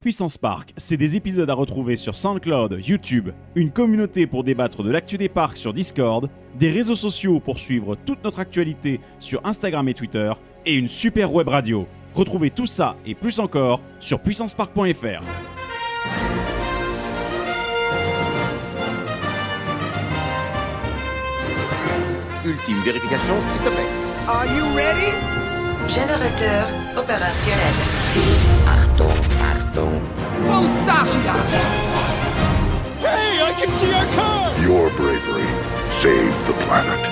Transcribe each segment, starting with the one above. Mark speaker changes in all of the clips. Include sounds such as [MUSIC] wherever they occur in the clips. Speaker 1: Puissance Park, c'est des épisodes à retrouver sur SoundCloud, YouTube, une communauté pour débattre de l'actu des parcs sur Discord, des réseaux sociaux pour suivre toute notre actualité sur Instagram et Twitter, et une super web radio. Retrouvez tout ça et plus encore sur puissancepark.fr.
Speaker 2: Ultime vérification, s'il te plaît.
Speaker 3: Are you ready?
Speaker 4: Générateur opérationnel.
Speaker 2: Arton, Arton.
Speaker 3: Fantasia! Hey, I can see our car!
Speaker 5: Your bravery saved the planet.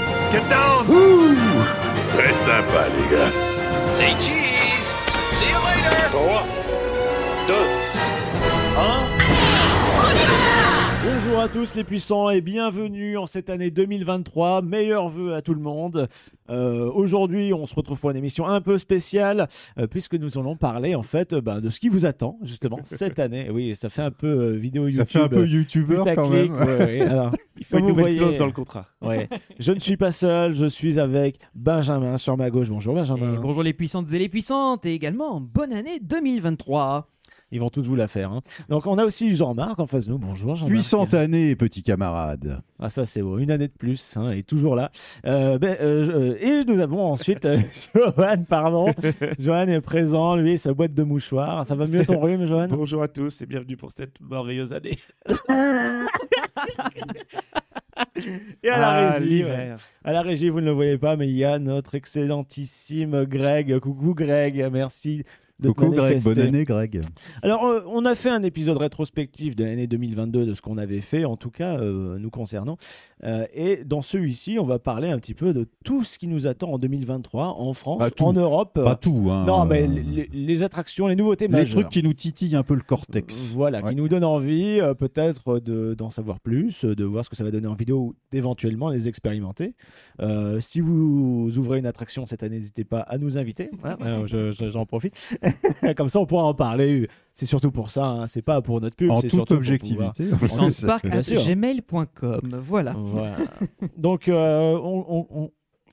Speaker 6: Très sympa, les gars.
Speaker 3: Say cheese! See you later!
Speaker 6: 3, 2, 1.
Speaker 7: Bonjour à tous les puissants et bienvenue en cette année 2023. Meilleurs vœux à tout le monde. Euh, Aujourd'hui, on se retrouve pour une émission un peu spéciale euh, puisque nous allons parler en fait euh, bah, de ce qui vous attend
Speaker 8: [LAUGHS]
Speaker 7: justement cette année. Oui, ça fait un peu euh, vidéo
Speaker 8: Ça
Speaker 7: YouTube.
Speaker 8: fait un peu youtubeur quand
Speaker 7: putaclic,
Speaker 8: même. [LAUGHS]
Speaker 7: ouais, ouais. Alors,
Speaker 9: Il faut une
Speaker 7: Vous
Speaker 9: nouvelle
Speaker 7: voyez-
Speaker 9: clause dans le contrat.
Speaker 7: [LAUGHS] ouais. Je ne suis pas seul, je suis avec Benjamin sur ma gauche. Bonjour Benjamin.
Speaker 10: Et bonjour les puissantes et les puissantes, et également bonne année 2023.
Speaker 7: Ils vont tous vous la faire. hein. Donc on a aussi Jean-Marc en face de nous. Bonjour Jean-Marc.
Speaker 8: Puissante année, petits camarades.
Speaker 7: Ah ça c'est beau, une année de plus, hein, et toujours là. Euh, ben, euh, je- euh, et nous avons ensuite euh, [LAUGHS] Johan, [LAUGHS] pardon. Johan est présent, lui, et sa boîte de mouchoirs. Ça va mieux ton rhume, Johan
Speaker 9: Bonjour à tous et bienvenue pour cette merveilleuse année.
Speaker 7: [LAUGHS] Et à la
Speaker 9: Ah,
Speaker 7: régie. ouais.
Speaker 9: l'hiver.
Speaker 7: À la régie, vous ne le voyez pas, mais il y a notre excellentissime Greg. Coucou Greg, merci. De te
Speaker 8: Coucou Greg,
Speaker 7: manifester.
Speaker 8: bonne année Greg.
Speaker 7: Alors, euh, on a fait un épisode rétrospectif de l'année 2022 de ce qu'on avait fait, en tout cas euh, nous concernant. Euh, et dans celui-ci, on va parler un petit peu de tout ce qui nous attend en 2023 en France,
Speaker 8: Bah, tout.
Speaker 7: en Europe.
Speaker 8: Pas tout, hein.
Speaker 7: Non, mais
Speaker 8: Euh,
Speaker 7: les- les, les attractions, les nouveautés
Speaker 8: les
Speaker 7: majeures.
Speaker 8: trucs qui nous titillent un peu le cortex.
Speaker 7: Voilà,
Speaker 8: Ouais.
Speaker 7: qui nous donnent envie euh, peut-être de- d'en savoir plus, euh, de voir ce que ça va donner en vidéo ou d'éventuellement les expérimenter. Euh, si vous ouvrez une attraction cette année, n'hésitez pas à nous inviter. hein, euh, je- je- J'en profite. [LAUGHS] Comme ça, on pourra en parler. C'est surtout pour ça, hein, c'est pas pour notre pub.
Speaker 8: En
Speaker 7: c'est surtout
Speaker 8: toute
Speaker 7: pour pouvoir- [LAUGHS]
Speaker 8: objectivité.
Speaker 7: Bien sûr.
Speaker 10: Gmail.com, voilà.
Speaker 7: Voilà. Donc, euh, on, on- on-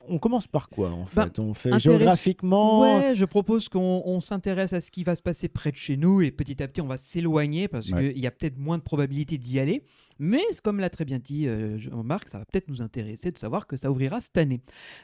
Speaker 7: on commence par quoi en fait
Speaker 10: Bah,
Speaker 7: On fait
Speaker 10: intéresse-
Speaker 7: géographiquement.
Speaker 10: Ouais, je propose qu'on on s'intéresse à ce qui va se passer près de chez nous et petit à petit on va s'éloigner parce
Speaker 8: Ouais.
Speaker 10: qu'il y a peut-être moins de probabilité d'y aller. Mais c'est comme l'a très bien dit euh, Jean-Marc, ça va peut-être nous intéresser de savoir que ça ouvrira cette année.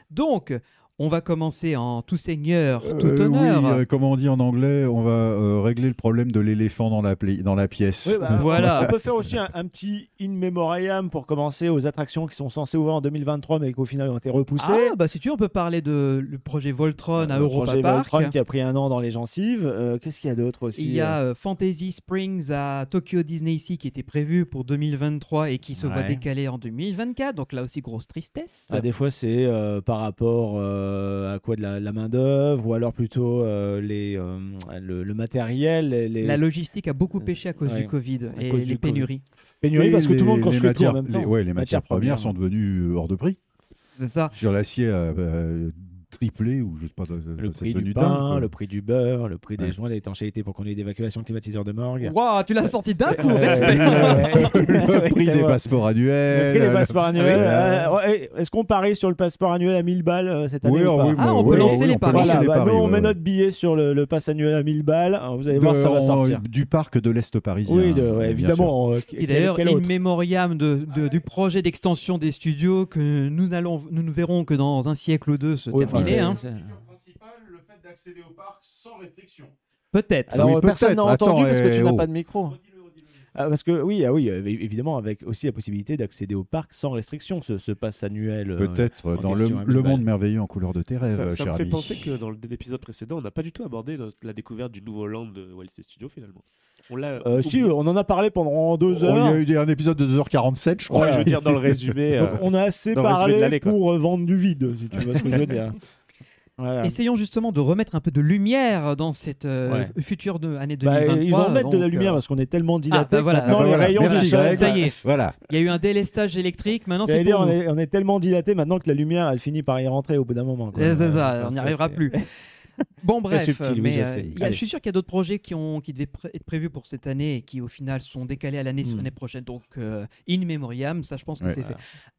Speaker 10: Donc, on va commencer en tout seigneur, tout
Speaker 8: Euh,
Speaker 10: honneur.
Speaker 8: Oui, euh, comme on dit en anglais, on va euh, régler le problème de l'éléphant dans la, pli- dans la pièce.
Speaker 7: Oui, bah,
Speaker 10: Voilà.
Speaker 7: On peut faire aussi un, un petit in memoriam pour commencer aux attractions qui sont censées ouvrir en 2023 mais qu'au final ont été repoussées.
Speaker 10: Ah, bah si tu veux, on peut parler de le projet Voltron à
Speaker 7: Bah, Le
Speaker 10: Ah, Europa
Speaker 7: projet
Speaker 10: Park.
Speaker 7: Voltron qui a pris un an dans les gencives. Euh, Qu'est-ce qu'il y a d'autre aussi
Speaker 10: Il y a euh, Fantasy Springs à Tokyo Disney ici qui était prévu pour 2023 et qui se voit
Speaker 7: Ouais.
Speaker 10: décaler en 2024. Donc là aussi, grosse tristesse.
Speaker 7: Ah, des fois, c'est euh, par rapport euh, à quoi de la, main d'œuvre ou alors plutôt euh, les euh, le, le matériel, les, les
Speaker 10: La logistique a beaucoup pêché à cause
Speaker 7: Euh, Ouais.
Speaker 10: du Covid
Speaker 7: À
Speaker 10: et
Speaker 7: cause
Speaker 10: les
Speaker 7: du Covid.
Speaker 10: pénuries.
Speaker 7: pénuries
Speaker 8: Et
Speaker 7: parce que tout le monde construit tout
Speaker 8: matières,
Speaker 7: en même temps. hein.
Speaker 8: les- ouais, les matières premières sont devenues hors de prix.
Speaker 10: C'est ça.
Speaker 8: Sur l'acier a euh, triplé ou je sais pas. ça-
Speaker 7: le
Speaker 8: c'est
Speaker 7: prix
Speaker 8: devenu
Speaker 7: du
Speaker 8: dingue,
Speaker 7: pain,
Speaker 8: quoi.
Speaker 7: le prix du beurre, le prix des
Speaker 8: Ouais.
Speaker 7: joints d'étanchéité pour qu'on ait d'évacuation climatiseur de morgue.
Speaker 10: Waouh, tu l'as sorti d'un coup,
Speaker 7: Euh, [LAUGHS]
Speaker 10: respect.
Speaker 8: Eh ben, le
Speaker 7: ouais,
Speaker 8: prix
Speaker 7: c'est
Speaker 8: des
Speaker 7: vrai.
Speaker 8: passeports annuels.
Speaker 7: Le prix des
Speaker 8: le-
Speaker 7: passeports annuels.
Speaker 8: Euh, Ah
Speaker 7: euh, ouais, Est-ce qu'on parie sur le passeport annuel à 1000 balles euh, cette année
Speaker 8: Oui,
Speaker 7: ou
Speaker 8: oh,
Speaker 7: pas
Speaker 8: oui,
Speaker 10: Ah,
Speaker 8: bah,
Speaker 10: on peut
Speaker 8: ouais,
Speaker 10: lancer
Speaker 8: oui,
Speaker 10: les
Speaker 8: on peut
Speaker 10: paris.
Speaker 8: lancer
Speaker 7: Voilà,
Speaker 8: les
Speaker 7: bah,
Speaker 8: paris,
Speaker 7: nous on
Speaker 8: ouais,
Speaker 7: met
Speaker 8: ouais.
Speaker 7: notre billet sur le, le pass annuel à 1000 balles. Alors, Vous allez voir,
Speaker 8: De-
Speaker 7: ça va
Speaker 8: en-
Speaker 7: sortir.
Speaker 8: Du parc de l'Est parisien. hein,
Speaker 7: Oui, de- ouais,
Speaker 8: bien sûr.
Speaker 7: évidemment. euh,
Speaker 10: Et
Speaker 7: quel-
Speaker 10: d'ailleurs,
Speaker 7: quel
Speaker 10: in
Speaker 7: autre
Speaker 10: memoriam de- de- du projet d'extension des studios que nous, n'allons- nous ne verrons que dans un siècle ou deux se
Speaker 7: Oui, enfin,
Speaker 10: terminer.
Speaker 7: c'est-
Speaker 10: hein.
Speaker 7: c'est-
Speaker 1: le fait d'accéder au parc sans restriction.
Speaker 10: Peut-être.
Speaker 7: Alors,
Speaker 8: Oui,
Speaker 7: euh, personne n'a
Speaker 8: peut-être.
Speaker 7: entendu
Speaker 8: Attends,
Speaker 7: parce que tu
Speaker 8: eh,
Speaker 7: n'as
Speaker 8: oh.
Speaker 7: pas de micro. Ah, parce que oui, ah oui, euh, évidemment, avec aussi la possibilité d'accéder au parc sans restriction, ce, ce pass annuel. euh,
Speaker 8: Peut-être
Speaker 7: en
Speaker 8: dans le,
Speaker 7: question, hein,
Speaker 8: le
Speaker 7: mais
Speaker 8: monde
Speaker 7: bah-
Speaker 8: merveilleux en couleur de euh, tes rêves,
Speaker 7: euh,
Speaker 9: ça ça
Speaker 8: cher
Speaker 9: me fait
Speaker 8: ami.
Speaker 9: penser que dans le- l'épisode précédent, on n'a pas du tout abordé notre- la découverte du nouveau land de WLC Studio finalement. On l'a.
Speaker 7: euh,
Speaker 9: oublié.
Speaker 7: si, on en a parlé pendant deux
Speaker 8: Oh,
Speaker 7: heures.
Speaker 8: il y a eu des- un épisode de 2h47, je crois.
Speaker 9: Ouais, je veux
Speaker 8: [LAUGHS]
Speaker 9: dire dans le résumé.
Speaker 7: euh, [LAUGHS] Donc,
Speaker 9: euh,
Speaker 7: on a assez
Speaker 9: dans le résumé de
Speaker 7: parlé
Speaker 9: l'année, quoi.
Speaker 7: pour euh, vendre du vide, si tu vois ce que je
Speaker 8: [LAUGHS]
Speaker 7: veux dire. Voilà.
Speaker 10: Essayons justement de remettre un peu de lumière dans cette euh,
Speaker 7: Ouais.
Speaker 10: future de- année
Speaker 7: Bah,
Speaker 10: 2023.
Speaker 7: ils en mettent de la
Speaker 10: donc,
Speaker 7: lumière
Speaker 10: euh,
Speaker 7: parce qu'on est tellement dilaté.
Speaker 10: bah
Speaker 7: que
Speaker 10: voilà.
Speaker 7: maintenant,
Speaker 10: Ah bah
Speaker 7: les
Speaker 8: voilà,
Speaker 7: rayons du
Speaker 8: merci,
Speaker 7: soleil-
Speaker 8: Greg.
Speaker 10: Ça y est,
Speaker 8: Voilà.
Speaker 10: il y a eu un délestage électrique, maintenant
Speaker 7: J'allais
Speaker 10: c'est
Speaker 7: dire,
Speaker 10: pour
Speaker 7: on
Speaker 10: nous.
Speaker 7: est, on est tellement dilaté maintenant que la lumière, elle finit par y rentrer au bout d'un moment. quoi.
Speaker 10: Eh, c'est
Speaker 7: Euh,
Speaker 10: ça,
Speaker 7: ça,
Speaker 10: on n'y
Speaker 7: ça, [LAUGHS]
Speaker 10: arrivera
Speaker 7: c'est-
Speaker 10: plus. Bon, bref,
Speaker 7: subtil, oui,
Speaker 10: mais,
Speaker 7: je
Speaker 10: euh,
Speaker 7: sais.
Speaker 10: il y a-
Speaker 7: Allez.
Speaker 10: je suis sûr qu'il y a d'autres projets qui, ont, qui devaient pré- être prévus pour cette année et qui, au final, sont décalés à l'année
Speaker 7: Mm.
Speaker 10: l'année prochaine. Donc, euh, in memoriam, ça, je pense que
Speaker 8: Ouais.
Speaker 10: c'est fait.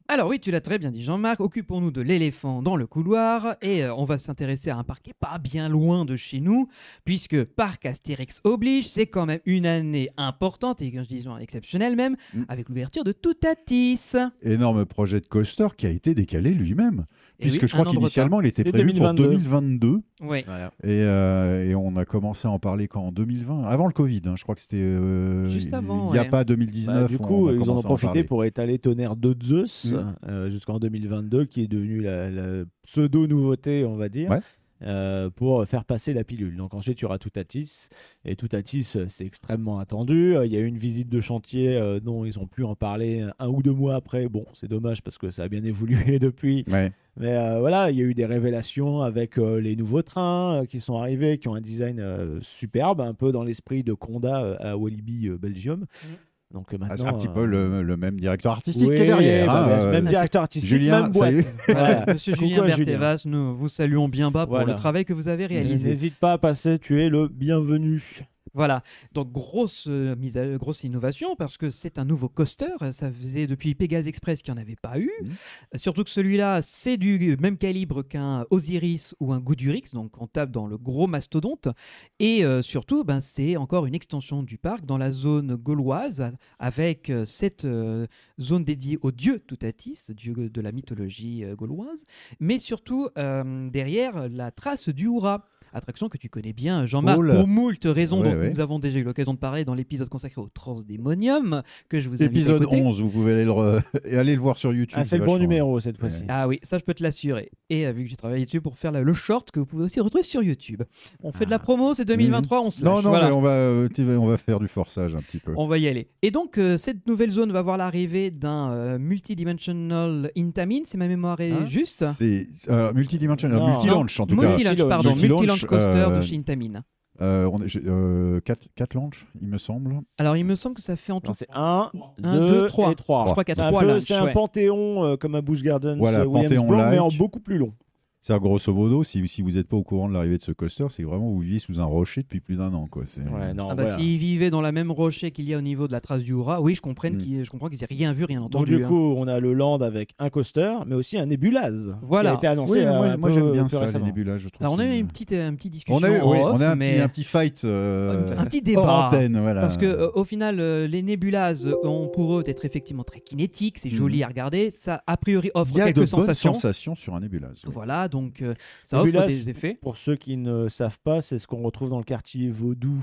Speaker 10: Alors, oui, tu l'as très bien dit, Jean-Marc. Occupons-nous de l'éléphant dans le couloir et euh, on va s'intéresser à un parc qui est pas bien loin de chez nous, puisque parc Astérix oblige, c'est quand même une année importante et, quand je dis genre, exceptionnelle même,
Speaker 7: Hmm.
Speaker 8: Mm.
Speaker 10: avec l'ouverture de Toutatis.
Speaker 8: Énorme projet de coaster qui a été décalé lui-même.
Speaker 10: Et oui,
Speaker 8: Puisque je
Speaker 10: un
Speaker 8: crois
Speaker 10: an de
Speaker 8: qu'initialement, il était
Speaker 7: C'était
Speaker 8: prévu
Speaker 7: 2022.
Speaker 8: pour 2022.
Speaker 10: retard. Ouais.
Speaker 8: Et, euh, et on a commencé à en parler quand En 2020 Avant le Covid, hein, je crois que c'était. euh,
Speaker 10: Juste avant,
Speaker 8: Il n'y a
Speaker 10: ouais.
Speaker 8: pas
Speaker 7: Bah,
Speaker 8: 2019.
Speaker 7: du
Speaker 8: on
Speaker 7: coup,
Speaker 8: a
Speaker 7: ils en ont
Speaker 8: commencé à
Speaker 7: profité
Speaker 8: parler.
Speaker 7: pour étaler Tonnerre de Zeus
Speaker 8: Mm.
Speaker 7: euh, jusqu'en 2022, qui est devenu la, la pseudo-nouveauté, on va dire.
Speaker 8: Ouais.
Speaker 7: euh, pour faire passer la pilule. Donc ensuite, il y aura Toutatis. Et Toutatis, euh, c'est extrêmement attendu. Euh, Il y a eu une visite de chantier euh, dont ils ont pu en parler un ou deux mois après. Bon, c'est dommage parce que ça a bien [LAUGHS] évolué depuis.
Speaker 8: Ouais.
Speaker 7: Mais euh, voilà, il y a eu des révélations avec euh, les nouveaux trains euh, qui sont arrivés, qui ont un design euh, superbe, un peu dans l'esprit de Conda euh, à Walibi euh, Belgium.
Speaker 10: Mm.
Speaker 7: Donc euh,
Speaker 8: Ah,
Speaker 7: maintenant,
Speaker 8: c'est un petit
Speaker 7: euh,
Speaker 8: peu le, le même directeur artistique
Speaker 7: oui,
Speaker 8: qui est derrière.
Speaker 7: bah,
Speaker 8: hein,
Speaker 7: bah,
Speaker 8: euh,
Speaker 7: même directeur artistique,
Speaker 8: Julien,
Speaker 7: même boîte.
Speaker 8: salut.
Speaker 7: Voilà.
Speaker 10: Monsieur
Speaker 7: Coucou
Speaker 10: Julien
Speaker 7: à
Speaker 10: Bertevas, nous vous saluons bien bas pour
Speaker 7: Voilà.
Speaker 10: le travail que vous avez réalisé.
Speaker 7: N'hésite pas à passer, tu es le bienvenu.
Speaker 10: Voilà, donc grosse, euh, mise à, grosse innovation parce que c'est un nouveau coaster. Ça faisait depuis Pégase Express qu'il n'y en avait pas eu.
Speaker 8: Mhm.
Speaker 10: Euh, Surtout que celui-là, c'est du euh, même calibre qu'un Osiris ou un Goudurix, donc on tape dans le gros mastodonte. Et euh, surtout, ben, c'est encore une extension du parc dans la zone gauloise avec euh, cette euh, zone dédiée au dieu Toutatis, dieu de la mythologie euh, gauloise. Mais surtout, euh, derrière, la trace du Hourra. Attraction que tu connais bien, Jean-Marc,
Speaker 8: Oh là.
Speaker 10: pour moult raisons
Speaker 8: Ouais,
Speaker 10: dont
Speaker 8: ouais.
Speaker 10: nous avons déjà eu l'occasion de parler dans l'épisode consacré au Transdémonium, que je vous invite à
Speaker 8: Épisode
Speaker 10: écouter.
Speaker 8: 11, vous pouvez aller le, re- [LAUGHS] et aller le voir sur YouTube.
Speaker 7: Ah, c'est le bon
Speaker 8: vachement-
Speaker 7: numéro cette fois-ci.
Speaker 10: Ah oui, ça je peux te l'assurer. Et euh, vu que j'ai travaillé dessus pour faire la- le short que vous pouvez aussi retrouver sur YouTube. On fait de la promo, c'est 2023, on se
Speaker 8: Ah. Mm. Non,
Speaker 10: lâche,
Speaker 8: non,
Speaker 10: voilà.
Speaker 8: mais on va, euh, tu vas- on va faire du forçage un petit peu.
Speaker 10: On va y aller. Et donc, euh, cette nouvelle zone va voir l'arrivée d'un euh, multidimensional Intamin, si ma mémoire est
Speaker 7: Hein
Speaker 10: juste.
Speaker 8: C'est euh, multidimension,
Speaker 7: Non.
Speaker 8: euh, multi-launch en Ah. tout cas.
Speaker 10: Multilaunch, pardon,
Speaker 8: Multilaunch,
Speaker 10: multilaunch coaster
Speaker 8: euh,
Speaker 10: de chez Intamin.
Speaker 8: Euh, on est- j'ai- euh, quatre, quatre launches, il me semble.
Speaker 10: Alors, il me semble que ça fait en tout.
Speaker 7: Non, c'est 1,
Speaker 10: Un, deux,
Speaker 7: 2
Speaker 10: trois.
Speaker 7: et 3.
Speaker 10: Je crois qu'il y a
Speaker 7: C'est un,
Speaker 10: trois
Speaker 7: peu-
Speaker 10: launchs,
Speaker 7: c'est un
Speaker 10: ouais.
Speaker 7: panthéon euh, comme à Busch Gardens
Speaker 8: Voilà,
Speaker 7: euh, Williams
Speaker 8: panthéon
Speaker 7: Blanc, mais en
Speaker 8: like.
Speaker 7: beaucoup plus long.
Speaker 8: C'est grosso modo, si, si vous n'êtes pas au courant de l'arrivée de ce coaster, c'est vraiment vous vivez sous un rocher depuis plus d'un an. Quoi. C'est- euh,
Speaker 7: Ouais, non,
Speaker 10: Ah bah,
Speaker 8: hein.
Speaker 7: voilà.
Speaker 10: s'ils vivaient dans la même rocher qu'il y a au niveau de la trace du Hura, oui, je comprends
Speaker 8: Mm.
Speaker 10: qu'ils je comprends qu'ils aient rien vu, rien
Speaker 7: Donc
Speaker 10: entendu.
Speaker 7: du
Speaker 10: hein.
Speaker 7: coup, on a le land avec un coaster, mais aussi un nébulaz.
Speaker 10: Voilà.
Speaker 7: Qui a été annoncé.
Speaker 8: Oui,
Speaker 7: euh,
Speaker 8: moi,
Speaker 7: un
Speaker 8: moi,
Speaker 7: peu-
Speaker 8: j'aime bien
Speaker 7: peu
Speaker 8: ça, les
Speaker 7: récemment.
Speaker 8: débuts là, je trouve.
Speaker 10: Alors, on a
Speaker 8: c'est-
Speaker 10: eu une petite, euh, une petite discussion.
Speaker 8: on a eu,
Speaker 10: en
Speaker 8: oui,
Speaker 10: off,
Speaker 8: on a un,
Speaker 10: mais-
Speaker 8: petit, un petit fight euh,
Speaker 10: Un petit
Speaker 8: hors
Speaker 10: débat.
Speaker 8: antenne. Voilà.
Speaker 10: Parce que euh, au final, euh, les nébulas euh, ont pour eux d'être effectivement très kinétiques, c'est joli à regarder, ça a priori offre
Speaker 8: Mhm. il y a de
Speaker 10: quelques
Speaker 8: bonnes
Speaker 10: sensations.
Speaker 8: sensations, sur un Nebulaz. oui.
Speaker 10: Voilà, donc euh, ça
Speaker 7: Nébulas,
Speaker 10: offre des effets.
Speaker 7: Pour ceux qui ne savent pas, c'est ce qu'on retrouve dans le quartier Vaudou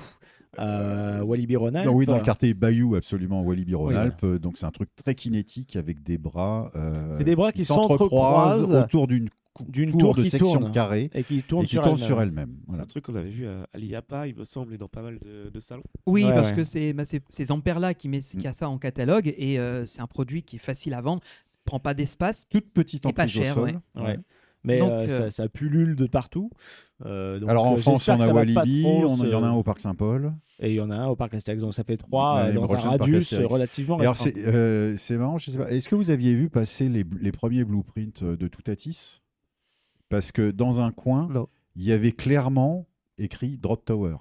Speaker 7: à Walibi Rhône-Alpes.
Speaker 8: Non, oui, dans le quartier Bayou, absolument, Walibi Rhône-Alpes.
Speaker 7: Oui,
Speaker 8: Euh, Donc, c'est un truc très kinétique avec des bras. euh,
Speaker 7: C'est des bras qui
Speaker 8: s'entrecroisent
Speaker 7: s'entrecroisent
Speaker 8: autour d'une cou-
Speaker 7: d'une
Speaker 8: tour,
Speaker 7: tour
Speaker 8: de
Speaker 7: qui
Speaker 8: section
Speaker 7: tourne.
Speaker 8: carrée
Speaker 7: et qui
Speaker 8: et
Speaker 7: tourne
Speaker 8: qui
Speaker 7: sur
Speaker 8: tourne
Speaker 7: elle-même.
Speaker 8: sur elle-même.
Speaker 9: C'est
Speaker 8: Voilà.
Speaker 9: un truc qu'on avait vu à, à l'IAPA, il me semble, et dans pas mal de, de salons.
Speaker 10: Oui,
Speaker 7: Ouais,
Speaker 10: parce
Speaker 7: ouais.
Speaker 10: que c'est bah, c'est- ces ampères-là qui, met, qui a ça en catalogue et euh, c'est un produit qui est facile à vendre, prend pas d'espace.
Speaker 8: Toute petite
Speaker 10: Et pas
Speaker 8: emprise au
Speaker 10: cher,
Speaker 8: sol.
Speaker 10: ouais.
Speaker 7: Ouais. Mais
Speaker 10: Donc,
Speaker 7: euh,
Speaker 10: euh,
Speaker 7: ça, ça pullule de partout. Euh, donc,
Speaker 8: Alors en
Speaker 7: euh,
Speaker 8: France,
Speaker 7: j'espère
Speaker 8: on
Speaker 7: que
Speaker 8: a
Speaker 7: ça va pas
Speaker 8: Walibi,
Speaker 7: trop
Speaker 8: on a- il y en a
Speaker 7: se-
Speaker 8: un au Parc Saint-Paul.
Speaker 7: Et il y en a un au parc Astérix, donc ça fait trois euh,
Speaker 8: L'année
Speaker 7: dans un
Speaker 8: prochaine, parc
Speaker 7: radius
Speaker 8: Astérix.
Speaker 7: relativement
Speaker 8: Et Alors
Speaker 7: restreint.
Speaker 8: c'est euh, c'est marrant, je sais pas. Est-ce que vous aviez vu passer les, les premiers blueprints euh, de Toutatis Parce que dans un coin,
Speaker 9: Non.
Speaker 8: il y avait clairement écrit Drop Tower.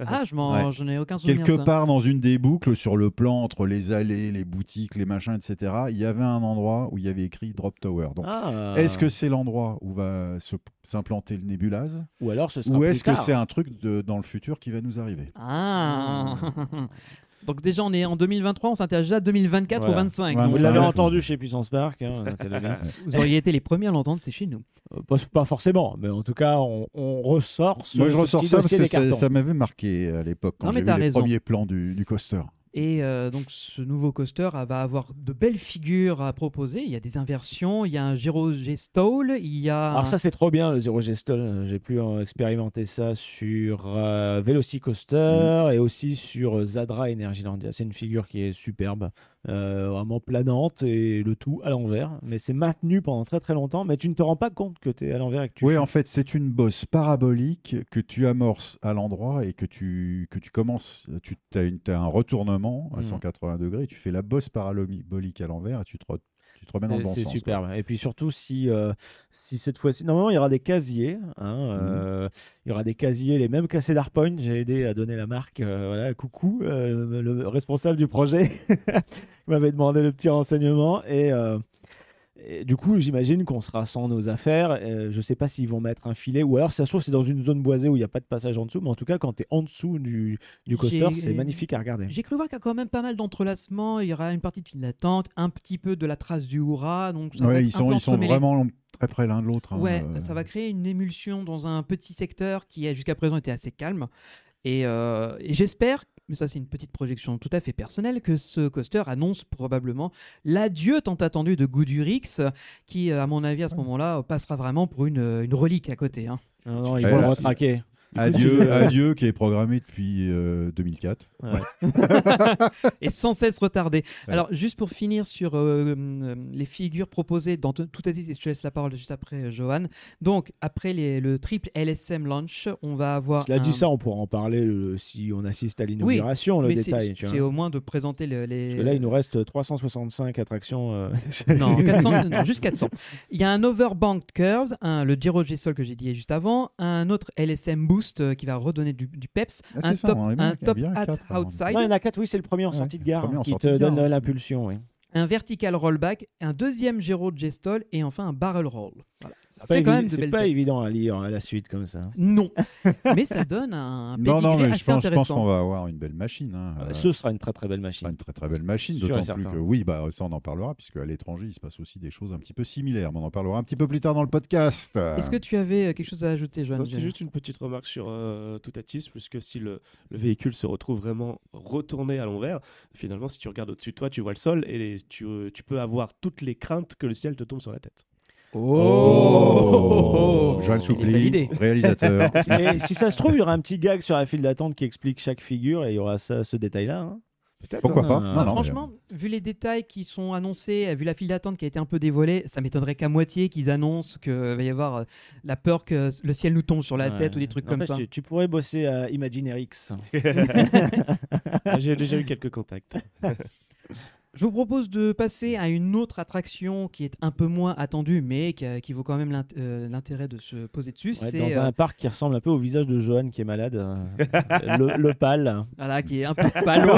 Speaker 10: Ah, je m'en,
Speaker 8: Ouais.
Speaker 10: je n'ai aucun souvenir.
Speaker 8: Quelque
Speaker 10: de ça.
Speaker 8: part dans une des boucles sur le plan entre les allées, les boutiques, les machins, etc. Il y avait un endroit où il y avait écrit Drop Tower. Donc,
Speaker 7: Ah.
Speaker 8: est-ce que c'est l'endroit où va se- s'implanter le Nebulaz
Speaker 7: ou alors ce sera
Speaker 8: Ou
Speaker 7: plus
Speaker 8: est-ce que
Speaker 7: tard.
Speaker 8: c'est un truc de- dans le futur qui va nous arriver
Speaker 10: Ah. [LAUGHS] Donc déjà, on est en 2023, on s'intéresse déjà à 2024
Speaker 7: Voilà.
Speaker 10: ou 25.
Speaker 8: Ouais,
Speaker 10: donc
Speaker 7: Vous
Speaker 8: Ça
Speaker 7: l'avez
Speaker 8: arrive.
Speaker 7: entendu chez Puissance Park, hein,
Speaker 8: [LAUGHS]
Speaker 7: notez-le bien.
Speaker 10: vous auriez été les premiers à l'entendre, c'est chez nous.
Speaker 7: Euh, pas, pas forcément, mais en tout cas, on, on ressort ce,
Speaker 8: Moi, je
Speaker 7: ce
Speaker 8: ressors
Speaker 7: petit
Speaker 8: ça parce
Speaker 7: dossier
Speaker 8: que
Speaker 7: des
Speaker 8: ça,
Speaker 7: cartons.
Speaker 8: ça m'avait marqué à l'époque quand
Speaker 10: Non, mais
Speaker 8: j'ai vu
Speaker 10: t'as
Speaker 8: les
Speaker 10: raison.
Speaker 8: premiers plans du, du coaster.
Speaker 10: Et euh, donc ce nouveau coaster ah, va avoir de belles figures à proposer. Il y a des inversions, il y a un gyro Stall, il y a... un-
Speaker 7: Alors ça, c'est trop bien, le Zero Gestol. Euh, J'ai pu euh, expérimenter ça sur euh, Velocicoaster
Speaker 8: Mm.
Speaker 7: et aussi sur euh, Zadra Energylandia. C'est une figure qui est superbe, euh, vraiment planante et le tout à l'envers. Mais c'est maintenu pendant très très longtemps, mais tu ne te rends pas compte que tu es à l'envers et que tu...
Speaker 8: Oui, en fait, c'est une bosse parabolique que tu amorces à l'endroit et que tu, que tu commences. Tu as, un retournement à
Speaker 7: Mhm.
Speaker 10: Hmm.
Speaker 8: 180 degrés, tu fais la bosse parabolique à l'envers et tu te, re- tu te remets dans le
Speaker 7: C'est
Speaker 8: bon
Speaker 7: c'est
Speaker 8: sens.
Speaker 7: superbe. Et puis surtout, si, euh, si cette fois-ci. Normalement, il y aura des casiers. hein,
Speaker 8: Mmh.
Speaker 7: euh, il y aura des casiers, les mêmes cassés d'Arpoint. J'ai aidé à donner la marque. euh, voilà, coucou, euh, le responsable du projet. [LAUGHS] Il m'avait demandé le petit renseignement. Et. euh, et du coup, j'imagine qu'on sera sans nos affaires. Euh, je ne sais pas s'ils vont mettre un filet ou alors, si ça se trouve, c'est dans une zone boisée où il n'y a pas de passage en dessous. Mais en tout cas, quand tu es en dessous du, du coaster,
Speaker 10: J'ai-
Speaker 7: c'est magnifique à regarder.
Speaker 10: J'ai cru voir qu'il y a quand même pas mal d'entrelacements. Il y aura une partie de file d'attente, un petit peu de la trace du hurrah. Donc ça
Speaker 8: quoi.
Speaker 10: va
Speaker 8: Ouais,
Speaker 10: être
Speaker 8: ils
Speaker 10: un
Speaker 8: sont,
Speaker 10: peu
Speaker 8: ils sont
Speaker 10: entremêlé.
Speaker 8: vraiment très près l'un de l'autre. hein,
Speaker 10: Ouais,
Speaker 8: euh.
Speaker 10: ça va créer une émulsion dans un petit secteur qui a jusqu'à présent été assez calme. Et, euh, et j'espère, mais ça c'est une petite projection tout à fait personnelle, que ce coaster annonce probablement l'adieu tant attendu de Goodurix, qui euh, à mon avis à ce moment-là passera vraiment pour une, euh, une relique à côté. hein.
Speaker 7: Non, non, ils
Speaker 8: Ouais,
Speaker 7: vont le
Speaker 8: là,
Speaker 7: retraquer.
Speaker 8: Adieu,
Speaker 10: euh,
Speaker 7: si-
Speaker 8: adieu, qui est programmé depuis euh, 2004.
Speaker 7: Ouais.
Speaker 10: et sans cesse retardé.
Speaker 8: Ouais.
Speaker 10: Alors, juste pour finir sur euh, euh, les figures proposées dans t- tout à dit, et je te laisse la parole juste après, euh, Johan. Donc, après les- le triple LSM launch, on va avoir.
Speaker 7: Cela
Speaker 10: un-
Speaker 7: dit, ça, on pourra en parler euh, si on assiste à l'inauguration,
Speaker 10: mais
Speaker 7: le
Speaker 10: c'est-
Speaker 7: détail. tu
Speaker 10: c'est
Speaker 7: vois.
Speaker 10: c'est au moins de présenter le- les.
Speaker 7: Parce que là, il nous reste euh, 365 attractions. euh, [LAUGHS]
Speaker 10: Non, 400, non, juste 400. Il y a un overbanked curve, un, le Giro G-Sol que j'ai dit juste avant, un autre LSM boost euh, qui va redonner du, du peps,
Speaker 8: Ah, c'est
Speaker 10: un
Speaker 8: ça,
Speaker 10: top,
Speaker 8: on est
Speaker 10: un
Speaker 8: bien- il y a
Speaker 10: top
Speaker 8: bien
Speaker 10: hat
Speaker 8: quatre, alors.
Speaker 10: outside,
Speaker 7: Non, il y en a 4, oui, c'est le premier en
Speaker 8: Ouais,
Speaker 7: sortie de
Speaker 8: le
Speaker 7: gare
Speaker 8: premier en
Speaker 7: qui
Speaker 8: sortie
Speaker 7: te
Speaker 8: de gare,
Speaker 7: donne
Speaker 8: ouais.
Speaker 7: l'impulsion. Oui.
Speaker 10: un vertical rollback, un deuxième Giro G-Stall et enfin un barrel roll. Voilà. Ça
Speaker 7: Pas
Speaker 10: fait quand
Speaker 7: évi-
Speaker 10: même de
Speaker 7: C'est
Speaker 10: belles
Speaker 7: pas
Speaker 10: têtes.
Speaker 7: évident à lire à la suite comme ça. [LAUGHS]
Speaker 10: Non, mais ça donne un
Speaker 8: Non,
Speaker 10: pédigré
Speaker 8: non, mais
Speaker 10: assez
Speaker 8: je pense, je pense
Speaker 10: intéressant.
Speaker 8: qu'on va avoir une belle machine. hein, euh,
Speaker 7: Ce sera une très très belle
Speaker 8: Enfin,
Speaker 7: machine.
Speaker 8: une très très belle machine,
Speaker 7: Bah, Sûr et
Speaker 8: d'autant plus
Speaker 7: certain.
Speaker 8: que oui, bah, ça on en parlera, puisque à l'étranger il se passe aussi des choses un petit peu similaires, mais on en parlera un petit peu plus tard dans le podcast.
Speaker 10: Est-ce que tu avais euh, quelque chose à ajouter, Johan
Speaker 9: Non, C'était juste une petite remarque sur euh, Toutatis, puisque si le, le véhicule se retrouve vraiment retourné à l'envers, finalement, si tu regardes au-dessus de toi, tu vois le sol et tu, euh, tu peux avoir toutes les craintes que le ciel te tombe sur la tête.
Speaker 8: Oh, Johan
Speaker 10: Il est
Speaker 8: Soupli,
Speaker 10: validé. [LAUGHS]
Speaker 8: réalisateur.
Speaker 7: [LAUGHS] Et si ça se trouve, il y aura un petit gag sur la file d'attente qui explique chaque figure et il y aura ça- ce détail-là. hein.
Speaker 8: Pourquoi pas
Speaker 7: Ah,
Speaker 8: Non, non,
Speaker 10: Franchement, vu les détails qui sont annoncés, euh, vu la file d'attente qui a été un peu dévoilée, ça m'étonnerait qu'à moitié qu'ils annoncent qu'il va y avoir euh, la peur que le ciel nous tombe sur la
Speaker 7: Ouais.
Speaker 10: tête ou des trucs comme
Speaker 7: N'empêche,
Speaker 10: ça.
Speaker 7: Tu, tu pourrais bosser à Imagineerix.
Speaker 9: Ah, J'ai déjà eu
Speaker 7: [LAUGHS]
Speaker 9: quelques contacts.
Speaker 10: Je vous propose de passer à une autre attraction qui est un peu moins attendue, mais qui, a- qui vaut quand même l'int- euh, l'intérêt de se poser dessus.
Speaker 7: Ouais,
Speaker 10: c'est
Speaker 7: dans
Speaker 10: euh,
Speaker 7: un parc qui ressemble un peu au visage de Johan qui est malade. euh,
Speaker 8: [LAUGHS]
Speaker 7: le, le pâle.
Speaker 10: Voilà, qui est un peu palo.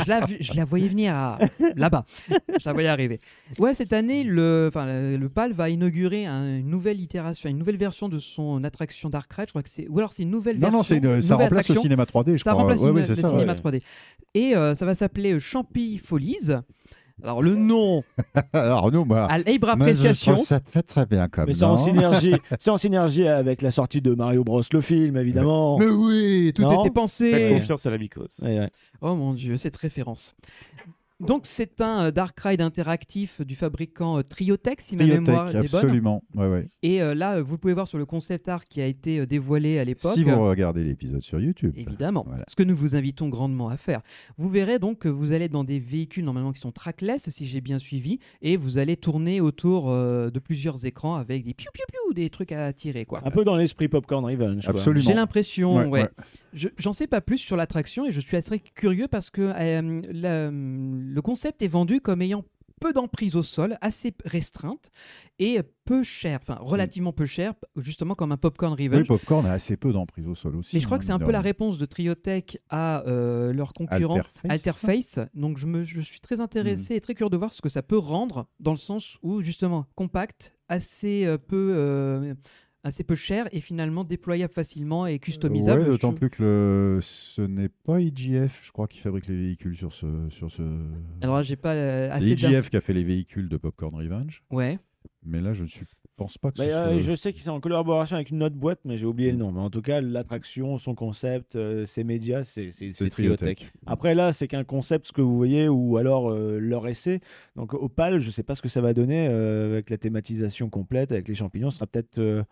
Speaker 10: je, la, je la voyais venir à- là-bas. Je la voyais arriver. Ouais, cette année, le, enfin, le le PAL va inaugurer un- une nouvelle itération, une nouvelle version de son attraction Dark Ride. Je crois que c'est, ou alors c'est une nouvelle
Speaker 8: Non,
Speaker 10: version.
Speaker 8: non, c'est une- ça
Speaker 10: nouvelle
Speaker 8: remplace le
Speaker 10: attraction.
Speaker 8: cinéma 3D, je
Speaker 10: Ça
Speaker 8: crois.
Speaker 10: remplace
Speaker 8: Ouais,
Speaker 10: une-
Speaker 8: ouais,
Speaker 10: le
Speaker 8: c'est ça,
Speaker 10: cinéma
Speaker 8: ouais.
Speaker 10: 3D. Et euh, ça va s'appeler euh, Champy Folies. Alors le nom
Speaker 8: [LAUGHS] Alors nous, moi,
Speaker 10: à libre
Speaker 8: moi, Ah. je
Speaker 10: appréciation.
Speaker 8: trouve ça très très bien comme
Speaker 7: Mais c'est en,
Speaker 8: nom. [LAUGHS]
Speaker 7: synergie, c'est en synergie avec la sortie de Mario Bros. le film, évidemment.
Speaker 8: Mais oui, tout
Speaker 7: Non.
Speaker 10: Tout était
Speaker 9: Fais
Speaker 10: pensé.
Speaker 9: confiance à la mycose.
Speaker 7: Ouais, ouais.
Speaker 10: Oh mon dieu, cette référence. Donc c'est un euh, Dark Ride interactif du fabricant euh, Triotech, si
Speaker 8: est
Speaker 10: ma mémoire
Speaker 8: bibliothèque,
Speaker 10: est bonne.
Speaker 8: absolument. Ouais, ouais.
Speaker 10: Et euh, là, euh, vous pouvez voir sur le concept art qui a été euh, dévoilé à l'époque.
Speaker 8: Si vous regardez l'épisode sur YouTube.
Speaker 10: Évidemment,
Speaker 8: Voilà.
Speaker 10: ce que nous vous invitons grandement à faire. Vous verrez donc que vous allez dans des véhicules normalement qui sont trackless, si j'ai bien suivi, et vous allez tourner autour euh, de plusieurs écrans avec des piou piou piou, des trucs à tirer quoi.
Speaker 7: Un peu dans l'esprit Popcorn Revenge. quoi.
Speaker 8: Absolument.
Speaker 10: J'ai l'impression,
Speaker 8: Ouais,
Speaker 10: ouais.
Speaker 8: ouais.
Speaker 10: Je- J'en sais pas plus sur l'attraction et je suis assez curieux parce que euh, la- le concept est vendu comme ayant peu d'emprise au sol, assez restreinte et peu cher, enfin relativement peu cher, justement comme un popcorn revenge.
Speaker 8: Mm. Oui, Popcorn a assez peu d'emprise au sol aussi.
Speaker 10: Mais je crois
Speaker 8: hein,
Speaker 10: que c'est un
Speaker 8: mine
Speaker 10: peu
Speaker 8: de
Speaker 10: la
Speaker 8: rien.
Speaker 10: réponse de Triotech à euh, leur concurrent
Speaker 8: Alterface. Mm.
Speaker 10: Alterface. Donc je, me, je suis très intéressé et très curieux de voir ce que ça peut rendre dans le sens où justement compact, assez euh, peu, euh, assez peu cher et finalement déployable facilement et customisable.
Speaker 8: Ouais, d'autant
Speaker 10: Je-
Speaker 8: plus que le... ce n'est pas IGF, je crois, qui fabrique les véhicules sur ce. Sur ce...
Speaker 10: Alors là, j'ai pas euh,
Speaker 8: c'est
Speaker 10: assez d'inf-
Speaker 8: IGF qui a fait les véhicules de Popcorn Revenge,
Speaker 10: Ouais.
Speaker 8: mais là, je ne suis... pense pas que
Speaker 7: Mais,
Speaker 8: ce
Speaker 7: euh,
Speaker 8: soit.
Speaker 7: Je sais qu'ils sont en collaboration avec une autre boîte, mais j'ai oublié le nom. Mais en tout cas, l'attraction, son concept, euh, ses médias, c'est c'est- c'est Triotech. Après là, c'est qu'un concept, ce que vous voyez, ou alors euh, leur essai. Donc au PAL, je ne sais pas ce que ça va donner euh, avec la thématisation complète, avec les champignons. Ce sera peut-être euh,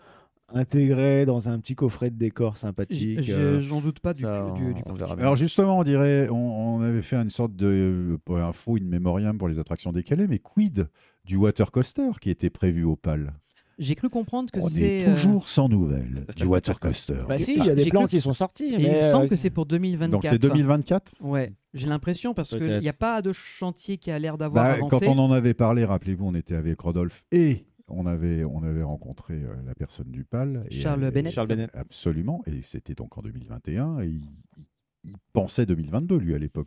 Speaker 7: intégré dans un petit coffret de décor sympathique.
Speaker 10: J- je-
Speaker 7: euh,
Speaker 10: J'en doute pas du,
Speaker 7: ça,
Speaker 10: du, du
Speaker 7: on verra bien.
Speaker 8: Alors justement, on dirait, on, on avait fait une sorte de pas un faux in memoriam pour les attractions décalées, mais quid du water coaster qui était prévu au PAL
Speaker 10: J'ai cru comprendre que
Speaker 8: On
Speaker 10: c'est.
Speaker 8: est
Speaker 10: euh,
Speaker 8: toujours sans nouvelles du water coaster.
Speaker 7: Bah si, il y a des
Speaker 10: J'ai
Speaker 7: plans
Speaker 10: cru-
Speaker 7: qui sont sortis.
Speaker 10: euh, et
Speaker 7: mais,
Speaker 10: il me semble
Speaker 7: euh,
Speaker 10: que c'est pour 2024.
Speaker 8: Donc c'est 2024
Speaker 10: Ouais. J'ai l'impression parce qu'il
Speaker 8: Peut-être.
Speaker 10: n'y a pas de chantier qui a l'air d'avoir
Speaker 8: Bah,
Speaker 10: avancé.
Speaker 8: quand on en avait parlé, rappelez-vous, on était avec Rodolphe et on avait, on avait rencontré euh, la personne du PAL. et-
Speaker 10: Charles
Speaker 8: et-
Speaker 10: Bennett. Charles Bennett.
Speaker 8: Absolument. Et c'était donc en 2021. Et il, il- il pensait 2022, lui, à l'époque.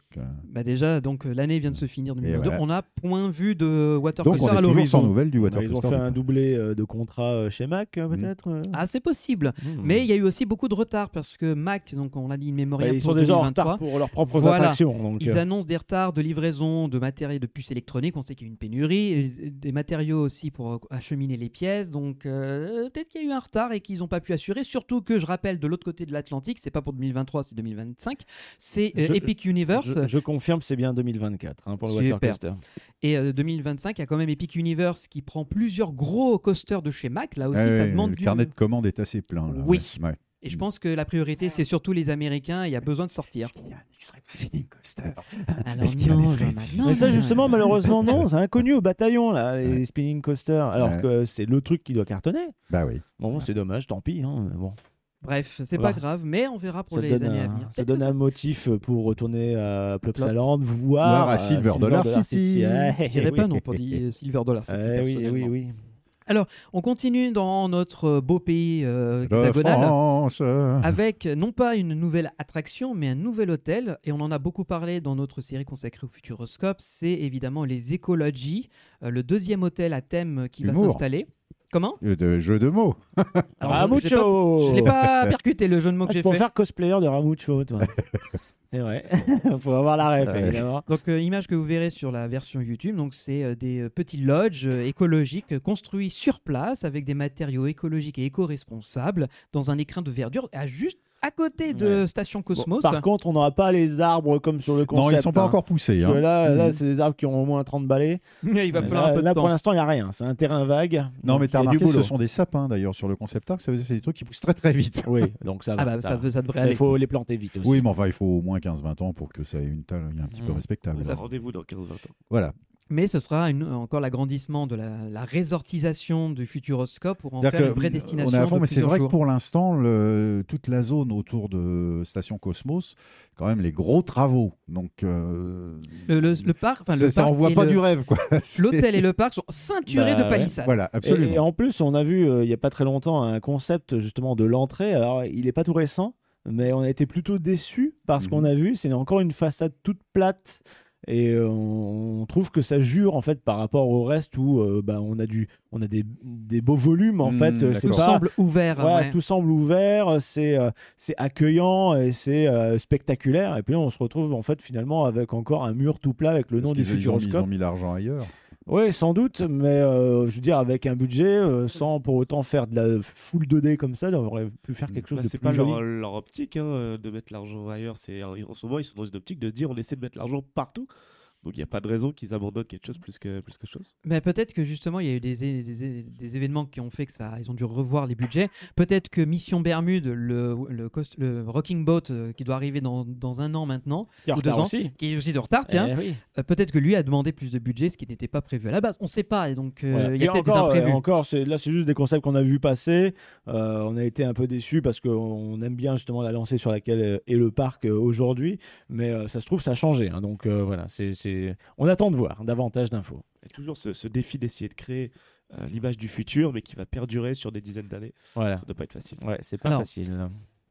Speaker 10: Bah déjà, donc euh, l'année vient de se finir 2022.
Speaker 8: voilà.
Speaker 10: On a point vu de
Speaker 8: Donc, on
Speaker 10: Watercoaster
Speaker 8: est
Speaker 10: à
Speaker 8: toujours sans
Speaker 10: l'horizon.
Speaker 8: nouvelles du
Speaker 7: Bah, Ils ont
Speaker 8: Watercoaster.
Speaker 7: fait un doublé euh, de contrat euh, chez Mac, euh, peut-être euh.
Speaker 10: Ah, c'est possible.
Speaker 8: Hmm.
Speaker 10: Mais il y a eu aussi beaucoup de retard parce que Mac, donc on l'a dit, une mémoire.
Speaker 7: Bah, ils sont déjà en retard pour leurs propres attractions, donc,
Speaker 10: ils
Speaker 7: euh.
Speaker 10: annoncent des retards de livraison de matériel de puces électroniques. On sait qu'il y a une pénurie, et des matériaux aussi pour euh, acheminer les pièces. Donc euh, peut-être qu'il y a eu un retard et qu'ils n'ont pas pu assurer. Surtout que je rappelle, de l'autre côté de l'Atlantique, c'est pas pour 2023, c'est 2025. C'est euh,
Speaker 7: Je-
Speaker 10: Epic Universe.
Speaker 7: Je, je confirme, c'est bien 2024 hein, pour le
Speaker 10: Super.
Speaker 7: Watercoaster.
Speaker 10: Et euh, 2025, il y a quand même Epic Universe qui prend plusieurs gros coasters de chez Mac. Là aussi,
Speaker 8: Ah
Speaker 10: ça
Speaker 8: ouais,
Speaker 10: demande
Speaker 8: le
Speaker 10: du. [LAUGHS]
Speaker 8: carnet de commandes est assez plein. là,
Speaker 10: Oui.
Speaker 8: ouais, ouais.
Speaker 10: Et je pense que la priorité, c'est surtout les Américains. Il y a besoin de sortir. Alors,
Speaker 7: Est-ce qu'il y a
Speaker 10: non,
Speaker 7: des
Speaker 10: non,
Speaker 7: scripts
Speaker 10: bah, non,
Speaker 7: Mais ça,
Speaker 10: non, non.
Speaker 7: justement, malheureusement,
Speaker 10: [LAUGHS]
Speaker 7: non. C'est inconnu au bataillon, là, les spinning coasters. Alors
Speaker 10: Ouais.
Speaker 7: que c'est le truc qui doit cartonner.
Speaker 8: Bah oui.
Speaker 7: Bon, c'est dommage, tant pis. hein, mais Bon.
Speaker 10: Bref, c'est
Speaker 7: Voilà.
Speaker 10: pas grave, mais on verra pour
Speaker 7: ça
Speaker 10: les
Speaker 7: donne
Speaker 10: années
Speaker 7: un,
Speaker 10: à venir.
Speaker 7: ça donne un motif pour retourner à Plopsaland,
Speaker 10: Voir
Speaker 7: voire
Speaker 10: à
Speaker 7: euh,
Speaker 10: Silver Dollar City.
Speaker 7: Ah,
Speaker 10: Je dirais
Speaker 7: oui. [LAUGHS]
Speaker 10: pas non pour dire Silver Dollar City,
Speaker 7: Ah, oui, oui,
Speaker 10: personnellement.
Speaker 7: oui.
Speaker 10: Alors, on continue dans notre beau pays euh, [LAUGHS]
Speaker 8: La
Speaker 10: hexagonal.
Speaker 8: France, euh.
Speaker 10: Avec euh, non pas une nouvelle attraction, mais un nouvel hôtel. Et on en a beaucoup parlé dans notre série consacrée au Futuroscope. C'est évidemment les Ecology, euh, le deuxième hôtel à thème qui va
Speaker 8: Humour.
Speaker 10: s'installer. Comment
Speaker 8: Euh, de jeu de mots.
Speaker 10: Alors, je- je l'ai pas- Je l'ai pas percuté le jeu de mots que
Speaker 7: Ah,
Speaker 10: j'ai
Speaker 7: pour
Speaker 10: fait.
Speaker 7: faire cosplayer de Ramucho, toi. [LAUGHS] c'est vrai. [LAUGHS] Faut avoir la ref,
Speaker 10: Ouais.
Speaker 7: évidemment.
Speaker 10: Donc euh, image que vous verrez sur la version YouTube, donc c'est euh, des euh, petits lodges euh, écologiques euh, construits sur place avec des matériaux écologiques et éco-responsables dans un écrin de verdure à juste à côté de station Cosmos.
Speaker 7: Par contre, on n'aura pas les arbres comme sur le
Speaker 10: Non, ils
Speaker 7: concept.
Speaker 10: sont pas
Speaker 7: hein.
Speaker 10: encore poussés,
Speaker 7: Parce que
Speaker 10: hein.
Speaker 7: Là, là
Speaker 10: Mhm.
Speaker 7: c'est des arbres qui ont au moins 30 balais.
Speaker 10: [LAUGHS] Il va
Speaker 7: Mais
Speaker 10: falloir
Speaker 7: là,
Speaker 10: un peu de
Speaker 7: là,
Speaker 10: temps.
Speaker 7: pour l'instant, il n'y a rien. C'est un terrain vague.
Speaker 8: Non,
Speaker 7: Donc,
Speaker 8: mais t'as
Speaker 7: il y a du
Speaker 8: remarqué, ce
Speaker 7: boulot.
Speaker 8: sont des sapins d'ailleurs sur le concept art. Ça veut dire que c'est des trucs qui poussent très très vite.
Speaker 7: Oui, donc ça
Speaker 10: Ah va, bah, ça ça va. veut- ça devrait
Speaker 7: Mais
Speaker 10: aller.
Speaker 7: faut les planter vite aussi.
Speaker 8: Oui, mais enfin, il faut au moins 15-20 ans pour que ça ait une taille un petit peu
Speaker 10: Mmh.
Speaker 8: respectable.
Speaker 10: Ça-
Speaker 9: Rendez-vous dans 15-20 ans.
Speaker 8: Voilà.
Speaker 10: Mais ce sera une- encore l'agrandissement de la, la résortisation du Futuroscope pour en
Speaker 8: C'est-à-dire
Speaker 10: faire une
Speaker 8: que,
Speaker 10: vraie
Speaker 8: euh,
Speaker 10: destination.
Speaker 8: On est à fond,
Speaker 10: de
Speaker 8: mais c'est
Speaker 10: plusieurs
Speaker 8: vrai
Speaker 10: jours.
Speaker 8: que pour l'instant, le- toute la zone autour de Station Cosmos, quand même, les gros travaux. Donc, euh,
Speaker 10: Le, le- le parc, enfin,
Speaker 8: ça,
Speaker 10: le
Speaker 8: ça
Speaker 10: parc
Speaker 8: envoie
Speaker 10: et
Speaker 8: pas
Speaker 10: le-
Speaker 8: du rêve, quoi.
Speaker 10: [LAUGHS]
Speaker 8: [LAUGHS]
Speaker 10: L'hôtel et le parc sont ceinturés
Speaker 7: Bah
Speaker 10: de
Speaker 7: ouais.
Speaker 10: palissades.
Speaker 7: Et, et en plus, on a vu euh, il n'y a pas très longtemps un concept justement de l'entrée. Alors, il n'est pas tout récent, mais on a été plutôt déçus parce
Speaker 8: Mhm.
Speaker 7: qu'on a vu, c'est encore une façade toute plate. Et euh, on on trouve que ça jure en fait par rapport au reste où euh, bah, on a du, on a des, des beaux volumes en
Speaker 8: Hmm,
Speaker 10: Mhm,
Speaker 7: fait. euh,
Speaker 10: d'accord.
Speaker 7: c'est
Speaker 10: Tout
Speaker 7: pas-
Speaker 10: semble ouvert,
Speaker 7: Voilà,
Speaker 10: ouais.
Speaker 7: Tout semble ouvert. euh, C'est euh, c'est accueillant et c'est euh, spectaculaire. Et puis on se retrouve en fait finalement avec encore un mur tout plat avec le nom
Speaker 8: Parce
Speaker 7: du
Speaker 8: qu'ils- ils ont mis- Ils
Speaker 7: Futuroscope.
Speaker 8: ont mis l'argent ailleurs.
Speaker 7: Oui, sans doute, mais euh, je veux dire, avec un budget, euh, sans pour autant faire de la full 2D comme ça, on aurait pu faire quelque chose
Speaker 9: Bah,
Speaker 7: de
Speaker 9: c'est
Speaker 7: plus
Speaker 9: pas
Speaker 7: joli.
Speaker 9: leur, leur optique hein, euh, de mettre l'argent ailleurs. C'est en en ce moment ils sont dans une optique de se dire on essaie de mettre l'argent partout. Donc il n'y a pas de raison qu'ils abandonnent quelque chose plus que plus que chose.
Speaker 10: Mais Bah, peut-être que justement, il y a eu des, é- des é- des événements qui ont fait que ça, ils ont dû revoir les budgets. Peut-être que Mission Bermude, le, le, cost- le Rocking Boat, euh, qui doit arriver dans, dans un an maintenant,
Speaker 7: Qui est en
Speaker 10: ou deux
Speaker 7: retard
Speaker 10: ans,
Speaker 7: aussi.
Speaker 10: qui est aussi de retard, tiens,
Speaker 7: Eh oui.
Speaker 10: euh, peut-être que lui a demandé plus de budget, ce qui n'était pas prévu à la base. On ne sait pas, et donc euh,
Speaker 7: Voilà.
Speaker 10: il y
Speaker 7: Et
Speaker 10: a peut-être des
Speaker 7: encore, euh,
Speaker 10: imprévus.
Speaker 7: encore, c'est- là, c'est juste des concepts qu'on a vu passer. Euh, on a été un peu déçus parce qu'on aime bien justement la lancée sur laquelle euh, est le parc euh, aujourd'hui, mais euh, ça se trouve, ça a changé. hein. donc euh, voilà, c'est c'est- on attend de voir davantage d'infos.
Speaker 9: Il y a toujours ce, ce défi d'essayer de créer euh, l'image du futur, mais qui va perdurer sur des dizaines d'années.
Speaker 7: Voilà.
Speaker 9: Ça doit pas être facile.
Speaker 7: Ouais, c'est pas
Speaker 10: Alors,
Speaker 7: facile.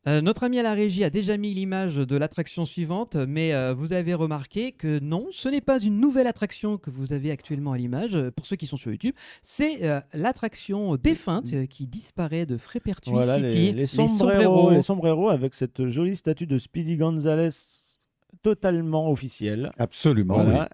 Speaker 10: Euh, notre ami à la régie a déjà mis l'image de l'attraction suivante, mais euh, vous avez remarqué que non, ce n'est pas une nouvelle attraction que vous avez actuellement à l'image, euh, pour ceux qui sont sur YouTube, c'est euh, l'attraction défunte euh, qui disparaît de Frépertuis
Speaker 7: Voilà,
Speaker 10: City.
Speaker 7: les, les sombreros,
Speaker 10: sombreros.
Speaker 7: les sombreros avec cette jolie statue de Speedy Gonzales totalement officielle.
Speaker 9: Bah
Speaker 8: Absolument.
Speaker 7: Voilà.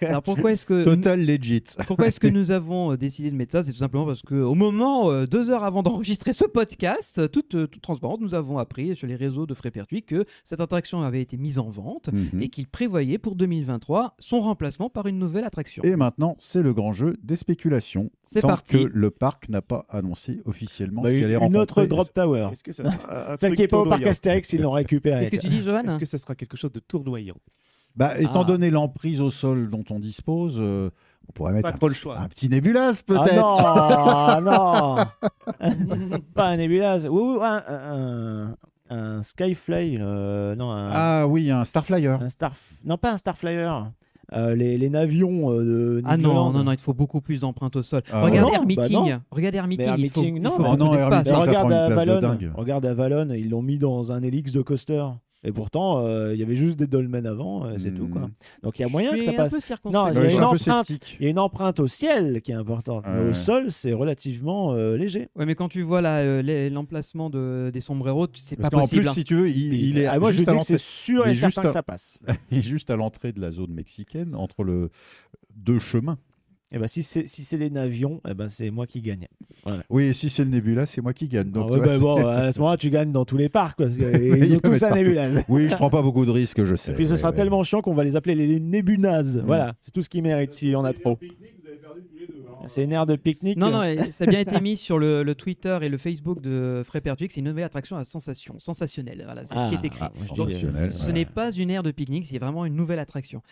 Speaker 10: Alors pourquoi est-ce
Speaker 7: [LAUGHS]
Speaker 10: que...
Speaker 8: Total legit.
Speaker 10: Pourquoi est-ce que nous avons euh, décidé de mettre ça C'est tout simplement parce que au moment, euh, deux heures avant d'enregistrer ce podcast, euh, toute, euh, toute transparente, nous avons appris sur les réseaux de Frépertuis que cette attraction avait été mise en vente
Speaker 8: Mhm.
Speaker 10: et qu'il prévoyait pour 2023 son remplacement par une nouvelle attraction.
Speaker 8: Et maintenant, c'est le grand jeu des spéculations.
Speaker 10: C'est
Speaker 8: tant
Speaker 10: parti.
Speaker 8: que le parc n'a pas annoncé officiellement
Speaker 7: Bah,
Speaker 8: ce
Speaker 7: une-
Speaker 8: qu'elle est
Speaker 7: une autre
Speaker 8: rencontrer.
Speaker 7: drop tower.
Speaker 9: Est-ce que ça sera un- un
Speaker 7: Celle
Speaker 9: truc
Speaker 7: qui est pas au parc
Speaker 9: tournoyant
Speaker 7: Astérix, ils l'ont récupérée.
Speaker 9: Est-ce que ça sera quelque chose de tournoyant
Speaker 8: Bah, étant
Speaker 9: Ah.
Speaker 8: donné l'emprise au sol dont on dispose, euh, on pourrait mettre
Speaker 9: Pas
Speaker 8: un,
Speaker 9: trop le
Speaker 8: petit-
Speaker 9: choix.
Speaker 8: un petit nébulas peut-être.
Speaker 7: Ah
Speaker 9: [LAUGHS]
Speaker 7: [LAUGHS] non, ah non, pas un nébulas, ou un, un, un Skyfly, euh, non, un,
Speaker 8: Ah oui, un Starflyer.
Speaker 7: un Star, non pas un Starflyer, euh, les, les navions euh, de
Speaker 10: Ah non,
Speaker 7: Nigloland.
Speaker 10: non, non, il te faut beaucoup plus d'empreintes au sol.
Speaker 8: Ah,
Speaker 10: regarde
Speaker 7: non,
Speaker 10: Air Meeting,
Speaker 7: bah non.
Speaker 10: regarde Air Meeting,
Speaker 7: Air
Speaker 10: il faut,
Speaker 7: Meeting,
Speaker 10: il
Speaker 7: non,
Speaker 10: faut
Speaker 7: mais
Speaker 10: un
Speaker 8: non,
Speaker 10: peu
Speaker 8: Air
Speaker 10: d'espace. hein.
Speaker 7: Mais
Speaker 8: ça, ça
Speaker 7: Ah, regarde
Speaker 8: prend une
Speaker 7: à
Speaker 8: place de
Speaker 7: Valonne,
Speaker 8: dingue.
Speaker 7: regarde à Valonne, ils l'ont mis dans un hélix de coaster. Et pourtant, euh, il y avait juste des dolmens avant, euh, c'est
Speaker 8: Hmm.
Speaker 7: tout quoi. Donc il y a
Speaker 10: Je
Speaker 7: moyen que
Speaker 10: suis
Speaker 7: ça
Speaker 10: un
Speaker 7: passe.
Speaker 10: peu
Speaker 7: Non,
Speaker 10: circonspect.
Speaker 7: il
Speaker 8: Ouais,
Speaker 7: y, a
Speaker 8: je suis un
Speaker 7: une
Speaker 8: peu
Speaker 7: empreinte,
Speaker 8: sceptique.
Speaker 7: il y a une empreinte au ciel qui est importante. mais
Speaker 8: Ouais.
Speaker 7: au sol, c'est relativement euh, léger.
Speaker 10: Ouais, mais quand tu vois là, euh, les- l'emplacement de, des sombreros, tu- c'est
Speaker 8: Parce
Speaker 10: pas
Speaker 8: qu'en
Speaker 10: possible.
Speaker 8: plus,
Speaker 10: hein.
Speaker 8: si tu veux, il, il est
Speaker 7: Ah, moi,
Speaker 8: juste
Speaker 7: je
Speaker 8: à
Speaker 7: dis que
Speaker 8: l'entrée-
Speaker 7: c'est sûr
Speaker 8: Mais
Speaker 7: et
Speaker 8: juste
Speaker 7: certain
Speaker 8: à-
Speaker 7: que ça passe.
Speaker 8: il est juste à l'entrée de la zone mexicaine, entre le deux chemins.
Speaker 7: Et ben si c'est si c'est les navions, eh ben c'est moi qui gagne.
Speaker 8: Oui, et si c'est le Nebula, c'est moi qui gagne. Donc,
Speaker 7: Ah ouais,
Speaker 8: tu vois,
Speaker 7: ben
Speaker 8: c'est-
Speaker 7: bon, à ce moment-là, tu gagnes dans tous les parcs parce
Speaker 8: [LAUGHS]
Speaker 7: que
Speaker 8: Il y
Speaker 7: ils
Speaker 8: en
Speaker 7: ont
Speaker 8: a
Speaker 7: tous un
Speaker 8: partout.
Speaker 7: nébulase.
Speaker 8: oui, je prends pas beaucoup de risques, je sais.
Speaker 7: Et puis ce
Speaker 8: Ouais, Hmm.
Speaker 7: sera
Speaker 8: ouais.
Speaker 7: tellement chiant qu'on va les appeler les nébunases. Voilà, c'est tout ce qu'ils méritent si on a trop. C'est une aire de pique-nique.
Speaker 10: Non, non, et ça a bien
Speaker 7: [LAUGHS]
Speaker 10: été mis sur le, le Twitter et le Facebook de Frey Pertuis que c'est une nouvelle attraction à sensation, sensationnelle. Voilà, c'est ce qui est écrit.
Speaker 8: Ah,
Speaker 7: je dis-
Speaker 8: sensationnel.
Speaker 10: Ce
Speaker 8: ouais.
Speaker 10: n'est pas une aire de pique-nique, c'est vraiment une nouvelle attraction.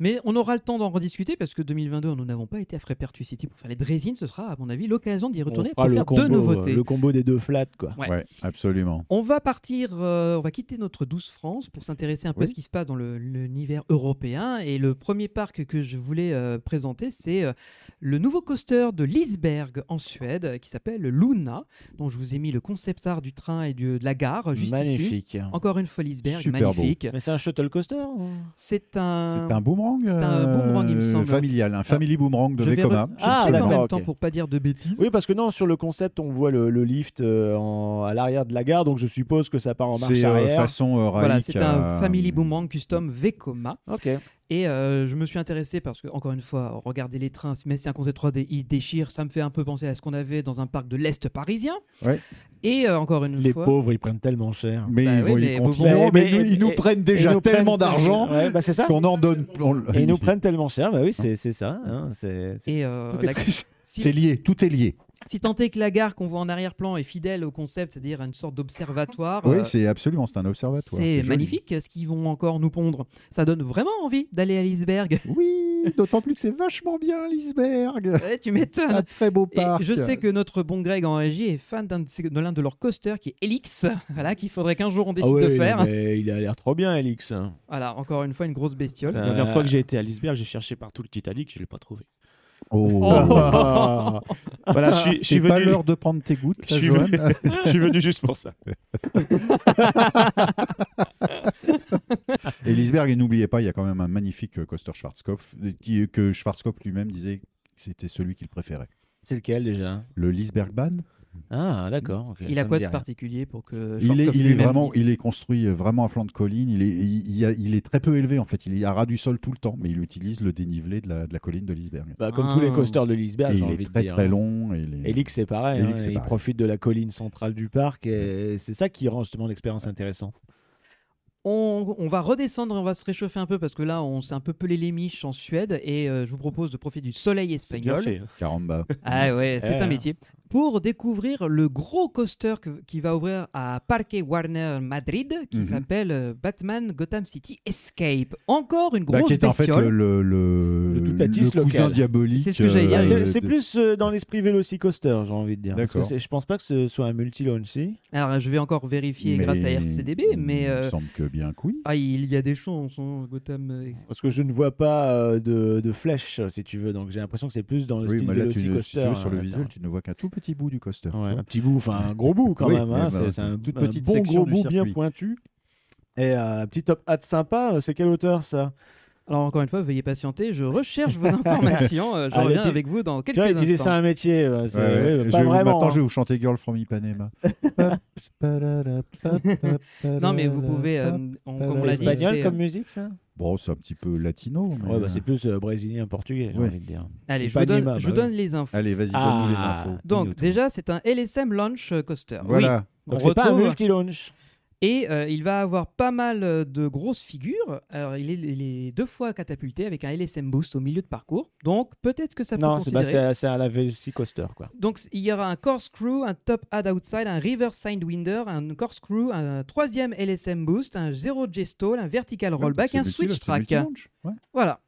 Speaker 10: Mais on aura le temps d'en rediscuter parce que 2022, nous n'avons pas été à Frépertus City pour faire les draisines. Ce sera, à mon avis, l'occasion d'y
Speaker 7: On
Speaker 10: retourner
Speaker 7: fera
Speaker 10: pour
Speaker 7: le
Speaker 10: faire
Speaker 7: combo, euh,
Speaker 10: deux nouveautés.
Speaker 7: Le combo des deux flats, quoi.
Speaker 10: Ouais.
Speaker 8: Ouais, absolument.
Speaker 10: On va partir, euh, on va quitter notre douce France pour s'intéresser un peu à
Speaker 8: Oui.
Speaker 10: ce qui se passe dans le- l'univers européen. Et le premier parc que je voulais euh, présenter, c'est euh, le nouveau coaster de Lisberg en Suède euh, qui s'appelle Luna, dont je vous ai mis le concept art du train et du- de la
Speaker 7: Oh,
Speaker 10: gare juste ici.
Speaker 7: Magnifique.
Speaker 10: Encore une fois Lisberg,
Speaker 8: Super beau.
Speaker 10: magnifique.
Speaker 7: Mais c'est un shuttle coaster ou-
Speaker 10: C'est un...
Speaker 7: Euh,
Speaker 8: C'est un boomerang
Speaker 10: C'est un boomerang, il me
Speaker 8: euh,
Speaker 10: semble.
Speaker 8: Familial, un family boomerang de
Speaker 10: Je vais re-
Speaker 8: Vekoma.
Speaker 10: je
Speaker 7: Ah,
Speaker 10: check en
Speaker 7: d'accord,
Speaker 10: même
Speaker 7: ok.
Speaker 10: temps pour pas dire de bêtises.
Speaker 7: Oui, parce que non, sur le concept, on voit le, le lift euh, en- à l'arrière de la gare, donc je suppose que ça part en marche
Speaker 8: C'est euh,
Speaker 7: arrière.
Speaker 8: façon euh,
Speaker 10: Voilà,
Speaker 8: Raik,
Speaker 10: c'est un
Speaker 8: euh,
Speaker 10: Family Boomerang Custom Vekoma.
Speaker 7: Ok.
Speaker 10: Et euh, je me suis intéressé parce que, encore une fois, regarder les trains, mais c'est un concept 3D, il déchire. Ça me fait un peu penser à ce qu'on avait dans un parc de l'Est parisien.
Speaker 8: Ouais.
Speaker 10: Et euh, encore une
Speaker 7: Les
Speaker 10: fois.
Speaker 7: pauvres, ils prennent tellement cher.
Speaker 8: Mais
Speaker 10: Bah
Speaker 8: ils,
Speaker 10: oui,
Speaker 8: vont- ils
Speaker 10: mais
Speaker 8: continueront,
Speaker 7: Boomerang-
Speaker 8: mais,
Speaker 7: Mais-
Speaker 8: ils,
Speaker 7: mais-
Speaker 8: ils nous
Speaker 7: et-
Speaker 8: prennent
Speaker 7: Et
Speaker 8: déjà
Speaker 7: ils nous
Speaker 8: tellement
Speaker 7: prennent-
Speaker 8: d'argent
Speaker 7: Ouais, bah c'est ça.
Speaker 8: qu'on en donne. on-
Speaker 7: Et
Speaker 8: [LAUGHS]
Speaker 7: ils nous prennent tellement cher, bah oui, c'est c'est ça. hein, c'est- c'est-
Speaker 10: et, euh,
Speaker 8: Tout est
Speaker 10: la-
Speaker 8: très cher.
Speaker 10: [LAUGHS] si-
Speaker 8: C'est lié, tout est lié.
Speaker 10: Si tant est que la gare qu'on voit en arrière-plan est fidèle au concept, c'est-à-dire une sorte d'observatoire. euh,
Speaker 8: Oui, c'est absolument, c'est un observatoire.
Speaker 10: c'est
Speaker 8: joli.
Speaker 10: magnifique ce qu'ils vont encore nous pondre. Ça donne vraiment envie d'aller à [LAUGHS] Lisberg.
Speaker 8: Oui, d'autant plus que c'est vachement bien,
Speaker 10: [LAUGHS]
Speaker 8: Lisberg.
Speaker 10: Ouais, Eh, tu m'étonnes.
Speaker 8: Un très beau
Speaker 10: Et
Speaker 8: parc.
Speaker 10: je sais que notre bon Greg en régie est fan d'un de, ces- de l'un de leurs coasters qui est Elix, [LAUGHS] voilà, qu'il faudrait qu'un jour on décide
Speaker 7: Ah ouais,
Speaker 10: de faire.
Speaker 7: mais il a l'air trop bien, Elix. hein.
Speaker 10: Voilà, encore une fois, une grosse bestiole.
Speaker 7: Euh,
Speaker 9: La dernière
Speaker 7: [LAUGHS]
Speaker 9: fois que j'ai été à Lisberg, j'ai cherché partout le Titanic, je l'ai pas trouvé.
Speaker 8: Oh. [LAUGHS]
Speaker 9: Voilà, je suis-
Speaker 7: [LAUGHS]
Speaker 9: je suis
Speaker 8: C'est pas
Speaker 9: venu-
Speaker 8: l'heure de prendre tes gouttes,
Speaker 9: Je
Speaker 8: là,
Speaker 9: suis
Speaker 8: Johan.
Speaker 9: venu- [LAUGHS] je suis venu juste pour ça.
Speaker 8: Et Lisberg, et n'oubliez pas, il y a quand même un magnifique euh, coaster Schwarzkopf euh, qui- que Schwarzkopf lui-même disait que c'était celui qu'il préférait.
Speaker 7: C'est lequel déjà
Speaker 8: Le Lisbergbahn,
Speaker 7: Ah, d'accord. ok,
Speaker 10: Il
Speaker 7: ça
Speaker 10: a
Speaker 7: me
Speaker 10: quoi
Speaker 7: dit
Speaker 10: de
Speaker 7: rien.
Speaker 10: particulier pour que
Speaker 8: il est,
Speaker 10: Schwarzkopf
Speaker 8: il est
Speaker 10: lui-même
Speaker 8: vraiment,
Speaker 10: dise-
Speaker 8: il est construit euh, vraiment à flanc de colline. Il est, il, il y a- il est très peu élevé en fait. Il est à ras du sol tout le temps, mais il utilise le dénivelé de la, de la colline de Lisberg.
Speaker 7: Bah, comme tous les
Speaker 10: Ah.
Speaker 7: coasters de
Speaker 8: Et
Speaker 7: Lisberg, j'ai
Speaker 8: il
Speaker 7: envie
Speaker 8: est
Speaker 7: de
Speaker 8: très
Speaker 7: dire. hein.
Speaker 8: très long. et il est-
Speaker 7: Elix, c'est pareil.
Speaker 8: Elix,
Speaker 7: hein,
Speaker 8: c'est
Speaker 7: il
Speaker 8: pareil.
Speaker 7: profite de la colline centrale du parc et c'est ça qui rend justement l'expérience intéressante.
Speaker 10: On, on va redescendre, on va se réchauffer un peu parce que là, on s'est un peu pelé les miches en Suède et euh, je vous propose de profiter du soleil
Speaker 9: C'est bien
Speaker 10: espagnol.
Speaker 9: fait.
Speaker 7: hein. [LAUGHS]
Speaker 8: Caramba. Bah,
Speaker 10: Ah ouais, c'est
Speaker 7: Eh,
Speaker 10: un
Speaker 7: hein.
Speaker 10: métier. Pour découvrir le gros coaster que- qui va ouvrir à Parque Warner Madrid, qui
Speaker 8: Mhm.
Speaker 10: s'appelle euh, Batman Gotham City Escape. Encore une
Speaker 8: Bah,
Speaker 10: grosse
Speaker 8: qui est en fait
Speaker 10: bestiole.
Speaker 8: le, le, le,
Speaker 7: Le toutatis
Speaker 8: le cousin
Speaker 7: local.
Speaker 8: diabolique.
Speaker 10: C'est ce que j'allais dire.
Speaker 8: euh,
Speaker 10: Ah,
Speaker 7: c'est
Speaker 8: de-
Speaker 7: c'est plus euh, dans l'esprit Vélocicoaster, j'ai envie de dire. Parce que
Speaker 8: D'accord.
Speaker 7: c'est- je pense pas que ce soit un multi-launchy.
Speaker 10: Alors, je vais encore vérifier
Speaker 8: mais-
Speaker 10: grâce à RCDB, mais euh,
Speaker 8: Il me semble que bien que oui.
Speaker 10: ah, il y a des chances, hein, Gotham. euh,
Speaker 7: Parce que je ne vois pas euh, de, de flèche, si tu veux. Donc j'ai l'impression que c'est plus dans le
Speaker 8: Oui,
Speaker 7: style
Speaker 8: mais là, tu, si tu
Speaker 7: Vélocicoaster.
Speaker 8: veux, sur le
Speaker 7: hein,
Speaker 8: visuel, tu ne vois qu'un tout petit bout du coaster.
Speaker 7: Ouais, un petit bout, enfin un gros bout quand
Speaker 8: Oui,
Speaker 7: même. hein,
Speaker 8: mais bah,
Speaker 7: c'est c'est un,
Speaker 8: toute
Speaker 7: un
Speaker 8: petite
Speaker 7: bon
Speaker 8: section
Speaker 7: gros
Speaker 8: du
Speaker 7: bout bien
Speaker 8: circuit.
Speaker 7: pointu. Et euh, un petit top hat sympa, euh, c'est quelle hauteur ça
Speaker 10: Alors encore une fois, veuillez patienter, je recherche vos informations,
Speaker 7: [LAUGHS]
Speaker 10: euh, je
Speaker 7: Allez,
Speaker 10: reviens
Speaker 7: puis-
Speaker 10: avec vous dans quelques
Speaker 7: Tu vois, il disait
Speaker 10: instants.
Speaker 7: ça un métier, euh, c'est
Speaker 8: Ouais, ouais.
Speaker 7: ouais,
Speaker 8: Je
Speaker 7: pas
Speaker 8: vais vous-
Speaker 7: vraiment.
Speaker 8: maintenant,
Speaker 7: hein.
Speaker 8: je vais vous chanter Girl from
Speaker 7: [LAUGHS]
Speaker 8: Ipanema.
Speaker 10: Non mais vous pouvez, euh, on- comme on
Speaker 7: C'est
Speaker 10: l'a dit,
Speaker 7: espagnol
Speaker 10: c'est,
Speaker 7: comme
Speaker 10: euh,
Speaker 7: musique ça
Speaker 8: Bon, c'est un petit peu latino. mais,
Speaker 7: Ouais, bah,
Speaker 8: euh,
Speaker 7: c'est plus euh, brésilien, portugais, j'ai
Speaker 8: Ouais.
Speaker 7: envie de dire.
Speaker 10: allez, je vous
Speaker 7: Ipanema,
Speaker 10: donne,
Speaker 7: bah
Speaker 10: je vous
Speaker 7: oui.
Speaker 10: donne les infos.
Speaker 8: Allez, vas-y, donne-nous les
Speaker 7: Ah,
Speaker 8: infos.
Speaker 10: Donc
Speaker 7: dis-nous tout.
Speaker 10: déjà, c'est un LSM Launch euh, Coaster. Oui,
Speaker 8: Voilà.
Speaker 10: on
Speaker 7: Donc c'est pas un
Speaker 10: retrouve-
Speaker 7: multi-launch.
Speaker 10: Et euh, il va avoir pas mal euh, de grosses figures. Alors il est, il est deux fois catapulté avec un LSM Boost au milieu de parcours. Donc peut-être que ça peut
Speaker 7: Non, c'est bah,
Speaker 10: considérer.
Speaker 7: c'est à c'est à la Velocicoaster quoi.
Speaker 10: Donc il y aura un corkscrew, un top ad outside, un riverside winder, un corkscrew, un troisième LSM boost, un zero J stall, un vertical rollback,
Speaker 8: Ah, C'est
Speaker 10: un
Speaker 8: multi-
Speaker 10: switch
Speaker 8: c'est
Speaker 10: track.
Speaker 8: multi-launch, ouais.
Speaker 10: Voilà.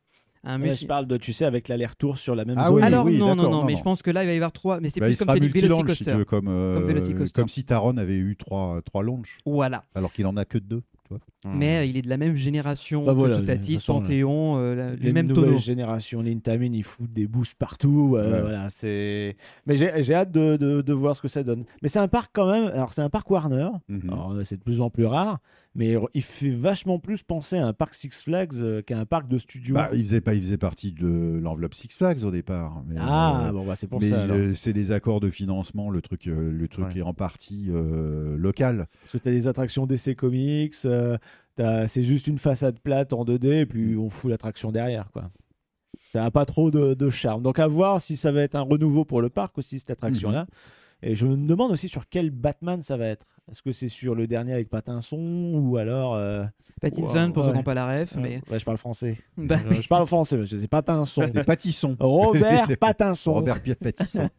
Speaker 10: Un
Speaker 7: Mais
Speaker 10: multi-
Speaker 7: je parle de, tu sais, avec l'aller-retour sur la même
Speaker 8: Ah
Speaker 7: zone.
Speaker 8: oui,
Speaker 10: Alors
Speaker 8: oui,
Speaker 10: non, non, non,
Speaker 8: d'accord, non,
Speaker 10: mais
Speaker 8: non.
Speaker 10: je pense que là il va y avoir trois, mais c'est
Speaker 8: Bah, il
Speaker 10: plus comme
Speaker 8: sera
Speaker 10: t'as dit,
Speaker 8: multi-launch, si tu
Speaker 10: Velocicoaster.
Speaker 8: veux, comme, euh,
Speaker 10: Comme Velocicoaster.
Speaker 8: comme si Taron avait eu trois, trois launches,
Speaker 10: Voilà.
Speaker 8: alors qu'il en a que deux. tu vois.
Speaker 10: Mais euh, il est de la même génération
Speaker 7: Bah
Speaker 10: que
Speaker 7: voilà, de toute
Speaker 10: Toutatis,
Speaker 7: façon,
Speaker 10: Panthéon, euh, la-
Speaker 7: les
Speaker 10: du même
Speaker 7: nouvelles
Speaker 10: tonneau.
Speaker 7: générations, l'Intamin, ils foutent des boosts partout. euh,
Speaker 8: Ouais.
Speaker 7: voilà, c'est. Mais j'ai j'ai hâte de, de- de voir ce que ça donne. Mais c'est un parc quand même. Alors c'est un parc Warner.
Speaker 8: Mhm.
Speaker 7: Alors, euh, c'est de plus en plus rare, mais il fait vachement plus penser à un parc Six Flags euh, qu'à un parc de studio.
Speaker 8: Bah, il, faisait pas, il faisait partie de l'enveloppe Six Flags au départ. Mais,
Speaker 7: ah
Speaker 8: euh,
Speaker 7: bon, bah, c'est pour
Speaker 8: mais
Speaker 7: ça.
Speaker 8: il,
Speaker 7: alors.
Speaker 8: euh, c'est des accords de financement, le truc, euh, le truc
Speaker 7: Ouais.
Speaker 8: est en partie euh, local.
Speaker 7: Parce que t'as des attractions d'essai comics. euh, t'as- c'est juste une façade plate en 2D, et puis on fout l'attraction derrière, quoi. Ça n'a pas trop de, de charme. Donc à voir si ça va être un renouveau pour le parc aussi cette attraction-là. Et je me demande aussi sur quel Batman ça va être. Est-ce que c'est sur le dernier avec Patinson ou alors euh,
Speaker 10: Pattinson,
Speaker 7: Wow,
Speaker 10: pour ceux qui
Speaker 7: ouais.
Speaker 10: n'ont pas la ref, mais...
Speaker 7: ouais, je parle français.
Speaker 10: [LAUGHS] Bah,
Speaker 7: Je, je parle français, monsieur.
Speaker 8: [LAUGHS]
Speaker 7: C'est Patinson. [LAUGHS]
Speaker 8: C'est Patisson.
Speaker 7: Robert
Speaker 8: C'est
Speaker 7: Patinson.
Speaker 8: Robert Pierre Patisson.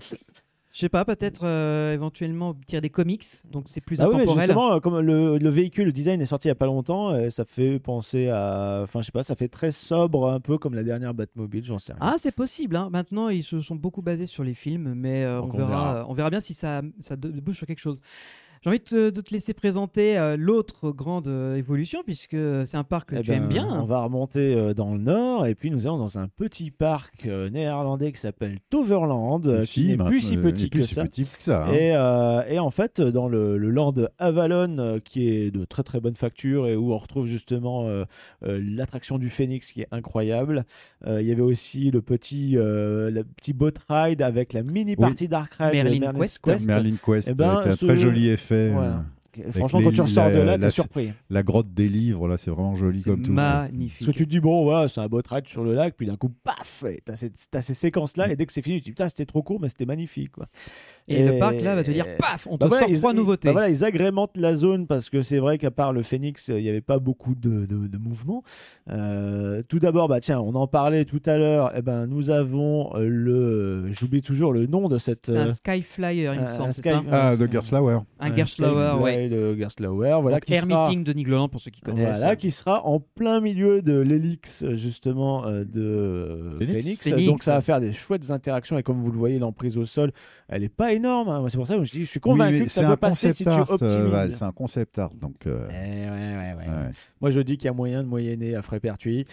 Speaker 10: Je sais pas, peut-être euh, éventuellement tirer des comics, donc c'est plus
Speaker 8: Bah
Speaker 7: Ah oui, mais
Speaker 10: intemporel.
Speaker 7: justement, euh, comme le, le véhicule, le design est sorti il n'y a pas longtemps, et ça fait penser à. Enfin, je sais pas, ça fait très sobre, un peu comme la dernière Batmobile, j'en sais rien.
Speaker 10: ah, c'est possible. hein. Maintenant, ils se sont beaucoup basés sur les films, mais euh, on,
Speaker 7: Donc, on
Speaker 10: verra,
Speaker 7: verra.
Speaker 10: euh, on verra bien si ça, ça de- débouche sur quelque chose. J'ai envie de te, de te laisser présenter euh, l'autre grande euh, évolution, puisque c'est un parc que
Speaker 7: Eh
Speaker 10: tu
Speaker 7: ben,
Speaker 10: aimes bien.
Speaker 7: On va remonter euh, dans le nord et puis nous allons dans un petit parc euh, néerlandais qui s'appelle Toverland, euh, qui n'est
Speaker 8: Petit,
Speaker 7: plus si
Speaker 8: euh,
Speaker 7: petit
Speaker 8: et
Speaker 7: que
Speaker 8: plus si
Speaker 7: ça.
Speaker 8: petit que ça, hein.
Speaker 7: Et, euh, et en fait, dans le, le land Avalon, euh, qui est de très très bonne facture et où on retrouve justement euh, euh, l'attraction du Phoenix qui est incroyable, euh, il y avait aussi le petit, euh, le petit boat ride avec la mini partie Dark Ride
Speaker 10: Merlin
Speaker 7: de Merlin's
Speaker 10: Quest.
Speaker 8: Merlin Quest,
Speaker 7: Eh ben,
Speaker 8: avec un
Speaker 7: ce-
Speaker 8: très joli effet.
Speaker 7: Voilà.
Speaker 8: euh,
Speaker 7: Franchement,
Speaker 8: les-
Speaker 7: quand tu ressors de
Speaker 8: la-
Speaker 7: là, t'es
Speaker 8: euh, la-
Speaker 7: surpris.
Speaker 8: La grotte des livres, là, c'est vraiment joli
Speaker 10: c'est
Speaker 8: comme tout.
Speaker 10: magnifique.
Speaker 7: Parce que tu te dis, bon, voilà, c'est un boat ride sur le lac, puis d'un coup, paf, et t'as ces, t'as ces
Speaker 8: Mm.
Speaker 7: séquences-là, et dès que c'est fini, tu te dis, putain, c'était trop court, mais c'était magnifique. Quoi.
Speaker 10: Et, le parc, là, va te dire,
Speaker 7: Et-
Speaker 10: paf, on te
Speaker 7: Bah voilà,
Speaker 10: sort
Speaker 7: ils-
Speaker 10: trois
Speaker 7: ils-
Speaker 10: nouveautés.
Speaker 7: bah voilà, ils agrémentent la zone parce que c'est vrai qu'à part le Phoenix, euh, il n'y avait pas beaucoup de, de, de mouvements. Euh, tout d'abord, bah tiens, on en parlait tout à l'heure. Eh ben, nous avons euh, le, j'oublie toujours le nom de cette.
Speaker 10: C'est un
Speaker 7: euh,
Speaker 10: Skyflyer, il me
Speaker 7: un-
Speaker 10: semble,
Speaker 7: un
Speaker 10: c'est
Speaker 7: sky-
Speaker 10: ça
Speaker 8: Ah,
Speaker 7: euh,
Speaker 8: de Gerslauer.
Speaker 10: Un
Speaker 7: un
Speaker 10: Gerslauer,
Speaker 7: skyfly
Speaker 10: ouais. euh,
Speaker 7: De Gerslauer, voilà.
Speaker 10: Donc,
Speaker 7: qui
Speaker 10: Air
Speaker 7: sera-
Speaker 10: Meeting de Nigloland, pour ceux qui connaissent.
Speaker 7: Voilà, qui sera en plein milieu de l'hélix euh, justement euh, de euh,
Speaker 8: Phoenix.
Speaker 7: Phoenix.
Speaker 10: Phoenix,
Speaker 7: Donc ça va
Speaker 10: ouais.
Speaker 7: faire des chouettes interactions et comme vous le voyez, l'emprise au sol, elle est pas énorme. hein. Moi, C'est pour ça que je dis, je suis convaincu
Speaker 8: Oui, mais
Speaker 7: que
Speaker 8: c'est
Speaker 7: ça
Speaker 8: un
Speaker 7: peut passer si tu
Speaker 8: concept art, euh, ouais,
Speaker 7: optimises.
Speaker 8: c'est un concept art, donc. euh,
Speaker 7: Eh ouais, ouais, ouais.
Speaker 8: ouais.
Speaker 7: Moi, je dis qu'il y a moyen de moyenner à [LAUGHS] Frépertuis.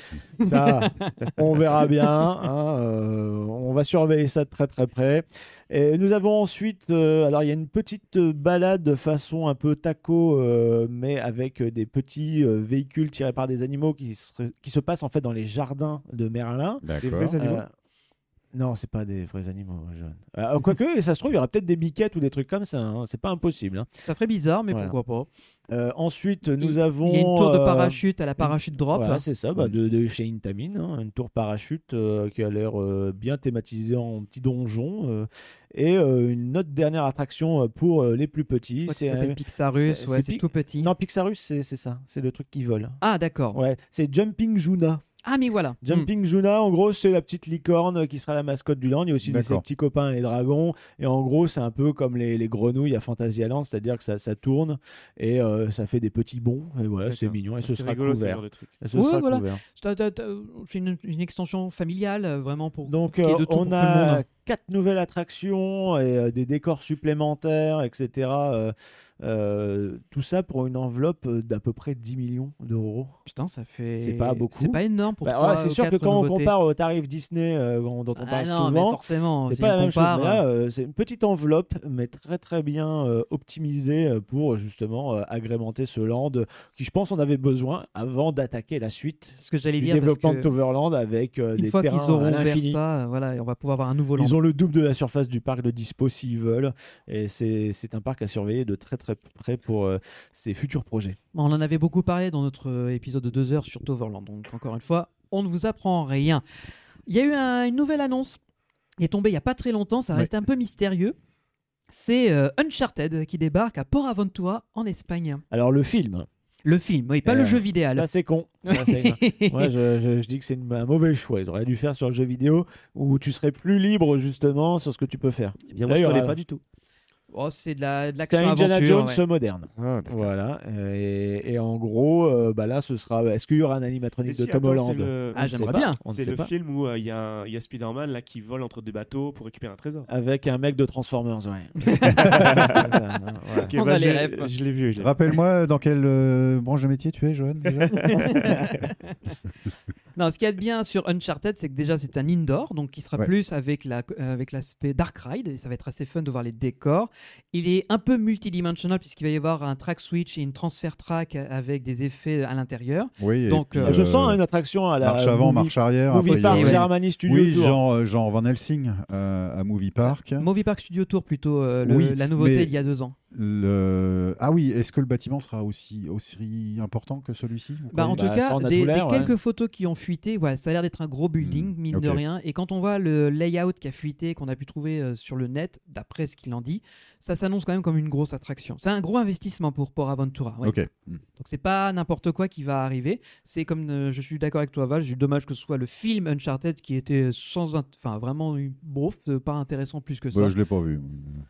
Speaker 7: Ça, on verra bien. hein, euh, on va surveiller ça de très très près. Et nous avons ensuite, euh, alors il y a une petite euh, balade de façon un peu taco, euh, mais avec euh, des petits euh, véhicules tirés par des animaux qui se, qui se passent en fait dans les jardins de Merlin.
Speaker 8: D'accord.
Speaker 7: Euh, non, c'est pas des vrais animaux, John. Euh, Quoique, [LAUGHS] ça se trouve, il y aura peut-être des biquettes ou des trucs comme ça. hein, C'est pas impossible. hein.
Speaker 10: Ça ferait bizarre, mais
Speaker 7: Voilà.
Speaker 10: pourquoi pas.
Speaker 7: Euh, ensuite, nous
Speaker 10: il,
Speaker 7: avons.
Speaker 10: Il y a une tour de
Speaker 7: euh,
Speaker 10: parachute à la parachute drop.
Speaker 7: voilà, c'est ça, bah, de, de chez Intamin, hein, une tour parachute euh, qui a l'air euh, bien thématisée en petit donjon. euh, et euh, une autre dernière attraction euh, pour euh, les plus
Speaker 10: Je
Speaker 7: petits.
Speaker 10: crois que
Speaker 7: c'est
Speaker 10: ça s'appelle
Speaker 7: un-
Speaker 10: Pixarus,
Speaker 7: c'est-
Speaker 10: ouais,
Speaker 7: c'est
Speaker 10: c'est
Speaker 7: Pic-
Speaker 10: tout petit.
Speaker 7: Non, Pixarus, c'est c'est ça, c'est le truc qui vole.
Speaker 10: Ah, d'accord.
Speaker 7: Ouais, c'est Jumping Juna.
Speaker 10: Ah, mais voilà.
Speaker 9: Hmm.
Speaker 7: Jumping Juna, en gros, c'est la petite licorne euh, qui sera la mascotte du land. Il y a aussi des- ses
Speaker 8: D'accord.
Speaker 7: petits copains, les dragons. Et en gros, c'est un peu comme les, les grenouilles à Fantasyland, c'est-à-dire que ça, ça tourne et euh, ça fait des petits bonds. Et voilà, c'est
Speaker 9: D'accord. Ah,
Speaker 7: mignon et ce
Speaker 9: C'est
Speaker 7: sera
Speaker 9: rigolo, ce
Speaker 7: couvert.
Speaker 9: genre de truc.
Speaker 7: Et ce
Speaker 10: Ouais,
Speaker 7: sera
Speaker 10: voilà.
Speaker 7: couvert.
Speaker 10: T'as- t'as- t'as- C'est une, une extension familiale, euh, vraiment, pour
Speaker 7: Donc
Speaker 10: qu'il y ait de
Speaker 7: euh,
Speaker 10: tout pour
Speaker 7: on
Speaker 10: tout le
Speaker 7: a
Speaker 10: monde.
Speaker 7: quatre nouvelles attractions et euh, des décors supplémentaires, etc. Euh, euh, tout ça pour une enveloppe euh, d'à peu près 10 millions d'euros.
Speaker 10: Putain, ça fait.
Speaker 7: C'est pas beaucoup.
Speaker 10: C'est pas énorme pour
Speaker 7: Bah,
Speaker 10: trois
Speaker 7: ouais,
Speaker 10: ou
Speaker 7: c'est sûr que
Speaker 10: quatre
Speaker 7: quand on
Speaker 10: nouveautés.
Speaker 7: compare au tarif Disney euh, dont dont on
Speaker 10: Ah
Speaker 7: parle
Speaker 10: non, mais
Speaker 7: souvent,
Speaker 10: forcément,
Speaker 7: c'est
Speaker 10: si
Speaker 7: pas
Speaker 10: on
Speaker 7: la même
Speaker 10: compare,
Speaker 7: chose. Mais là, euh, c'est une petite enveloppe, mais très très bien euh, optimisée euh, pour justement euh, agrémenter ce land euh, qui, je pense, on avait besoin avant d'attaquer la suite
Speaker 10: c'est ce que j'allais
Speaker 7: du
Speaker 10: dire. parce
Speaker 7: développement
Speaker 10: que
Speaker 7: de Toverland avec euh,
Speaker 10: Une
Speaker 7: des
Speaker 10: fois qu'ils
Speaker 7: terrains
Speaker 10: auront
Speaker 7: à
Speaker 10: ouvert
Speaker 7: l'infini.
Speaker 10: ça, euh, voilà, et on va pouvoir avoir un nouveau land.
Speaker 7: Ils ont le double de la surface du parc de Dispo s'ils veulent. Et c'est c'est un parc à surveiller de très très près pour euh, ses futurs projets.
Speaker 10: On en avait beaucoup parlé dans notre euh, épisode de 2 heures sur Toverland. Donc, encore une fois, on ne vous apprend rien. Il y a eu un- une nouvelle annonce qui est tombée il n'y a pas très longtemps. Ça
Speaker 8: Ouais.
Speaker 10: reste un peu mystérieux. C'est euh, Uncharted qui débarque à Port Aventura en Espagne.
Speaker 7: Alors le film,
Speaker 10: Le film, oui, pas
Speaker 7: Euh,
Speaker 10: le jeu vidéo.
Speaker 7: là c'est con. Ça, c'est-
Speaker 9: [LAUGHS]
Speaker 7: Moi je, je- je dis que c'est une- un mauvais choix. Ils auraient dû faire sur le jeu vidéo où tu serais plus libre justement sur ce que tu peux faire.
Speaker 9: Eh bien, moi, je
Speaker 7: D'ailleurs,
Speaker 9: connais
Speaker 7: euh,
Speaker 9: pas du tout.
Speaker 10: [LAUGHS] Oh, c'est de la- de
Speaker 7: C'est
Speaker 10: l'action
Speaker 7: un
Speaker 10: aventure.
Speaker 7: Indiana Jones
Speaker 10: ouais.
Speaker 7: moderne.
Speaker 11: Ah, d'accord.
Speaker 7: Voilà. Et, et en gros, euh, bah là, ce sera. Est-ce qu'il y aura un
Speaker 9: Mais
Speaker 7: animatronique
Speaker 9: si,
Speaker 7: de Tom
Speaker 9: attends,
Speaker 7: Holland
Speaker 9: c'est
Speaker 7: On
Speaker 9: le-
Speaker 7: ne sait
Speaker 10: Ah, j'aimerais
Speaker 7: pas,
Speaker 10: bien.
Speaker 7: On ne
Speaker 9: C'est
Speaker 7: sait
Speaker 9: le
Speaker 7: pas.
Speaker 9: film où euh, il y a, un- il y a Spider-Man là, qui vole entre des bateaux pour récupérer un trésor.
Speaker 7: Avec un mec de Transformers, ouais.
Speaker 9: [LAUGHS]
Speaker 7: C'est ça, hein, ouais.
Speaker 9: Ok,
Speaker 10: On
Speaker 9: bah,
Speaker 10: a les
Speaker 9: j'ai-
Speaker 10: rêves.
Speaker 9: Je l'ai vu. je l'ai vu.
Speaker 8: Rappelle-moi dans quelle euh, branche de métier tu es, Johan déjà
Speaker 7: [LAUGHS]
Speaker 10: Non, ce qu'il y a de bien sur Uncharted, c'est que déjà c'est un indoor, donc qui sera
Speaker 8: Ouais.
Speaker 10: plus avec la euh, avec l'aspect dark ride. Et ça va être assez fun de voir les décors. Il est un peu multidimensionnel puisqu'il va y avoir un track switch et une transfer track avec des effets à l'intérieur.
Speaker 8: Oui. et
Speaker 10: Donc,
Speaker 8: puis,
Speaker 10: euh,
Speaker 7: Je
Speaker 8: euh,
Speaker 7: sens une attraction à la.
Speaker 8: marche avant,
Speaker 7: Movie-
Speaker 8: marche arrière.
Speaker 7: Movie
Speaker 8: après, il y
Speaker 7: Park,
Speaker 8: aurait-
Speaker 10: ouais.
Speaker 7: Germany Studio.
Speaker 8: Oui,
Speaker 7: Tour.
Speaker 8: genre, euh, genre Van Helsing euh, à Movie Park.
Speaker 10: Movie Park Studio Tour plutôt euh, le-
Speaker 8: Oui,
Speaker 10: la nouveauté
Speaker 8: mais-
Speaker 10: il y a deux ans.
Speaker 8: Le... Ah oui, est-ce que le bâtiment sera aussi, aussi important que celui-ci vous
Speaker 10: Bah, en
Speaker 8: croyez
Speaker 10: tout
Speaker 7: Bah,
Speaker 10: cas,
Speaker 7: ça, on a
Speaker 10: des,
Speaker 7: tout l'air,
Speaker 10: des quelques photos qui ont fuité, ouais, ça a l'air d'être un gros building,
Speaker 8: Hmm,
Speaker 10: mine de
Speaker 8: ok.
Speaker 10: rien. Et quand on voit le layout qui a fuité, qu'on a pu trouver euh, sur le net, d'après ce qu'il en dit, ça s'annonce quand même comme une grosse attraction. C'est un gros investissement pour Port Aventura. ouais.
Speaker 8: Ok. Mm.
Speaker 10: Donc c'est pas n'importe quoi qui va arriver. C'est comme euh, je suis d'accord avec toi Val, j'ai eu dommage que ce soit le film Uncharted qui était sans int- enfin vraiment une bof, euh, pas intéressant plus que ça.
Speaker 8: Bah, je l'ai pas vu.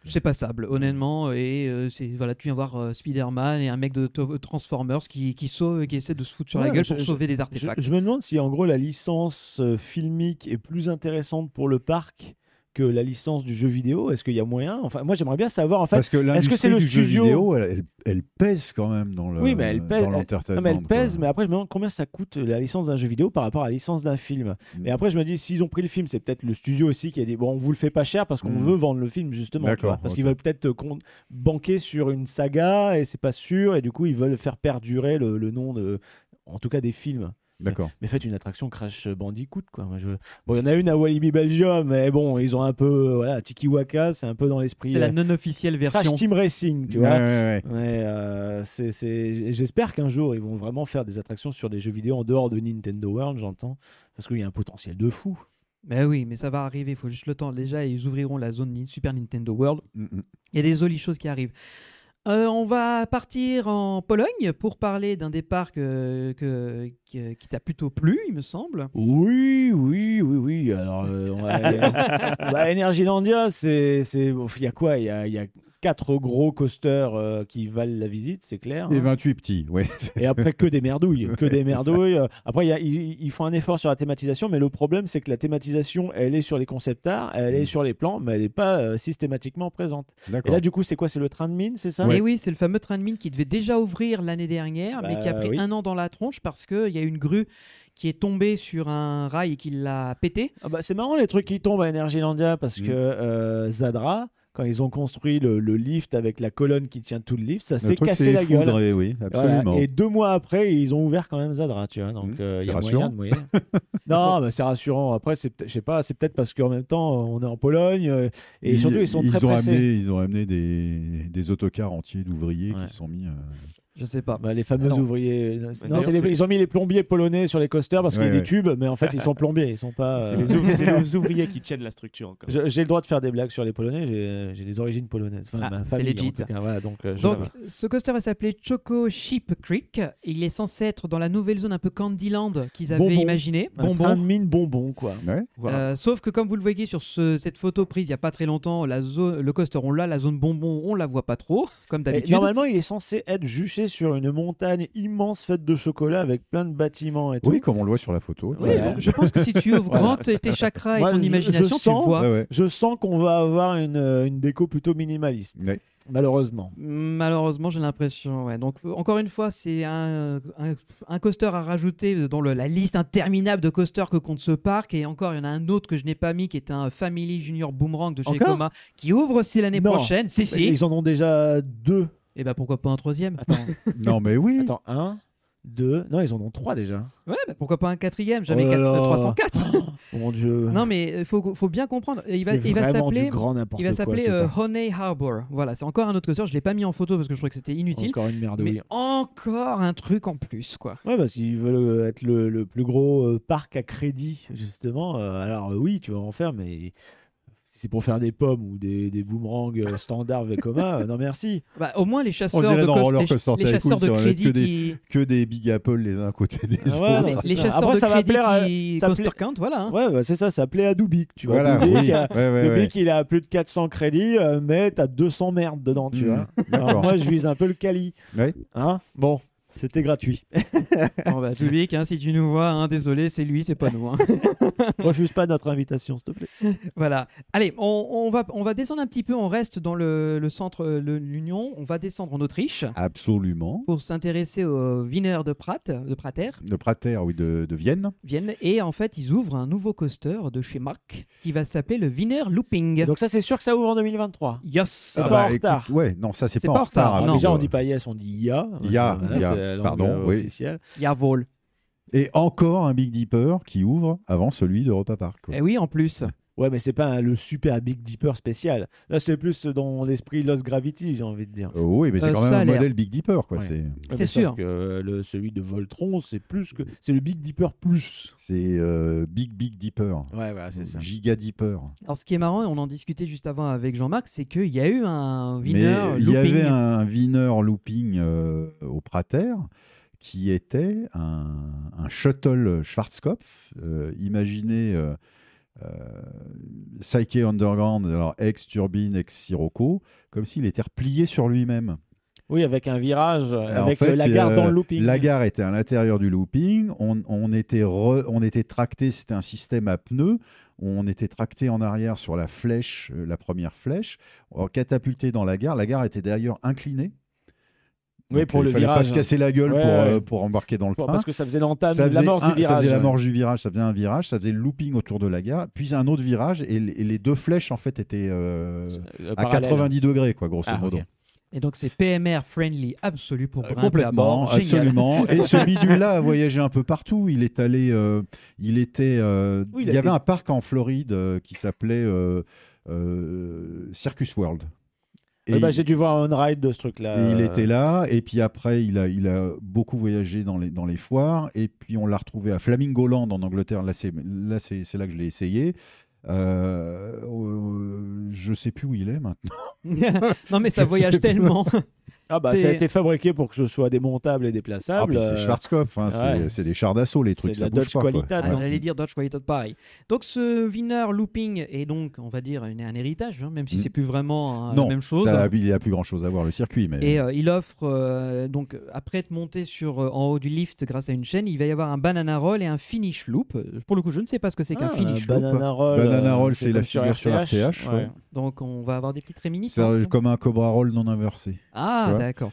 Speaker 10: C'est passable
Speaker 7: Mm.
Speaker 10: honnêtement et euh, c'est voilà, tu viens voir euh, Spider-Man et un mec de To- Transformers qui qui sauve qui essaie de se foutre sur la
Speaker 7: Ouais,
Speaker 10: gueule
Speaker 7: je-
Speaker 10: pour
Speaker 7: je-
Speaker 10: sauver des
Speaker 7: Je,
Speaker 10: artefacts.
Speaker 7: je me demande si en gros la licence euh, filmique est plus intéressante pour le parc que la licence du jeu vidéo. Est-ce qu'il y a moyen Enfin, moi j'aimerais bien savoir en fait.
Speaker 8: Parce que l'industrie
Speaker 7: que c'est le
Speaker 8: du jeu
Speaker 7: studio
Speaker 8: vidéo, elle, elle- elle pèse quand même dans le
Speaker 7: Oui, mais elle pèse.
Speaker 8: dans
Speaker 7: elle-
Speaker 8: l'entertainment,
Speaker 7: non, mais elle pèse,
Speaker 8: quoi.
Speaker 7: mais après, je me demande combien ça coûte euh, la licence d'un jeu vidéo par rapport à la licence d'un film.
Speaker 8: Mm.
Speaker 7: Et après, je me dis, s'ils ont pris le film, c'est peut-être le studio aussi qui a dit, bon, on vous le fait pas cher parce qu'on
Speaker 8: Mm.
Speaker 7: veut vendre le film, justement. tu
Speaker 8: D'accord,
Speaker 7: vois, parce
Speaker 8: ok.
Speaker 7: qu'ils veulent peut-être euh, con- banquer sur une saga et c'est pas sûr, et du coup, ils veulent faire perdurer le, le nom de. En tout cas, des films.
Speaker 8: D'accord.
Speaker 7: Mais faites une attraction Crash Bandicoot, quoi. Moi, je... Bon, il y en a une à Walibi Belgium, mais bon, ils ont un peu. Voilà, Tiki Waka, c'est un peu dans l'esprit.
Speaker 10: C'est la
Speaker 7: euh,
Speaker 10: non officielle
Speaker 7: Crash
Speaker 10: version.
Speaker 7: Team Racing, tu
Speaker 8: Ouais,
Speaker 7: vois.
Speaker 8: ouais, ouais.
Speaker 7: Ouais, euh, c'est- c'est- et J'espère qu'un jour, ils vont vraiment faire des attractions sur des jeux vidéo en dehors de Nintendo World, j'entends. Parce qu'il y a un potentiel de fou.
Speaker 10: Mais oui, mais ça va arriver, il faut juste le temps. Déjà, ils ouvriront la zone Ni- Super Nintendo World.
Speaker 8: Mm, mm.
Speaker 10: Il y a des jolies choses qui arrivent. Euh, on va partir en Pologne pour parler d'un des parcs euh, que- qui, qui t'a plutôt plu, il me semble.
Speaker 7: Oui, oui, oui, oui. Alors, euh, on
Speaker 10: [LAUGHS]
Speaker 7: va- bah, Energylandia, c'est. c'est- Il y a quoi Il y a, il y a quatre gros coasters euh, qui valent la visite, c'est clair.
Speaker 8: Et
Speaker 7: hein.
Speaker 8: 28 petits, ouais. [LAUGHS] c'est-
Speaker 7: Et après, que des merdouilles.
Speaker 8: [LAUGHS]
Speaker 7: Que des merdouilles. Euh, Après, il y a- ils ils font un effort sur la thématisation, mais le problème, c'est que la thématisation, elle est sur les concept arts, elle est sur les plans, mais elle n'est pas euh, systématiquement présente. Et
Speaker 8: Mm. D'accord.
Speaker 7: là, du coup, c'est quoi C'est le train de mine, c'est ça
Speaker 10: Et oui, c'est le fameux train de mine qui devait déjà ouvrir l'année dernière, mais qui a
Speaker 7: Bah
Speaker 10: pris
Speaker 7: oui.
Speaker 10: un an dans la tronche parce qu'il y a une grue qui est tombée sur un rail et qui l'a pété.
Speaker 7: Ah bah, c'est marrant les trucs qui tombent à Energylandia parce
Speaker 8: Mm.
Speaker 7: que euh, Zadra, quand ils ont construit le, le lift avec la colonne qui tient tout le lift, ça
Speaker 8: Le
Speaker 7: s'est
Speaker 8: truc
Speaker 7: cassé
Speaker 8: s'est
Speaker 7: la gueule.
Speaker 8: effondré, oui,
Speaker 7: Voilà.
Speaker 8: absolument.
Speaker 7: Et deux mois après, ils ont ouvert quand même Zadra, tu vois. Donc
Speaker 8: Mm.
Speaker 7: euh, il y a
Speaker 8: C'est
Speaker 7: moyen de moyen. non, bah, c'est rassurant. Après, c'est peut- je sais pas, c'est peut-être parce qu'en même temps, on est en Pologne euh, et surtout ils sont très
Speaker 8: ont
Speaker 7: pressés.
Speaker 8: Amené, ils ont amené des, des autocars entiers d'ouvriers
Speaker 7: Ouais.
Speaker 8: qui sont mis. euh,
Speaker 10: Je sais pas.
Speaker 7: Bah, les fameux
Speaker 9: Ah non.
Speaker 7: ouvriers. euh,
Speaker 9: Mais
Speaker 7: Non, c'est
Speaker 9: d'ailleurs,
Speaker 7: les-
Speaker 9: c'est-
Speaker 7: ils ont mis les plombiers polonais sur les coasters parce qu'il y a
Speaker 8: Ouais,
Speaker 7: des tubes, mais en fait ils sont plombiers, ils sont pas.
Speaker 9: C'est
Speaker 7: euh,
Speaker 9: les, ouv- c'est les ouvriers qui tiennent la structure
Speaker 7: [LAUGHS]
Speaker 9: encore.
Speaker 7: Je- J'ai le droit de faire des blagues sur les Polonais, j'ai- j'ai des origines polonaises. Enfin,
Speaker 10: Ah,
Speaker 7: ma
Speaker 10: c'est
Speaker 7: famille, en
Speaker 10: legit.
Speaker 7: tout cas. Voilà, donc, euh, je-
Speaker 10: Donc, ce coaster va s'appeler Choco Sheep Creek. Il est censé être dans la nouvelle zone un peu Candyland qu'ils avaient
Speaker 7: Bonbon.
Speaker 10: imaginé.
Speaker 7: un train de mine bonbon, quoi.
Speaker 8: ouais.
Speaker 10: Euh, sauf que comme vous le voyez sur ce- cette photo prise il y a pas très longtemps, la zone, le coaster on l'a, la zone bonbon on la voit pas trop, comme
Speaker 7: Et
Speaker 10: d'habitude.
Speaker 7: normalement, il est censé être juché sur une montagne immense faite de chocolat avec plein de bâtiments et tout.
Speaker 8: Oui, comme on le voit sur la photo.
Speaker 10: Oui,
Speaker 7: Voilà.
Speaker 10: donc je pense que si tu ouvres
Speaker 7: [LAUGHS] Voilà.
Speaker 10: grand tes chakras et
Speaker 7: Moi,
Speaker 10: ton
Speaker 7: je-
Speaker 10: imagination,
Speaker 7: je sens-
Speaker 10: tu vois.
Speaker 8: Ouais, ouais.
Speaker 7: Je sens qu'on va avoir une, euh, une déco plutôt minimaliste,
Speaker 8: Ouais.
Speaker 7: malheureusement.
Speaker 10: Malheureusement, j'ai l'impression. ouais. Donc, euh, encore une fois, c'est un, un, un coaster à rajouter dans le- la liste interminable de coasters que compte ce parc. Et encore, il y en a un autre que je n'ai pas mis qui est un Family Junior Boomerang de chez
Speaker 7: Encore
Speaker 10: Coma qui ouvre aussi l'année
Speaker 7: Non.
Speaker 10: prochaine. Si, si.
Speaker 7: Ils en ont déjà deux.
Speaker 10: Et bah pourquoi pas un troisième
Speaker 7: Attends,
Speaker 8: Non, mais oui.
Speaker 7: attends, un, deux. Non, ils en ont trois déjà.
Speaker 10: Ouais, bah [LAUGHS] pourquoi pas un quatrième Jamais
Speaker 7: Oh là
Speaker 10: quatre-
Speaker 7: là.
Speaker 10: 304
Speaker 7: Oh mon dieu.
Speaker 10: Non, mais il faut, faut bien comprendre. Il va,
Speaker 7: C'est
Speaker 10: il va
Speaker 7: vraiment
Speaker 10: s'appeler.
Speaker 7: du grand n'importe
Speaker 10: Il va
Speaker 7: quoi,
Speaker 10: s'appeler
Speaker 7: c'est
Speaker 10: euh,
Speaker 7: pas-
Speaker 10: Honey Harbor. Voilà, c'est encore un autre coaster. Je l'ai pas mis en photo parce que je trouvais que c'était inutile.
Speaker 7: Encore une merde,
Speaker 10: mais
Speaker 7: oui.
Speaker 10: encore un truc en plus, quoi.
Speaker 7: Ouais, parce qu'ils veulent être le, le euh, plus gros euh, parc à crédit, justement. euh, alors euh, oui, tu vas en faire, mais si c'est pour faire des pommes ou des, des boomerangs euh, standards et commun, euh, non merci.
Speaker 10: Bah, au moins les
Speaker 8: On
Speaker 10: chasseurs
Speaker 8: dirait
Speaker 10: de,
Speaker 8: dans
Speaker 10: cos-
Speaker 8: Roller
Speaker 10: les, ch-
Speaker 8: Coaster
Speaker 10: les
Speaker 8: Tycoon,
Speaker 10: chasseurs de
Speaker 8: ça aurait
Speaker 10: crédit
Speaker 8: que
Speaker 10: [LAUGHS]
Speaker 8: des-
Speaker 10: qui-
Speaker 8: Que des Big Apple les uns à côté des
Speaker 7: Ah ouais,
Speaker 8: autres.
Speaker 7: non,
Speaker 10: les-
Speaker 7: c'est
Speaker 10: les
Speaker 7: ça.
Speaker 10: chasseurs
Speaker 7: Après,
Speaker 10: de
Speaker 7: ça va
Speaker 10: crédit
Speaker 7: plaire à-
Speaker 10: qui
Speaker 7: ça
Speaker 10: coaster
Speaker 7: plaît-
Speaker 10: count, voilà. hein.
Speaker 7: Ouais, bah, c'est ça, ça plaît à Doubik. Tu vois,
Speaker 8: Voilà,
Speaker 7: Doubik,
Speaker 8: oui.
Speaker 7: a-
Speaker 8: Ouais, ouais,
Speaker 7: Le
Speaker 8: ouais.
Speaker 7: mec, il a plus de 400 crédits, euh, mais t'as 200 merdes dedans, tu
Speaker 8: Mhm.
Speaker 7: vois.
Speaker 8: D'accord.
Speaker 7: Alors, moi, je vise un peu le Cali.
Speaker 8: Ouais.
Speaker 7: Hein bon, c'était gratuit.
Speaker 10: Bon, bah, public, hein, si tu nous vois, hein, désolé, c'est lui, c'est pas nous. hein.
Speaker 7: Refuse pas notre invitation, s'il te plaît.
Speaker 10: [LAUGHS] Voilà. Allez, on, on va, on va descendre un petit peu. On reste dans le, le centre euh, le- l'Union. On va descendre en Autriche
Speaker 8: Absolument.
Speaker 10: pour s'intéresser au Wiener de Prat, de Prater,
Speaker 8: Le Prater, oui, de, de Vienne.
Speaker 10: Vienne. Et en fait, ils ouvrent un nouveau coaster de chez Marc qui va s'appeler le Wiener Looping.
Speaker 7: Donc, ça, c'est sûr que ça ouvre en 2023.
Speaker 10: Yes.
Speaker 7: Ah
Speaker 8: Ah
Speaker 7: bah,
Speaker 8: bah,
Speaker 7: en retard.
Speaker 8: écoute, ouais, non, ça c'est
Speaker 10: C'est
Speaker 8: pas, en retard.
Speaker 10: Ah,
Speaker 7: Alors,
Speaker 10: non.
Speaker 7: déjà, on dit pas yes, on dit ya.
Speaker 8: Ya,
Speaker 7: Voilà,
Speaker 8: ya,
Speaker 7: c'est la langue,
Speaker 8: pardon,
Speaker 7: euh,
Speaker 8: oui.
Speaker 7: officielle.
Speaker 10: Jawohl.
Speaker 8: Et encore un Big Dipper qui ouvre avant celui d'Europa Park. quoi.
Speaker 10: Eh oui, en plus.
Speaker 7: Ouais, mais c'est pas un- le super Big Dipper spécial. Là, c'est plus dans l'esprit Lost Gravity, j'ai envie de dire.
Speaker 8: Euh, oui, mais c'est
Speaker 10: Euh,
Speaker 8: quand
Speaker 10: ça
Speaker 8: même
Speaker 10: a
Speaker 8: un
Speaker 10: l'air.
Speaker 8: modèle Big Dipper. quoi.
Speaker 7: Ouais.
Speaker 8: C'est
Speaker 7: Ouais,
Speaker 10: C'est
Speaker 7: mais sauf
Speaker 10: sûr.
Speaker 7: que, euh, le, celui de Voltron, c'est plus que. C'est le Big Dipper plus.
Speaker 8: c'est, euh, Big Big Dipper.
Speaker 7: Ouais, voilà, c'est ça.
Speaker 8: Giga Dipper.
Speaker 10: Alors, ce qui est marrant, et on en discutait juste avant avec Jean-Marc, c'est qu'il y a eu un
Speaker 8: Mais
Speaker 10: Wiener
Speaker 8: il y
Speaker 10: Looping.
Speaker 8: avait un Wiener Looping euh, au Prater qui était un, un shuttle Schwarzkopf. Euh, imaginez euh, euh, Psyche Underground, alors ex-Turbine, ex-Sirocco, comme s'il était replié sur lui-même.
Speaker 7: Oui, avec un virage, euh,
Speaker 8: Alors, en
Speaker 7: avec
Speaker 8: fait,
Speaker 7: euh, la gare
Speaker 8: euh,
Speaker 7: dans le looping.
Speaker 8: La gare était à l'intérieur du looping. On, on était, re- on était tracté, c'était un système à pneus. On était tracté en arrière sur la flèche, euh, la première flèche, on catapulté dans la gare. La gare était d'ailleurs inclinée.
Speaker 7: Oui,
Speaker 8: Donc,
Speaker 7: pour
Speaker 8: il
Speaker 7: le
Speaker 8: fallait
Speaker 7: virage,
Speaker 8: pas se casser la gueule
Speaker 7: Ouais,
Speaker 8: pour, euh,
Speaker 7: ouais.
Speaker 8: pour embarquer dans le
Speaker 7: Pour-
Speaker 8: train.
Speaker 7: Parce que ça faisait l'entame,
Speaker 8: Ça faisait,
Speaker 7: la mort
Speaker 8: un-
Speaker 7: du virage.
Speaker 8: ça faisait la morge du virage, ça faisait un virage, ça faisait le looping autour de la gare, puis un autre virage, et, l- et les deux flèches en fait étaient euh,
Speaker 7: Euh,
Speaker 8: à
Speaker 7: parallèle.
Speaker 8: 90 degrés, quoi, grosso
Speaker 7: Ah,
Speaker 8: modo.
Speaker 7: ok.
Speaker 10: Et donc, c'est PMR friendly absolu pour
Speaker 8: Euh,
Speaker 10: grimper à
Speaker 8: complètement,
Speaker 10: bord. Génial.
Speaker 8: absolument.
Speaker 10: [LAUGHS]
Speaker 8: Et ce bidule-là a voyagé un peu partout. Il est allé, euh, il était, euh,
Speaker 7: Oui,
Speaker 8: il
Speaker 7: il
Speaker 8: y
Speaker 7: a
Speaker 8: avait
Speaker 7: été-
Speaker 8: un parc en Floride euh, qui s'appelait euh, euh, Circus World. Et
Speaker 7: Euh, bah,
Speaker 8: il-
Speaker 7: J'ai dû voir un ride de ce truc-là.
Speaker 8: et il
Speaker 7: euh,
Speaker 8: était là, et puis après, il a, il a beaucoup voyagé dans les, dans les foires, et puis on l'a retrouvé à Flamingoland en Angleterre. Là, c'est là, c'est- c'est là que je l'ai essayé. Euh, euh, je sais plus où il est maintenant.
Speaker 10: [LAUGHS] non, mais ça
Speaker 8: Je sais
Speaker 10: voyage
Speaker 8: pas.
Speaker 10: tellement.
Speaker 8: [LAUGHS]
Speaker 7: Ah bah,
Speaker 10: C'est-
Speaker 7: ça a été fabriqué pour que ce soit démontable et
Speaker 8: Ah,
Speaker 7: déplaçable.
Speaker 8: puis c'est
Speaker 7: euh,
Speaker 8: Schwarzkopf, hein, c'est-
Speaker 7: ouais.
Speaker 8: c'est des chars d'assaut, les trucs.
Speaker 7: c'est de la
Speaker 8: ça bouge
Speaker 7: Dodge
Speaker 8: pas, quoi.
Speaker 7: Qualitat.
Speaker 10: Ah,
Speaker 7: non
Speaker 10: J'allais dire Dodge Quality pareil. Donc ce Wiener Looping est donc, on va dire, une- un héritage, hein, même si
Speaker 8: Mm.
Speaker 10: c'est plus vraiment hein,
Speaker 8: non,
Speaker 10: la même chose.
Speaker 8: ça, il n'y a plus grand chose à voir le circuit, mais
Speaker 10: Et euh, il offre, euh, donc après être monté sur, euh, en haut du lift grâce à une chaîne, il va y avoir un banana roll et un finish loop. Euh, Pour le coup, je ne sais pas ce que c'est qu'un
Speaker 7: Ah,
Speaker 10: finish loop.
Speaker 7: Banana Roll.
Speaker 8: Banana
Speaker 7: euh,
Speaker 8: Roll, c'est la
Speaker 7: comme
Speaker 8: figure sur RTH, ouais.
Speaker 10: Donc on va avoir des petites
Speaker 8: c'est
Speaker 10: réminiscences.
Speaker 8: un- comme un cobra roll non inversé.
Speaker 10: Ah,
Speaker 8: tu vois.
Speaker 10: d'accord.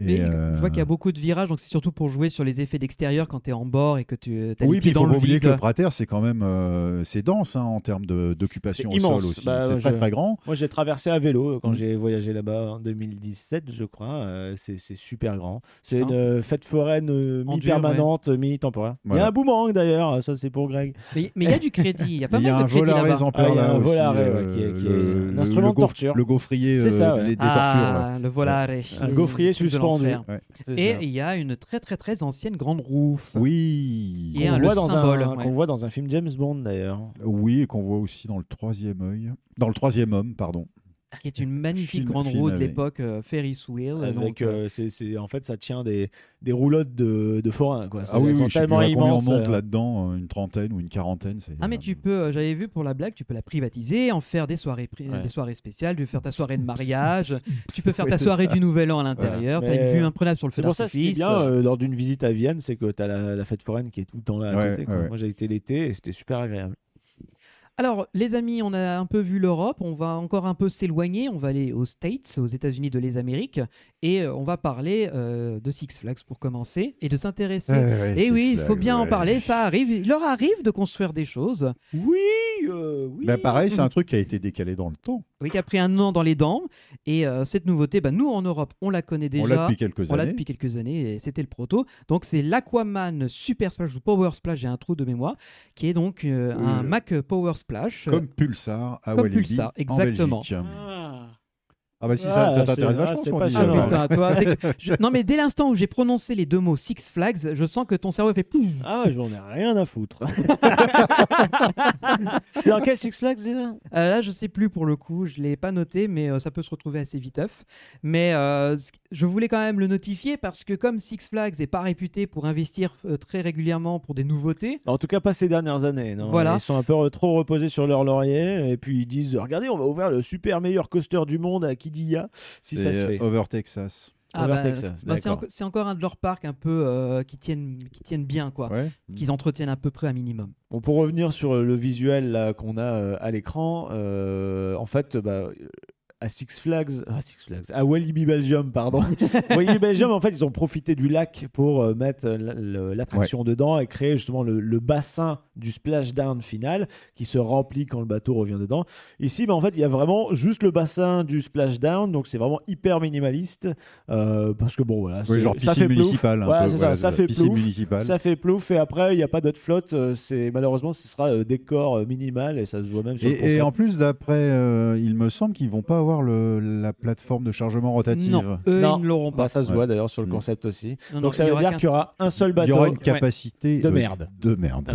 Speaker 8: Et,
Speaker 10: Mais
Speaker 8: euh,
Speaker 10: je vois qu'il y a beaucoup de virages, donc c'est surtout pour jouer sur les effets d'extérieur quand tu es en bord et que tu as
Speaker 8: Oui,
Speaker 10: les
Speaker 8: puis
Speaker 10: pieds
Speaker 8: il faut
Speaker 10: dans
Speaker 8: pas
Speaker 10: le
Speaker 8: oublier
Speaker 10: vide.
Speaker 8: que le prater, c'est quand même euh, c'est dense hein, en termes de- d'occupation
Speaker 7: C'est
Speaker 8: au sol
Speaker 7: immense.
Speaker 8: aussi.
Speaker 7: Bah,
Speaker 8: c'est
Speaker 7: ouais,
Speaker 8: très
Speaker 7: je-
Speaker 8: très grand.
Speaker 7: Moi, j'ai traversé à vélo euh, quand
Speaker 8: Mm.
Speaker 7: j'ai voyagé là-bas en 2017, je crois. Euh, c'est c'est super grand. C'est
Speaker 10: Putain.
Speaker 7: une euh, fête foraine euh,
Speaker 10: En dur,
Speaker 7: mi-permanente, mi-temporaire. Il y
Speaker 8: Voilà.
Speaker 7: a un boomerang d'ailleurs, euh, ça c'est pour Greg.
Speaker 10: Mais mais il y a du crédit,
Speaker 8: [LAUGHS]
Speaker 10: il y a pas
Speaker 8: Et Il y a
Speaker 10: mal
Speaker 8: un
Speaker 10: de crédit
Speaker 8: vol à
Speaker 10: là-bas.
Speaker 8: exemplaire
Speaker 7: Ah, il y a
Speaker 8: là
Speaker 7: un
Speaker 8: aussi.
Speaker 7: vol à arrêt,
Speaker 8: euh,
Speaker 7: ouais, qui est- qui est
Speaker 8: le-
Speaker 7: un
Speaker 8: le-
Speaker 7: instrument
Speaker 8: le
Speaker 7: de
Speaker 8: gauf-
Speaker 7: torture.
Speaker 8: Le gaufrier
Speaker 7: C'est
Speaker 8: euh,
Speaker 7: ça, ouais.
Speaker 8: des, des tortures.
Speaker 10: Ah,
Speaker 8: ouais.
Speaker 10: le volare.
Speaker 7: Un gaufrier
Speaker 10: Le truc de
Speaker 7: suspendu.
Speaker 10: l'enfer.
Speaker 7: C'est
Speaker 10: Et
Speaker 7: ça.
Speaker 10: il y a une très très très ancienne grande roue.
Speaker 8: Oui.
Speaker 10: Et
Speaker 7: Qu'on
Speaker 10: un- le
Speaker 7: voit dans
Speaker 10: symbole,
Speaker 7: un-
Speaker 10: ouais.
Speaker 7: qu'on voit dans un film James Bond d'ailleurs.
Speaker 8: Oui, et qu'on voit aussi dans le troisième œil. Dans le troisième homme, pardon.
Speaker 10: qui est une magnifique
Speaker 8: Film-
Speaker 10: grande
Speaker 8: film
Speaker 10: roue de
Speaker 8: avec-
Speaker 10: l'époque euh, Ferris Wheel.
Speaker 7: Avec,
Speaker 10: donc, euh,
Speaker 7: euh, c'est- c'est- en fait, ça tient des, des roulottes de, de forains. Quoi.
Speaker 8: Ah oui,
Speaker 7: Elles
Speaker 8: oui,
Speaker 7: sont
Speaker 8: je sais plus
Speaker 7: tellement
Speaker 8: à combien on
Speaker 7: immenses.
Speaker 8: monte
Speaker 7: euh,
Speaker 8: là-dedans, euh, une trentaine ou une quarantaine. c'est-
Speaker 10: Ah mais tu peux, euh, j'avais vu pour la blague, tu peux la privatiser, en faire des soirées, pri-
Speaker 7: Ouais.
Speaker 10: des soirées spéciales, tu peux faire ta soirée
Speaker 7: [LAUGHS]
Speaker 10: de mariage, tu peux faire ta soirée du Nouvel An à l'intérieur, tu as
Speaker 7: Mais,
Speaker 10: une vue
Speaker 7: euh,
Speaker 10: imprenable sur le feu
Speaker 7: C'est pour ça, ce qui est
Speaker 10: d'artifice.
Speaker 7: bien euh, lors d'une visite à Vienne, c'est que tu as la, la fête foraine qui est tout le temps là. à
Speaker 8: Ouais,
Speaker 7: côté, quoi.
Speaker 8: ouais, ouais.
Speaker 7: Moi, j'ai été l'été et c'était super agréable.
Speaker 10: Alors les amis, on a un peu vu l'Europe, on va encore un peu s'éloigner, on va aller aux States, aux États-Unis de les Amériques, et euh, on va parler euh, de Six Flags pour commencer, et de s'intéresser... et Eh oui, il faut bien en parler, ça arrive, il leur arrive de construire des choses.
Speaker 7: Oui, euh, oui.
Speaker 8: Bah, pareil, c'est un truc qui a été décalé dans le temps.
Speaker 10: Oui, qui a pris un an dans les dents. Et euh, cette nouveauté, bah, nous en Europe, on la connaît déjà.
Speaker 8: on l'a depuis quelques
Speaker 10: On l'a
Speaker 8: années.
Speaker 10: depuis quelques années et c'était le proto. Donc c'est l'Aquaman Super Splash ou Power Splash, j'ai un trou de mémoire, qui est donc euh,
Speaker 8: Oui.
Speaker 10: un Mac Power Splash.
Speaker 8: Comme Pulsar à
Speaker 10: Comme
Speaker 8: Walibi,
Speaker 10: Pulsar,
Speaker 8: en
Speaker 10: exactement.
Speaker 8: Belgique. Ah bah si,
Speaker 7: Ah,
Speaker 8: ça, ça
Speaker 7: c'est-
Speaker 8: t'intéresse
Speaker 7: ah,
Speaker 8: vachement
Speaker 7: c'est
Speaker 8: ce qu'on
Speaker 7: pas
Speaker 8: dit. euh,
Speaker 7: sûr.
Speaker 10: Ah,
Speaker 8: alors.
Speaker 10: putain, toi, dès que- je- Non, mais dès l'instant où j'ai prononcé les deux mots Six Flags, je sens que ton cerveau fait. pouf.
Speaker 7: Ah, j'en ai rien à [LAUGHS] foutre. c'est dans quel Six Flags déjà
Speaker 10: Euh, là, je sais plus pour le coup, je l'ai pas noté, mais euh, ça peut se retrouver assez viteuf. Mais euh, ce qui- je voulais quand même le notifier parce que comme Six Flags est pas réputé pour investir euh, très régulièrement pour des nouveautés,
Speaker 7: En tout cas, pas ces dernières années. Non
Speaker 10: Voilà.
Speaker 7: Ils sont un peu re- trop reposés sur leur laurier et puis ils disent Regardez, on va ouvrir le super meilleur coaster du monde à Kidia si ça se
Speaker 8: C'est,
Speaker 7: fait.
Speaker 8: euh, Over Texas.
Speaker 7: Over Texas,
Speaker 10: c'est bah, c'est
Speaker 7: d'accord.
Speaker 10: enco- c'est encore un de leurs parcs un peu euh, qui tiennent qui tiennent bien quoi,
Speaker 8: Ouais.
Speaker 10: qu'ils entretiennent à peu près un minimum.
Speaker 7: Bon, pour revenir sur euh, le visuel là, qu'on a euh, à l'écran, euh, en fait, euh, bah, euh, à Six Flags, à Six Flags, à Walibi Belgium,
Speaker 8: [LAUGHS]
Speaker 7: pardon. Walibi Belgium, en fait, ils ont profité du lac pour euh, mettre euh, la- le- l'attraction dedans et créer justement le, le bassin du splashdown final qui se remplit quand le bateau revient dedans. Ici, bah, en fait, il y a vraiment juste le bassin du splashdown, donc c'est vraiment hyper minimaliste euh, parce que bon, voilà,
Speaker 8: Oui,
Speaker 7: c'est-
Speaker 8: genre
Speaker 7: ça
Speaker 8: piscine
Speaker 7: fait plouf.
Speaker 8: municipale. un
Speaker 7: Voilà,
Speaker 8: peu,
Speaker 7: c'est ça,
Speaker 8: voilà,
Speaker 7: ça fait
Speaker 8: piscine
Speaker 7: plouf.
Speaker 8: municipale.
Speaker 7: Ça fait plouf et après il n'y a pas d'autre flotte. euh, C'est malheureusement ce sera euh, décor euh, minimal et ça se voit même sur le
Speaker 8: Et, et
Speaker 7: concept.
Speaker 8: en plus, d'après, euh, il me semble qu'ils vont pas avoir le, la plateforme de chargement rotative.
Speaker 10: Non, eux
Speaker 7: Non.
Speaker 10: ils ne l'auront pas.
Speaker 7: Bah, ça se
Speaker 8: Ouais.
Speaker 7: voit d'ailleurs sur le
Speaker 8: Mm.
Speaker 7: concept aussi.
Speaker 10: Non, non,
Speaker 7: Donc ça
Speaker 10: il y
Speaker 7: veut
Speaker 10: aura
Speaker 7: dire
Speaker 10: qu'un
Speaker 7: qu'il y aura un seul
Speaker 8: Il y aura
Speaker 7: bateau.
Speaker 8: une capacité
Speaker 7: Bah, De
Speaker 8: euh, [LAUGHS]
Speaker 7: merde.
Speaker 8: De merde.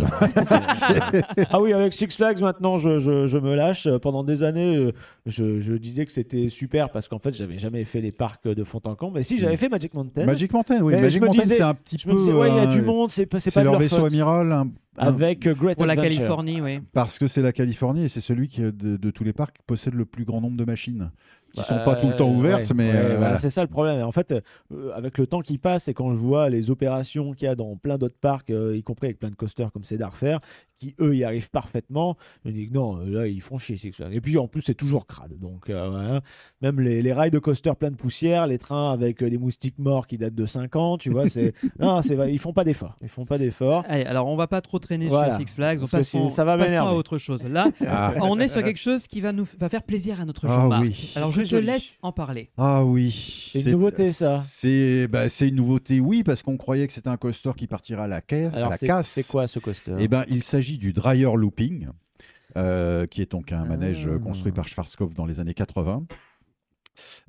Speaker 7: Ah oui, avec Six Flags maintenant, je, je- je me lâche. Euh, Pendant des années, euh, je, je disais que c'était super parce qu'en fait, j'avais jamais fait les parcs de Fontainebleau. Et si j'avais
Speaker 8: Mm.
Speaker 7: fait Magic Mountain,
Speaker 8: Magic Mountain, oui.
Speaker 7: Mais
Speaker 8: Magic
Speaker 7: je me
Speaker 8: Mountain,
Speaker 7: disais-
Speaker 8: c'est un petit
Speaker 7: je
Speaker 8: peu.
Speaker 7: me disais ouais, il y a
Speaker 8: euh,
Speaker 7: du monde, c'est pas c'est pas
Speaker 8: C'est
Speaker 7: de
Speaker 8: leur
Speaker 7: leur
Speaker 8: vaisseau
Speaker 7: faute.
Speaker 8: amiral. un- un-
Speaker 7: Avec euh, Great
Speaker 10: pour la
Speaker 7: Adventure.
Speaker 10: Californie, oui.
Speaker 8: Parce que c'est la Californie et c'est celui qui, euh, de, de tous les parcs, possède le plus grand nombre de machines. Qui
Speaker 7: Bah,
Speaker 8: sont pas tout le temps
Speaker 7: euh,
Speaker 8: ouvertes,
Speaker 7: ouais,
Speaker 8: mais
Speaker 7: ouais,
Speaker 8: euh,
Speaker 7: voilà,
Speaker 8: voilà.
Speaker 7: c'est ça le problème. Et En fait, euh, avec le temps qui passe et quand je vois les opérations qu'il y a dans plein d'autres parcs, euh, y compris avec plein de coasters comme Cedar Fair, qui eux y arrivent parfaitement, je me dis que non, euh, là ils font chier. c'est que ça. Et puis en plus, c'est toujours crade. Donc euh, voilà. même les, les rails de coasters pleins de poussière, les trains avec euh, des moustiques morts qui datent de 5 ans, tu
Speaker 8: [LAUGHS]
Speaker 7: vois, c'est non, c'est vrai, ils font pas d'efforts. Ils font pas d'efforts.
Speaker 10: Allez, Eh, alors on va pas trop traîner
Speaker 7: Voilà.
Speaker 10: sur Six Flags, on
Speaker 7: Parce que
Speaker 10: passe
Speaker 7: si- ça va
Speaker 10: passons à
Speaker 7: m'énerver.
Speaker 10: autre chose. Là,
Speaker 8: Ah.
Speaker 10: on est sur quelque chose qui va nous va faire plaisir à notre
Speaker 8: Ah
Speaker 10: Jean-Marc.
Speaker 8: oui.
Speaker 10: Alors je
Speaker 9: Très
Speaker 10: te
Speaker 9: joli.
Speaker 10: laisse en parler.
Speaker 8: Ah oui.
Speaker 7: C'est une nouveauté hein. ça.
Speaker 8: C'est bah, c'est une nouveauté, oui, parce qu'on croyait que c'était un coaster qui partira à la, ca- à
Speaker 7: Alors
Speaker 8: la
Speaker 7: c'est
Speaker 8: casse.
Speaker 7: c'est quoi ce coaster
Speaker 8: Eh ben, il s'agit du dryer looping, euh, qui est donc un manège euh,
Speaker 7: Ah.
Speaker 8: construit par Schwarzkopf dans les années 80.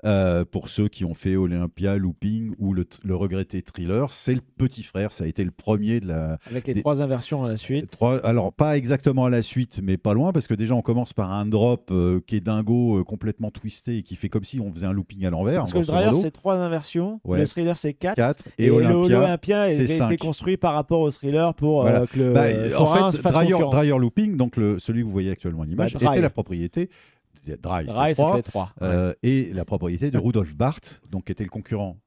Speaker 8: Euh, pour ceux qui ont fait Olympia, Looping ou le, t- le regretté Thriller, c'est le petit frère. Ça a été le premier de la.
Speaker 7: Avec les
Speaker 8: des-
Speaker 7: trois inversions à la suite.
Speaker 8: Trois- alors, pas exactement à la suite, mais pas loin, parce que déjà, on commence par un drop euh, qui est dingo, euh, complètement twisté, et qui fait comme si on faisait un looping à l'envers.
Speaker 7: Parce que le
Speaker 8: grosso
Speaker 7: dryer
Speaker 8: modo.
Speaker 7: c'est trois inversions,
Speaker 8: Ouais.
Speaker 7: le thriller c'est 4
Speaker 8: Quatre.
Speaker 7: Et,
Speaker 8: et, Olympia.
Speaker 7: le Olympia
Speaker 8: c'est
Speaker 7: avait été
Speaker 8: cinq.
Speaker 7: construit par rapport au thriller pour euh,
Speaker 8: Voilà.
Speaker 7: que le
Speaker 8: Bah,
Speaker 7: euh, forain
Speaker 8: en
Speaker 7: se
Speaker 8: fait,
Speaker 7: fasse
Speaker 8: dryer,
Speaker 7: concurrence.
Speaker 8: dryer looping, donc le, celui que vous voyez actuellement à l'image,
Speaker 7: Bah, dry.
Speaker 8: était la propriété. Dry, c'est
Speaker 7: Rai, ça
Speaker 8: trois.
Speaker 7: fait 3.
Speaker 8: Euh, et la propriété de Rudolf Barth, donc qui était le concurrent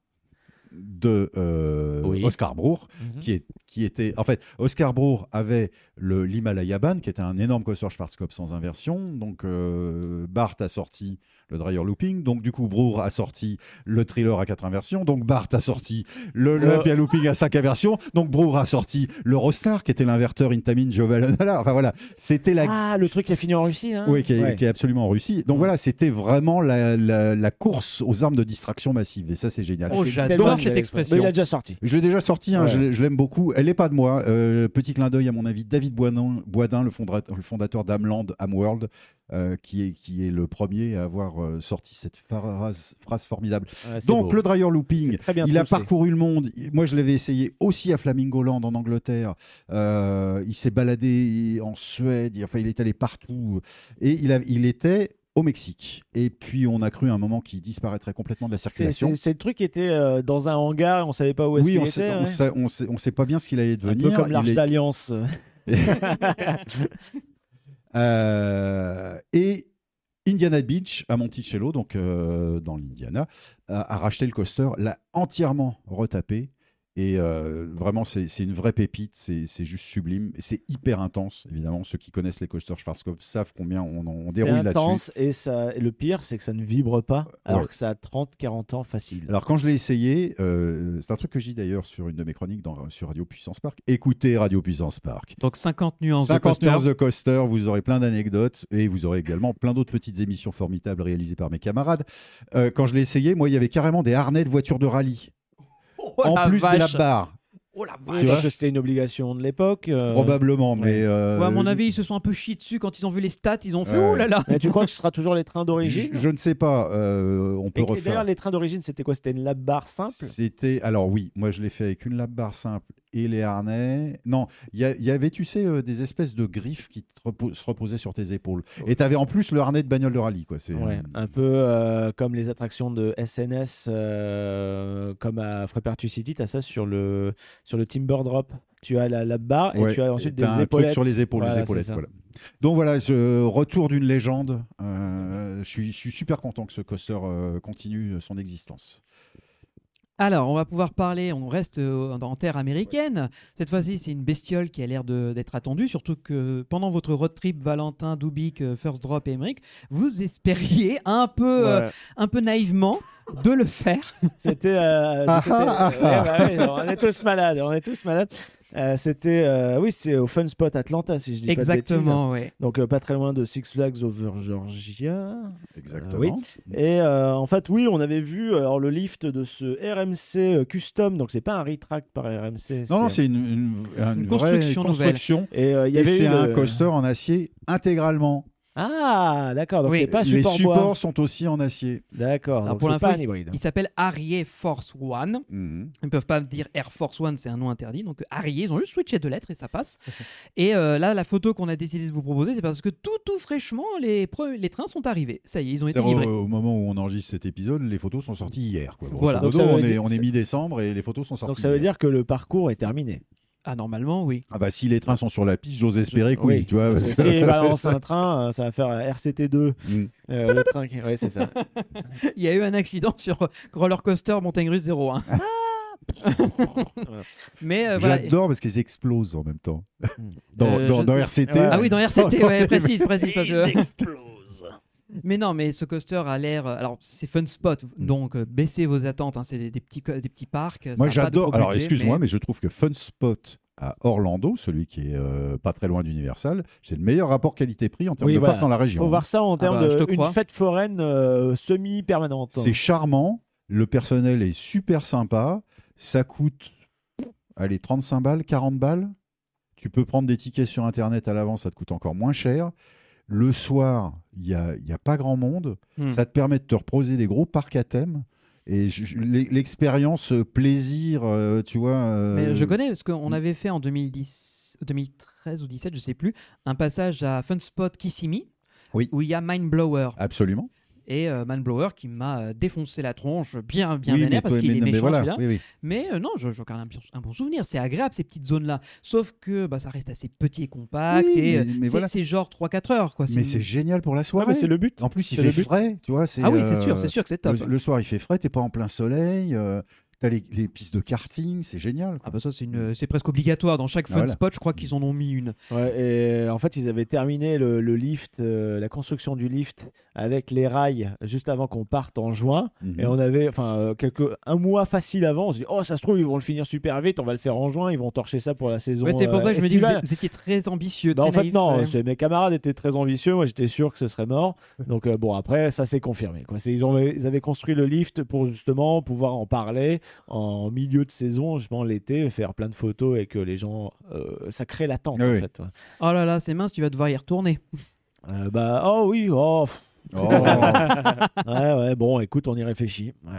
Speaker 8: de euh,
Speaker 7: Oui.
Speaker 8: Oscar Brour, qui, est, qui était en fait Oscar Brour avait le l'Himalaya Ban, qui était un énorme coaster Schwarzkopf sans inversion. Donc euh, Barth a sorti le Dryer Looping, donc du coup Brour a sorti le Thriller à quatre inversions, donc Barth a sorti le l'Olympia Looping à cinq inversions, donc Brour a sorti le Rostar, qui était l'inverteur Intamin Giovanna. Enfin voilà, c'était la
Speaker 7: Ah, le truc qui a fini en Russie, là
Speaker 8: oui, qui est,
Speaker 7: Ouais.
Speaker 8: qui est absolument en Russie. Donc voilà, c'était vraiment la, la- la course aux armes de distraction massive. Et ça, c'est génial.
Speaker 10: Oh,
Speaker 7: c'est
Speaker 10: j'adore
Speaker 7: tellement-
Speaker 10: cette
Speaker 7: Mais il
Speaker 10: expression.
Speaker 7: a déjà sorti.
Speaker 8: Je l'ai déjà sorti, hein,
Speaker 7: Ouais.
Speaker 8: je, l'ai- je l'aime beaucoup. Elle n'est pas de moi. Euh, petit clin d'œil, à mon avis, David Boinin- Boisdin, le fondateur, le fondateur d'Amland, Amworld, euh, qui, est, qui est le premier à avoir euh, sorti cette phrase, phrase formidable. Donc, le dryer looping,
Speaker 7: très bien
Speaker 8: il a
Speaker 7: poussé.
Speaker 8: parcouru le monde. Il- Moi, je l'avais essayé aussi à Flamingoland en Angleterre. Euh, il s'est baladé en Suède. Il- Enfin, il est allé partout. Et il, a- il était au Mexique. Et puis, on a cru à un moment qu'il disparaîtrait complètement de la
Speaker 7: C'est-
Speaker 8: circulation.
Speaker 7: C'est c'est le truc qui était euh, dans un hangar, on savait pas où est-ce
Speaker 8: Oui,
Speaker 7: qu'il
Speaker 8: on
Speaker 7: était.
Speaker 8: sait, on
Speaker 7: ouais.
Speaker 8: sait- on sait- on sait pas bien ce qu'il allait
Speaker 7: Un
Speaker 8: devenir.
Speaker 7: peu comme l'Arche
Speaker 8: Il est-
Speaker 7: d'Alliance.
Speaker 8: [LAUGHS] Euh, et Indiana Beach à Monticello, donc euh, dans l'Indiana, a, a racheté le coaster, l'a entièrement retapé. Et euh, vraiment, c'est c'est une vraie pépite, c'est c'est juste sublime. Et C'est hyper intense, évidemment. Ceux qui connaissent les coasters Schwarzkopf savent combien on, en- on
Speaker 7: C'est
Speaker 8: déroule là-dessus.
Speaker 7: intense et, ça, et le pire, c'est que ça ne vibre pas, alors
Speaker 8: Ouais.
Speaker 7: que ça a 30-40 ans facile.
Speaker 8: Alors, quand je l'ai essayé, euh, c'est un truc que j'ai d'ailleurs sur une de mes chroniques dans, sur Radio Puissance Park. Écoutez Radio Puissance Park.
Speaker 10: Donc 50 nuances. de
Speaker 8: 50
Speaker 10: coaster.
Speaker 8: nuances de coaster, vous aurez plein d'anecdotes et vous aurez également plein d'autres petites émissions formidables réalisées par mes camarades. Euh, quand je l'ai essayé, moi, il y avait carrément des harnais de voitures de rallye.
Speaker 10: Oh,
Speaker 8: en
Speaker 10: la
Speaker 8: plus de la
Speaker 10: vache.
Speaker 8: barre.
Speaker 10: Oh la
Speaker 7: Tu vois,
Speaker 10: vache
Speaker 7: parce que c'était une obligation de l'époque. euh,
Speaker 8: Probablement, mais. euh,
Speaker 10: Ouais, À mon avis, ils se sont un peu chiés dessus quand ils ont vu les stats. Ils ont fait
Speaker 8: Ouais.
Speaker 10: oh là là
Speaker 7: mais tu crois que ce sera toujours les trains
Speaker 8: je,
Speaker 7: d'origine
Speaker 8: je ne sais pas. euh, on peut
Speaker 7: Et que-
Speaker 8: refaire.
Speaker 7: D'ailleurs, les trains d'origine, c'était quoi C'était une lab barre simple
Speaker 8: C'était alors oui, moi je l'ai fait avec une lap barre simple et les harnais. Non, il y, a- il y avait tu sais euh, des espèces de griffes qui te repo- se reposaient sur tes épaules.
Speaker 10: Oh.
Speaker 8: Et t'avais en plus le harnais de bagnole de rallye quoi. C'est
Speaker 7: Ouais,
Speaker 8: euh,
Speaker 7: un peu euh, comme les attractions de SNS, euh, comme à Frappertu City, tu as ça sur le, sur le Timber Drop. Tu as la, la barre et
Speaker 8: ouais,
Speaker 7: tu as ensuite
Speaker 8: t'as un
Speaker 7: des
Speaker 8: truc
Speaker 7: épaulettes.
Speaker 8: sur les épaules, les
Speaker 7: Voilà,
Speaker 8: épaulettes,
Speaker 7: c'est ça.
Speaker 8: voilà. Donc voilà, ce retour d'une légende. euh, je, suis, je suis super content que ce coaster euh, continue son existence.
Speaker 10: Alors, on va pouvoir parler, on reste euh, en terre américaine. Cette fois-ci, c'est une bestiole qui a l'air de- d'être attendue, surtout que pendant votre road trip Valentin, Dubik, euh, First Drop et Emmerich, vous espériez un peu, euh,
Speaker 9: Ouais.
Speaker 10: un peu naïvement de le faire.
Speaker 7: C'était. euh, du
Speaker 8: [LAUGHS] Ah,
Speaker 7: côté-
Speaker 8: ah,
Speaker 7: Ouais,
Speaker 8: ah.
Speaker 7: bah oui, on est tous malades, on est tous malades. Euh, c'était euh, oui c'est au Fun Spot Atlanta si je dis pas de bêtises
Speaker 10: Exactement, ouais.
Speaker 7: donc euh, pas très loin de Six Flags over Georgia
Speaker 8: Exactement.
Speaker 7: oui. Et euh, en fait, oui, on avait vu alors, le lift de ce RMC euh, custom. Donc, c'est pas un retract par RMC.
Speaker 8: Non, non, c'est une, une- une
Speaker 10: construction
Speaker 8: vraie
Speaker 10: nouvelle.
Speaker 8: construction.
Speaker 7: Et euh, il y
Speaker 8: Et
Speaker 7: avait
Speaker 8: c'est
Speaker 7: eu
Speaker 8: un
Speaker 7: le-
Speaker 8: coaster en acier intégralement.
Speaker 7: Ah, d'accord. Donc,
Speaker 10: Oui.
Speaker 7: c'est pas
Speaker 8: Les
Speaker 7: support bois.
Speaker 8: supports sont aussi en acier.
Speaker 7: D'accord.
Speaker 10: Alors,
Speaker 7: Donc,
Speaker 10: pour
Speaker 7: c'est
Speaker 10: l'info,
Speaker 7: pas un hybride.
Speaker 10: Il s'appelle Harrier Force One.
Speaker 8: Mhm.
Speaker 10: Ils ne peuvent pas dire Air Force One, c'est un nom interdit. Donc Harrier, ils ont juste switché deux lettres et ça passe.
Speaker 7: [LAUGHS]
Speaker 10: et euh, là, la photo qu'on a décidé de vous proposer, c'est parce que tout, tout fraîchement, les, pre- les trains sont arrivés. Ça y est, ils ont été
Speaker 8: C'est-à-dire, euh,
Speaker 10: livrés.
Speaker 8: Au, au moment où on enregistre cet épisode, les photos sont sorties hier. quoi. Grosso
Speaker 10: Voilà.
Speaker 8: modo,
Speaker 7: Donc ça
Speaker 8: on
Speaker 7: veut
Speaker 8: est,
Speaker 7: dire-
Speaker 8: on est mi-décembre et les photos sont sorties.
Speaker 7: Donc, ça veut
Speaker 8: hier.
Speaker 7: dire que le parcours est terminé.
Speaker 10: Ah, normalement, oui. [LAUGHS]
Speaker 8: Ah bah si les trains sont sur la piste, j'ose espérer que oui.
Speaker 7: Oui.
Speaker 8: tu vois,
Speaker 7: Parce
Speaker 8: parce
Speaker 7: que
Speaker 8: que-
Speaker 7: s'il balance un train, euh, ça va faire euh, RCT2.
Speaker 8: Mm.
Speaker 7: euh, le train qui... Ouais, c'est ça.
Speaker 10: Il y a eu un accident sur Roller Coaster Montagne Russe 01.
Speaker 7: Ah.
Speaker 10: [LAUGHS] Mais euh, voilà.
Speaker 8: J'adore parce qu'ils explosent en même temps. [LAUGHS] Dans,
Speaker 10: Euh,
Speaker 8: dans-
Speaker 10: je-
Speaker 8: dans RCT.
Speaker 7: Ouais.
Speaker 10: Ah oui, dans RCT, ouais,
Speaker 8: les-
Speaker 10: précise, précise. Parce que...
Speaker 9: explose.
Speaker 10: Mais non, mais ce coaster a l'air. euh, Alors, c'est Fun Spot, donc euh, baissez vos attentes. hein, c'est des, des petits, co- des petits parcs. ça a pas
Speaker 8: Mm. Moi
Speaker 10: de
Speaker 8: j'adore.
Speaker 10: gros
Speaker 8: Alors
Speaker 10: budget,
Speaker 8: excuse-moi, mais... je trouve que Fun Spot à Orlando, celui qui est euh, pas très loin d'Universal, c'est le meilleur rapport qualité-prix en termes
Speaker 7: Oui,
Speaker 8: de
Speaker 7: voilà.
Speaker 8: parc dans la
Speaker 7: Il
Speaker 8: région.
Speaker 7: faut voir ça en termes
Speaker 10: bah, je te
Speaker 7: de une
Speaker 10: crois.
Speaker 7: fête foraine euh, semi-permanente.
Speaker 8: C'est charmant, le personnel est super sympa, ça coûte allez, 35 balles, 40 balles. Tu peux prendre des tickets sur Internet à l'avance, ça te coûte encore moins cher. Le soir, il n'y a, il y a pas grand monde.
Speaker 10: Hmm.
Speaker 8: Ça te permet de te reposer des gros parcs à thème. Et je- je- l'e- l'expérience euh, plaisir, euh, tu vois. euh,
Speaker 10: Mais je connais parce qu'on
Speaker 8: mm.
Speaker 10: avait fait en 2010, 2013 ou 2017, je sais plus, un passage à Fun Spot Kissimmee
Speaker 8: Oui.
Speaker 10: où il y a Mindblower.
Speaker 8: Absolument.
Speaker 10: Et euh, Mindblower qui m'a euh, défoncé la tronche bien, bien
Speaker 8: Oui,
Speaker 10: vénère
Speaker 8: mais-
Speaker 10: parce
Speaker 8: mais-
Speaker 10: qu'il est
Speaker 8: mais
Speaker 10: méchant
Speaker 8: voilà,
Speaker 10: celui-là.
Speaker 8: oui, oui.
Speaker 10: Mais euh, non, je- j'en garde un, bien- un bon souvenir. C'est agréable ces petites zones-là. Sauf que bah, ça reste assez petit et compact. et
Speaker 8: Oui, mais-
Speaker 10: euh,
Speaker 8: mais
Speaker 10: c'est
Speaker 8: voilà.
Speaker 10: c'est genre 3-4 heures. Quoi.
Speaker 8: Mais c'est génial pour la
Speaker 7: Ouais,
Speaker 8: soirée.
Speaker 7: mais c'est le but.
Speaker 8: En plus, il
Speaker 7: c'est le
Speaker 8: fait
Speaker 7: but.
Speaker 8: frais, tu vois. c'est,
Speaker 10: Ah oui, c'est sûr,
Speaker 8: euh,
Speaker 10: c'est sûr que c'est top.
Speaker 8: Le, le soir, il fait frais, t'es pas en plein soleil, euh, t'as les, les pistes de karting, c'est génial. quoi.
Speaker 10: Ah bah ça c'est une- c'est presque obligatoire dans chaque fun
Speaker 8: Ah, Voilà.
Speaker 10: spot. Je crois qu'ils en ont mis une.
Speaker 7: Ouais, et euh, en fait, ils avaient terminé le, le lift, euh, la construction du lift avec les rails juste avant qu'on parte en juin.
Speaker 10: Ah.
Speaker 8: Mhm.
Speaker 7: Et on avait, enfin, euh, quelques, un mois facile avant, on se dit, oh, ça se trouve, ils vont le finir super vite, on va le faire en juin, ils vont torcher ça pour la saison.
Speaker 10: Ouais, c'est pour
Speaker 7: euh,
Speaker 10: ça que je me dis que vous
Speaker 7: estivale.
Speaker 10: êtes- vous étiez très ambitieux.
Speaker 7: Bah, en
Speaker 10: très
Speaker 7: fait,
Speaker 10: naïf,
Speaker 7: non,
Speaker 10: ouais.
Speaker 7: c'est- mes camarades étaient très ambitieux. Moi, j'étais sûr que ce serait mort. Donc, euh, bon, après, ça s'est confirmé. Quoi. C'est- Ils, ont, ils avaient construit le lift pour justement pouvoir en parler en milieu de saison, je pense, l'été, faire plein de photos et que les gens. euh, ça crée l'attente,
Speaker 8: Ah
Speaker 7: en
Speaker 8: oui.
Speaker 7: fait. ouais.
Speaker 10: Oh là là, c'est mince, tu vas devoir y retourner.
Speaker 7: Euh, bah, oh oui, oh, pff,
Speaker 8: Oh.
Speaker 7: [LAUGHS] ouais, ouais, bon, écoute, on y réfléchit. Ouais.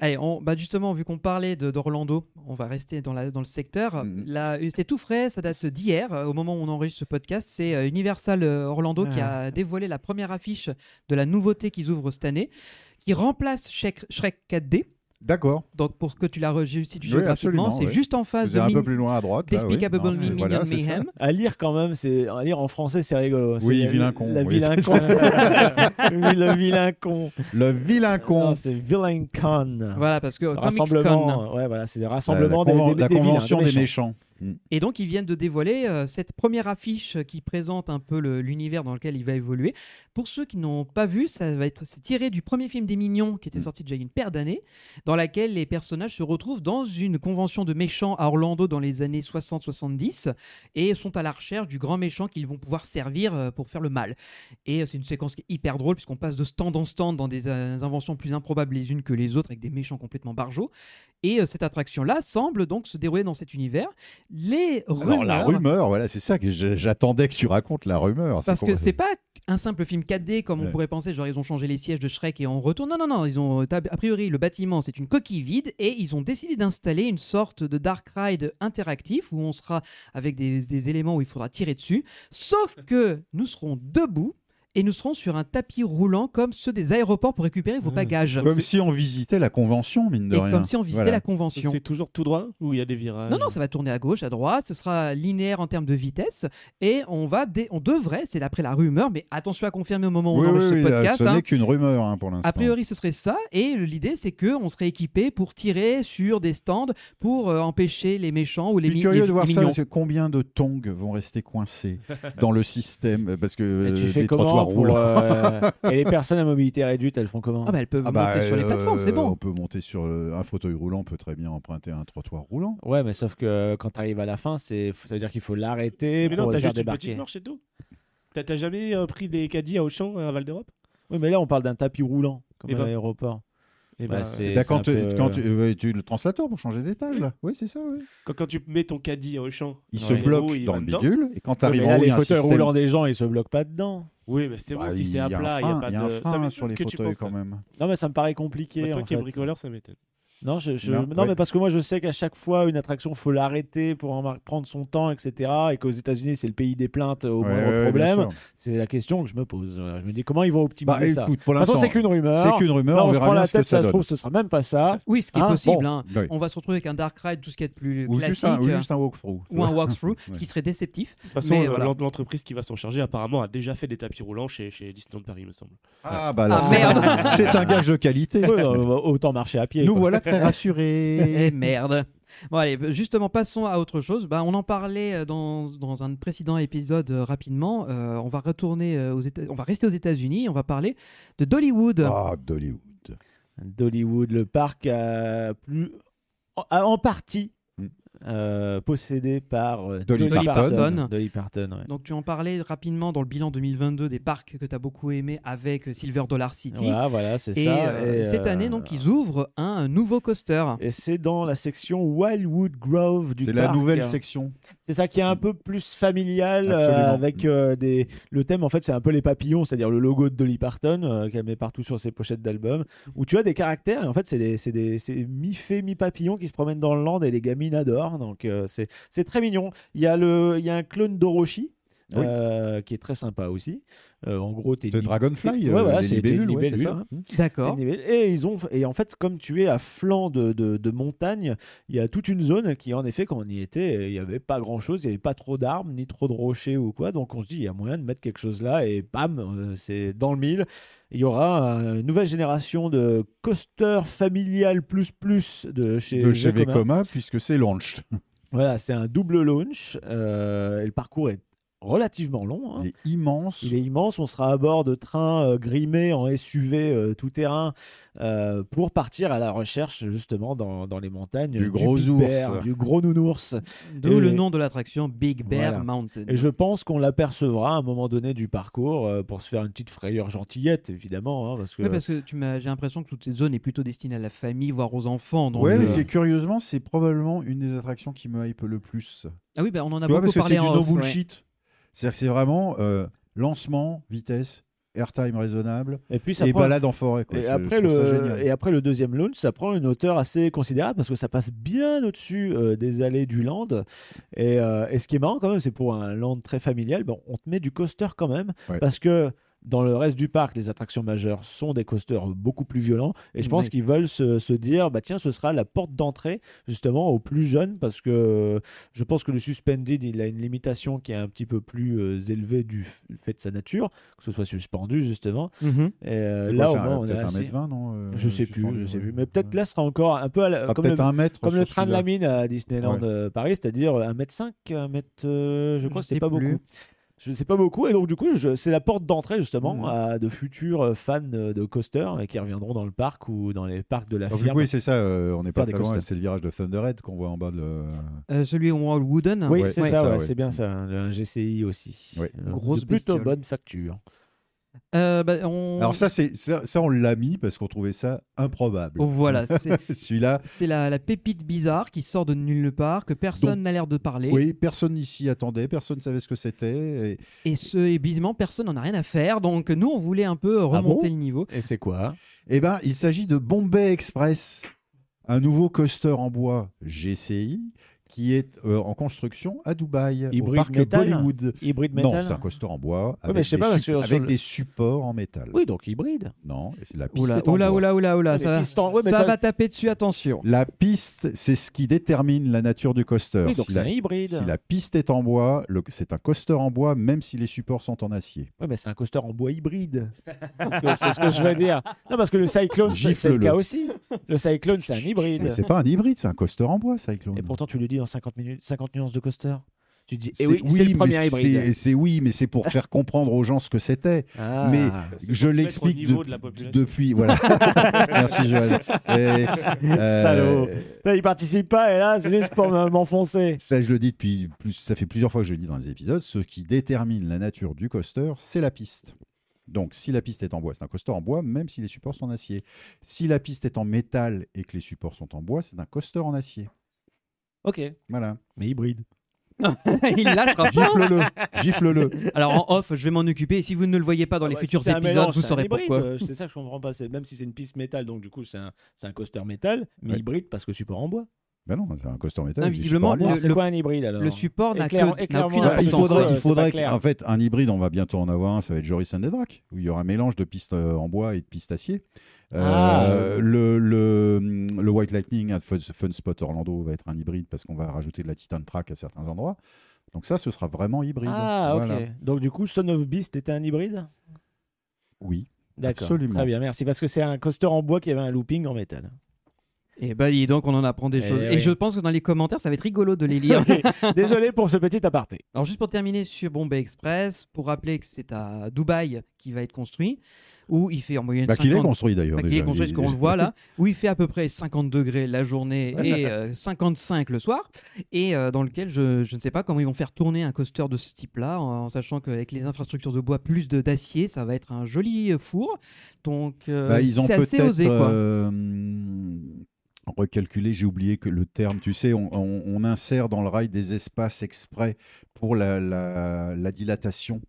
Speaker 10: Allez, on, bah justement, vu qu'on parlait de- d'Orlando, on va rester dans, la, dans le secteur.
Speaker 8: Mhm.
Speaker 10: Là, euh, c'est tout frais, ça date d'hier, euh, au moment où on enregistre ce podcast. C'est euh, Universal euh, Orlando qui a dévoilé la première affiche de la nouveauté qu'ils ouvrent cette année, qui remplace Shrek, Shrek 4D.
Speaker 8: D'accord.
Speaker 10: Donc pour que tu la restitues
Speaker 8: Oui,
Speaker 10: géographiquement,
Speaker 8: absolument,
Speaker 10: c'est
Speaker 8: ouais.
Speaker 10: juste en face
Speaker 8: Vous
Speaker 10: de
Speaker 8: allez un peu
Speaker 10: Min-
Speaker 8: plus loin à droite. là, oui.
Speaker 10: Despicable
Speaker 8: Non,
Speaker 10: Me,
Speaker 8: mais
Speaker 10: Minion
Speaker 8: voilà, c'est ça.
Speaker 10: Mayhem.
Speaker 7: À lire quand même, c'est à lire en français, c'est rigolo. C'est
Speaker 8: Oui,
Speaker 7: la-
Speaker 8: vilain con,
Speaker 7: La
Speaker 8: oui, [LAUGHS]
Speaker 7: vilain
Speaker 8: c'est
Speaker 7: con. Oui, le vilain con.
Speaker 8: Le vilain con.
Speaker 7: Non, c'est vilain con.
Speaker 10: Voilà, parce que Comics Con.
Speaker 7: Rassemblement, hein. ouais, voilà, c'est des rassemblements
Speaker 8: la, conven-
Speaker 7: des, des-
Speaker 8: la
Speaker 7: des vilains,
Speaker 8: convention des,
Speaker 7: méchants.
Speaker 8: méchants. Mm.
Speaker 10: Et donc, ils viennent de dévoiler euh, cette première affiche qui présente un peu le- l'univers dans lequel il va évoluer. Pour ceux qui n'ont pas vu, ça va être c'est tiré du premier film des Mignons qui était
Speaker 8: Mm.
Speaker 10: sorti déjà il y a une paire d'années, dans laquelle les personnages se retrouvent dans une convention de méchants à Orlando dans les années 60-70 et sont à la recherche du grand méchant qu'ils vont pouvoir servir euh, pour faire le mal. Et euh, c'est une séquence qui est hyper drôle puisqu'on passe de stand en stand dans des euh, inventions plus improbables les unes que les autres avec des méchants complètement barjots. Et euh, cette attraction-là semble donc se dérouler dans cet univers. Les
Speaker 8: Alors la
Speaker 10: rumeurs-
Speaker 8: rumeur, voilà, c'est ça que je- j'attendais que tu racontes la rumeur.
Speaker 10: parce que
Speaker 8: qu'on-
Speaker 10: c'est pas un simple film 4D comme
Speaker 8: Ouais.
Speaker 10: on pourrait penser, genre ils ont changé les sièges de Shrek et on retourne. Non, non, non, ils ont, euh, a priori, le bâtiment c'est une coquille vide et ils ont décidé d'installer une sorte de dark ride interactif où on sera avec des, des éléments où il faudra tirer dessus. Sauf que nous serons debout et nous serons sur un tapis roulant comme ceux des aéroports pour récupérer vos
Speaker 9: Ah,
Speaker 10: bagages.
Speaker 8: comme si on visitait la convention, mine de
Speaker 10: et
Speaker 8: rien.
Speaker 10: comme si on visitait
Speaker 8: Voilà.
Speaker 10: la convention.
Speaker 9: C'est toujours tout droit ou il y a des virages
Speaker 10: Non, non, ça va tourner à gauche, à droite, ce sera linéaire en termes de vitesse, et on va, dé- on devrait, c'est d'après la rumeur, mais attention à confirmer au moment où
Speaker 8: Oui,
Speaker 10: on
Speaker 8: oui,
Speaker 10: enregistre
Speaker 8: oui,
Speaker 10: ce
Speaker 8: là,
Speaker 10: podcast.
Speaker 8: ce
Speaker 10: hein.
Speaker 8: n'est qu'une rumeur hein, pour l'instant.
Speaker 10: A priori, ce serait ça, et l'idée, c'est que on serait équipé pour tirer sur des stands pour euh, empêcher les méchants ou les,
Speaker 8: Je suis
Speaker 10: mi-
Speaker 8: curieux
Speaker 10: les-
Speaker 8: de voir
Speaker 10: les
Speaker 8: ça,
Speaker 10: mignons.
Speaker 8: parce que combien de tongs vont rester coincés dans le système euh, Parce que
Speaker 7: Mais
Speaker 8: euh,
Speaker 7: tu fais
Speaker 8: des
Speaker 7: comment
Speaker 8: trottoirs
Speaker 7: pour,
Speaker 8: roulants.
Speaker 7: euh, Et
Speaker 8: [LAUGHS]
Speaker 7: les personnes à mobilité réduite, elles font comment
Speaker 10: Ah bah, elles peuvent
Speaker 8: Ah bah,
Speaker 10: monter sur les
Speaker 8: euh,
Speaker 10: plateformes, c'est
Speaker 8: On
Speaker 10: bon.
Speaker 8: peut monter sur euh, un fauteuil roulant, on peut très bien emprunter un trottoir roulant.
Speaker 7: Ouais, mais sauf que quand tu arrives à la fin, c'est ça veut dire qu'il faut l'arrêter
Speaker 9: Mais non,
Speaker 7: pour
Speaker 9: t'as
Speaker 7: le faire
Speaker 9: juste une petite
Speaker 7: débarquer.
Speaker 9: marche et tout. T'as t'as jamais euh, pris des caddies à Auchan, à Val d'Europe
Speaker 7: Oui, mais là on parle d'un tapis roulant comme
Speaker 9: Eh
Speaker 7: à
Speaker 9: ben.
Speaker 7: l'aéroport.
Speaker 9: Eh
Speaker 7: Bah,
Speaker 9: ben,
Speaker 7: c'est-
Speaker 8: Et bah,
Speaker 7: c'est
Speaker 8: quand,
Speaker 7: un
Speaker 8: tu-
Speaker 7: peu-
Speaker 8: quand tu, euh, tu- le translator pour changer d'étage, là. Oui, c'est ça, oui.
Speaker 9: quand, quand tu mets ton caddie à Auchan,
Speaker 8: Il
Speaker 9: dans
Speaker 8: se
Speaker 9: les
Speaker 8: bloque
Speaker 9: roues, il
Speaker 8: dans
Speaker 9: va
Speaker 8: le
Speaker 9: dedans.
Speaker 8: bidule, et quand tu
Speaker 7: Ouais,
Speaker 8: arrives
Speaker 7: mais
Speaker 8: en
Speaker 7: là,
Speaker 8: haut, il
Speaker 7: les
Speaker 8: y a un
Speaker 7: fauteuils
Speaker 8: système...
Speaker 7: roulants des gens, ils se bloquent pas dedans.
Speaker 9: Oui, mais c'est bon
Speaker 8: Bah,
Speaker 9: si
Speaker 8: il
Speaker 9: c'est
Speaker 8: y a
Speaker 9: à
Speaker 8: un
Speaker 9: plat, il n'y a
Speaker 8: frein,
Speaker 9: pas
Speaker 8: il y a un
Speaker 9: de. ça
Speaker 8: frein
Speaker 9: m'étonne
Speaker 8: sur les
Speaker 9: que tu
Speaker 8: fauteuils
Speaker 9: penses
Speaker 8: quand
Speaker 9: ça.
Speaker 8: même.
Speaker 7: Non, mais ça me paraît compliqué.
Speaker 9: Bah, Toi
Speaker 7: en
Speaker 9: qui es
Speaker 7: fait.
Speaker 9: bricoleur, ça m'étonne.
Speaker 7: Non, je, je-
Speaker 8: Non,
Speaker 7: non,
Speaker 8: ouais.
Speaker 7: mais parce que moi je sais qu'à chaque fois une attraction, faut l'arrêter pour en mar- prendre son temps, etc. Et qu'aux États-Unis, c'est le pays des plaintes au
Speaker 8: Ouais,
Speaker 7: moindre
Speaker 8: ouais,
Speaker 7: problème.
Speaker 8: bien sûr.
Speaker 7: C'est la question que je me pose. Voilà, Je me dis comment ils vont
Speaker 8: Bah,
Speaker 7: optimiser ça. De
Speaker 8: écoute, pour
Speaker 7: toute façon,
Speaker 8: l'instant,
Speaker 7: c'est qu'une rumeur.
Speaker 8: c'est qu'une rumeur,
Speaker 7: Là,
Speaker 8: on
Speaker 7: on, se
Speaker 8: verra
Speaker 7: prend
Speaker 8: bien
Speaker 7: la
Speaker 8: ce que
Speaker 7: tête, ça,
Speaker 8: ça
Speaker 7: se
Speaker 8: donne.
Speaker 7: trouve, ce sera même pas ça.
Speaker 10: Oui, ce qui est
Speaker 7: Hein,
Speaker 10: possible.
Speaker 7: bon.
Speaker 10: hein.
Speaker 8: ah, Oui.
Speaker 10: On va se retrouver avec un dark ride, tout ce qui est plus
Speaker 8: Ou
Speaker 10: classique, euh,
Speaker 8: juste un- ou juste un walkthrough.
Speaker 10: ou un walkthrough, ce
Speaker 8: [LAUGHS] Ouais.
Speaker 10: qui serait déceptif.
Speaker 9: De toute façon,
Speaker 10: Mais
Speaker 9: euh,
Speaker 10: voilà.
Speaker 9: l'en- l'entreprise qui va s'en charger apparemment a déjà fait des tapis roulants chez, chez Disneyland Paris, me semble.
Speaker 8: Ah bah alors,
Speaker 10: Ah,
Speaker 8: c'est
Speaker 10: merde.
Speaker 8: un- [LAUGHS] c'est un gage de qualité.
Speaker 7: Ouais, non, bah, autant marcher à pied.
Speaker 8: Nous
Speaker 7: quoi.
Speaker 8: voilà très
Speaker 7: [LAUGHS]
Speaker 8: rassurés.
Speaker 10: Eh merde. Bon allez, justement passons à autre chose. Bah, on en parlait euh, dans, dans un précédent épisode euh, rapidement. Euh, on va retourner euh, aux États, on va rester aux États-Unis. et On va parler de Dollywood.
Speaker 8: Ah, Dollywood.
Speaker 7: d'Hollywood, le parc euh, plus en, à- en partie
Speaker 8: Mm.
Speaker 7: euh, possédé par euh,
Speaker 8: Dolly
Speaker 10: Parton.
Speaker 7: Dolly Parton, ouais.
Speaker 10: Donc tu en parlais rapidement dans le bilan 2022 des parcs que tu as beaucoup aimé avec euh, Silver Dollar City.
Speaker 7: Voilà, voilà, c'est
Speaker 10: Et,
Speaker 7: ça.
Speaker 10: euh,
Speaker 7: Et,
Speaker 10: cette
Speaker 7: euh,
Speaker 10: année donc ils ouvrent un, un nouveau coaster.
Speaker 7: Et c'est dans la section Wildwood Grove du
Speaker 8: C'est
Speaker 7: parc.
Speaker 8: la nouvelle section.
Speaker 7: C'est ça qui est un peu plus familial euh,
Speaker 8: Absolument.
Speaker 7: avec euh, des le thème en fait c'est un peu les papillons c'est-à-dire le logo de Dolly Parton euh, qu'elle met partout sur ses pochettes d'albums où tu as des caractères et en fait c'est des c'est des c'est mi-fées mi-papillons qui se promènent dans le land et les gamines adorent donc euh, c'est c'est très mignon il y a le il y a un clone d'Orochi
Speaker 8: Oui.
Speaker 7: euh, qui est très sympa aussi Euh, en gros t'es
Speaker 8: C'est Dragonfly,
Speaker 7: Ouais,
Speaker 8: euh,
Speaker 7: voilà,
Speaker 8: les
Speaker 7: c'est des
Speaker 8: libellules, ouais, c'est
Speaker 7: libellules.
Speaker 8: ça.
Speaker 10: D'accord.
Speaker 7: Anyway, Et ils ont et en fait comme tu es à flanc de, de, de montagne, il y a toute une zone qui en effet quand on y était, il n'y avait pas grand chose, il n'y avait pas trop d'arbres ni trop de rochers ou quoi, donc on se dit il y a moyen de mettre quelque chose là et bam euh, c'est dans le mille. Il y aura euh, une nouvelle génération de coaster familial plus plus de chez
Speaker 8: De chez
Speaker 7: Vekoma.
Speaker 8: Vekoma, puisque c'est launched.
Speaker 7: Voilà c'est un double launch euh, et le parcours est relativement long. hein.
Speaker 8: Il est immense.
Speaker 7: Il est immense. On sera à bord de trains euh, grimés en SUV euh, tout-terrain euh, pour partir à la recherche, justement, dans, dans les montagnes.
Speaker 8: Du gros
Speaker 7: Big
Speaker 8: ours.
Speaker 7: Bear, du gros nounours.
Speaker 10: D'où
Speaker 7: Et-
Speaker 10: le nom de l'attraction Big Bear
Speaker 7: Voilà.
Speaker 10: Mountain.
Speaker 7: Et je pense qu'on l'apercevra à un moment donné du parcours euh, pour se faire une petite frayeur gentillette, évidemment. hein, parce que...
Speaker 10: Oui, parce que tu m'as, j'ai l'impression que toute cette zone est plutôt destinée à la famille, voire aux enfants. donc,
Speaker 8: Ouais,
Speaker 10: euh,
Speaker 8: mais c'est- curieusement, c'est probablement une des attractions qui me hype le plus.
Speaker 10: Ah oui, bah, on en a
Speaker 8: Tu vois,
Speaker 10: beaucoup
Speaker 8: parce que
Speaker 10: parlé
Speaker 8: c'est du
Speaker 10: en
Speaker 8: no
Speaker 10: off, ouais.
Speaker 8: bullshit. C'est-à-dire que c'est vraiment euh, lancement, vitesse, airtime raisonnable
Speaker 7: Et puis ça
Speaker 8: et
Speaker 10: ben
Speaker 7: prend-
Speaker 8: balade en forêt. quoi.
Speaker 7: Et
Speaker 8: C'est-
Speaker 7: après,
Speaker 8: je trouve ça
Speaker 7: le,
Speaker 8: génial.
Speaker 7: et après le deuxième launch, ça prend une hauteur assez considérable parce que ça passe bien au-dessus euh, des allées du land. Et, euh, et ce qui est marrant quand même, c'est pour un land très familial, bon, on te met du coaster quand même
Speaker 8: Ouais.
Speaker 7: parce que Dans le reste du parc, les attractions majeures sont des coasters beaucoup plus violents. Et je pense
Speaker 10: Ouais.
Speaker 7: qu'ils veulent se, se dire, bah tiens, ce sera la porte d'entrée justement aux plus jeunes, parce que euh, je pense que le suspended, il a une limitation qui est un petit peu plus euh, élevée du f- fait de sa nature, que ce soit suspendu justement.
Speaker 10: Mhm.
Speaker 7: Et euh,
Speaker 8: C'est
Speaker 7: là,
Speaker 8: quoi,
Speaker 7: au
Speaker 8: ça,
Speaker 7: moins, on est
Speaker 8: peut-être
Speaker 7: assez-
Speaker 8: 1m20, non euh,
Speaker 7: Je sais plus,
Speaker 8: suspendu,
Speaker 7: je sais
Speaker 8: ouais.
Speaker 7: plus. Mais peut-être là, ce sera encore un peu à
Speaker 8: Ce
Speaker 7: la,
Speaker 8: sera
Speaker 7: comme le,
Speaker 8: peut-être un mètre.
Speaker 7: comme
Speaker 8: sur
Speaker 7: le train de
Speaker 8: celui-là.
Speaker 7: la mine à Disneyland
Speaker 8: Ouais.
Speaker 7: euh, Paris, c'est-à-dire 1m5, 1m. euh, je crois que
Speaker 10: sais
Speaker 7: c'est pas
Speaker 10: plus.
Speaker 7: beaucoup. Je ne sais pas beaucoup. Et donc, du coup, je- c'est la porte d'entrée, justement,
Speaker 8: Mhm.
Speaker 7: à de futurs euh, fans euh, de coasters et qui reviendront dans le parc ou dans les parcs de la
Speaker 8: Donc, du
Speaker 7: firme.
Speaker 8: coup, oui, c'est ça, euh, on n'est
Speaker 7: Faire
Speaker 8: pas
Speaker 7: des
Speaker 8: très loin,
Speaker 7: costumes.
Speaker 8: c'est le virage de Thunderhead qu'on voit en bas de. le-
Speaker 10: Euh, celui où on voit le Wooden.
Speaker 7: Oui,
Speaker 8: hein. Ouais,
Speaker 7: c'est
Speaker 8: ouais,
Speaker 7: ça,
Speaker 8: ça,
Speaker 7: ouais,
Speaker 8: ouais. Mm.
Speaker 7: c'est bien ça. hein, Un GCI aussi.
Speaker 8: Ouais.
Speaker 7: Euh,
Speaker 10: Grosse
Speaker 7: de plutôt
Speaker 10: bestiole.
Speaker 7: bonne facture.
Speaker 10: Euh, bah, on-
Speaker 8: Alors, ça, c'est ça, ça, on l'a mis parce qu'on trouvait ça improbable.
Speaker 10: Oh, voilà, c'est
Speaker 8: Celui-là,
Speaker 10: c'est la, la pépite bizarre qui sort de nulle part, que personne n'a l'air de parler.
Speaker 8: oui, personne ici attendait, personne ne savait ce que c'était. et-
Speaker 10: Et, ce, et bizarrement, personne n'en a rien à faire. Donc nous, on voulait un peu euh, remonter
Speaker 7: bon
Speaker 10: le niveau.
Speaker 7: Et c'est quoi
Speaker 8: Eh ben, il s'agit de Bombay Express, un nouveau coaster en bois GCI qui est euh, en construction à Dubaï, au
Speaker 7: Hybride
Speaker 8: parc
Speaker 7: métal
Speaker 8: Bollywood.
Speaker 7: Hybride metal
Speaker 8: Non, c'est un coaster en bois
Speaker 7: Ouais, mais
Speaker 8: avec,
Speaker 7: je sais
Speaker 8: des,
Speaker 7: pas,
Speaker 8: sup-
Speaker 7: sur- sur
Speaker 8: avec
Speaker 7: le-
Speaker 8: des supports en métal.
Speaker 7: Oui, donc hybride.
Speaker 8: Non, et c'est la piste
Speaker 10: Oula,
Speaker 8: est en
Speaker 10: oula,
Speaker 8: bois.
Speaker 10: oula, oula, oula,
Speaker 7: Ah, Mais
Speaker 10: Ah, ça va,
Speaker 7: piste en- ouais, mais
Speaker 10: ça
Speaker 7: t'as-
Speaker 10: va taper dessus,
Speaker 8: [LAUGHS]
Speaker 10: attention.
Speaker 8: La piste, c'est ce qui détermine la nature du coaster.
Speaker 7: Oui, donc
Speaker 8: si,
Speaker 7: c'est
Speaker 8: la,
Speaker 7: un hybride.
Speaker 8: si la piste est en bois, le- c'est un coaster en bois, même si les supports sont en acier.
Speaker 7: Ouais, mais c'est un coaster en bois hybride. Parce que c'est ce que je veux dire. Non, parce que le Cyclone, c'est c'est le
Speaker 8: Gifle-le.
Speaker 7: cas aussi. Le Cyclone, c'est un hybride.
Speaker 8: Mais c'est pas un hybride, c'est un coaster en bois, Cyclone.
Speaker 7: Et pourtant, tu le dis dans 50, minutes, 50 nuances de coaster. Tu dis, eh
Speaker 8: C'est-
Speaker 7: oui, c'est le
Speaker 8: mais
Speaker 7: premier
Speaker 8: c'est-
Speaker 7: hybride.
Speaker 8: c'est- oui, mais c'est pour faire comprendre aux gens ce que c'était.
Speaker 7: Ah.
Speaker 8: mais-
Speaker 9: C'est
Speaker 8: Je
Speaker 9: pour se mettre au
Speaker 8: l'explique
Speaker 9: niveau
Speaker 8: de-
Speaker 9: de la population.
Speaker 8: depuis. Voilà.
Speaker 9: [LAUGHS]
Speaker 8: Merci, Johan. Et, euh,
Speaker 7: Salaud. Putain, il participe pas, et là, c'est juste pour me- m'enfoncer.
Speaker 8: Ça, je le dis depuis. Plus, ça fait plusieurs fois que je le dis dans les épisodes. Ce qui détermine la nature du coaster, c'est la piste. Donc, si la piste est en bois, c'est un coaster en bois, même si les supports sont en acier. Si la piste est en métal et que les supports sont en bois, c'est un coaster en acier. [LAUGHS]
Speaker 7: Ok.
Speaker 9: [LAUGHS]
Speaker 8: Voilà.
Speaker 7: Mais hybride.
Speaker 10: Il lâchera pas.
Speaker 8: Gifle-le. Gifle-le.
Speaker 10: Alors en off, je vais m'en occuper. Et si vous ne le voyez pas dans
Speaker 7: Ah bah,
Speaker 10: les futurs épisodes, vous saurez pourquoi.
Speaker 7: C'est ça que je comprends pas. Même si c'est une piste métal, donc du coup, c'est un, coaster métal, mais
Speaker 8: mais Ouais.
Speaker 7: hybride parce que support en bois.
Speaker 8: Ben non, c'est un coaster en métal. avec des
Speaker 10: Invisiblement,
Speaker 8: supports en bois.
Speaker 10: Le-
Speaker 7: c'est
Speaker 10: le-
Speaker 7: quoi un hybride alors
Speaker 10: Le support n'a que-
Speaker 7: Éclaire-
Speaker 10: n'a
Speaker 7: éclairement
Speaker 10: aucune
Speaker 7: la
Speaker 8: Bah, il
Speaker 7: importance,
Speaker 10: importance.
Speaker 8: faudrait,
Speaker 7: euh,
Speaker 8: il
Speaker 7: c'est
Speaker 8: faudrait
Speaker 7: pas
Speaker 8: que-
Speaker 7: clair.
Speaker 8: en fait, un hybride, on va bientôt en avoir un, ça va être Joris and the Drac, où il y aura un mélange de pistes euh, en bois et de pistes acier. Euh,
Speaker 7: Ah.
Speaker 8: le, le, mm, le White Lightning, un Fun, Fun Spot Orlando, va être un hybride parce qu'on va rajouter de la Titan Track à certains endroits. Donc ça, ce sera vraiment hybride.
Speaker 7: Ah, ok.
Speaker 8: Voilà.
Speaker 7: Donc du coup, Son of Beast était un hybride
Speaker 8: Oui.
Speaker 7: D'accord.
Speaker 8: Absolument.
Speaker 7: Très bien, merci. Parce que c'est un coaster en bois qui avait un looping en métal.
Speaker 10: Et bah dis donc, on en apprend des
Speaker 7: Eh
Speaker 10: choses.
Speaker 7: oui.
Speaker 10: Et je pense que dans les commentaires, ça va être rigolo de les lire.
Speaker 7: [LAUGHS] Désolé pour ce petit aparté.
Speaker 10: Alors juste pour terminer sur Bombay Express, pour rappeler que c'est à Dubaï qui va être construit, où il fait en moyenne
Speaker 8: Bah, qu'il est
Speaker 10: 50
Speaker 8: construit d'ailleurs.
Speaker 10: Bah, qui
Speaker 8: déjà.
Speaker 10: est construit, ce qu'on le voit là, où il fait à peu près 50 degrés la journée et euh, 55 le soir, et euh, dans lequel je, je ne sais pas comment ils vont faire tourner un coaster de ce type-là, en, en sachant qu'avec les infrastructures de bois plus de d'acier, ça va être un joli euh, four. Donc euh,
Speaker 8: [LAUGHS] Bah, ils ont
Speaker 10: c'est assez
Speaker 8: peut-être,
Speaker 10: osé quoi.
Speaker 8: euh, recalculé, j'ai oublié que le terme, tu sais, on, on- on insère dans le rail des espaces exprès pour la, la- la dilatation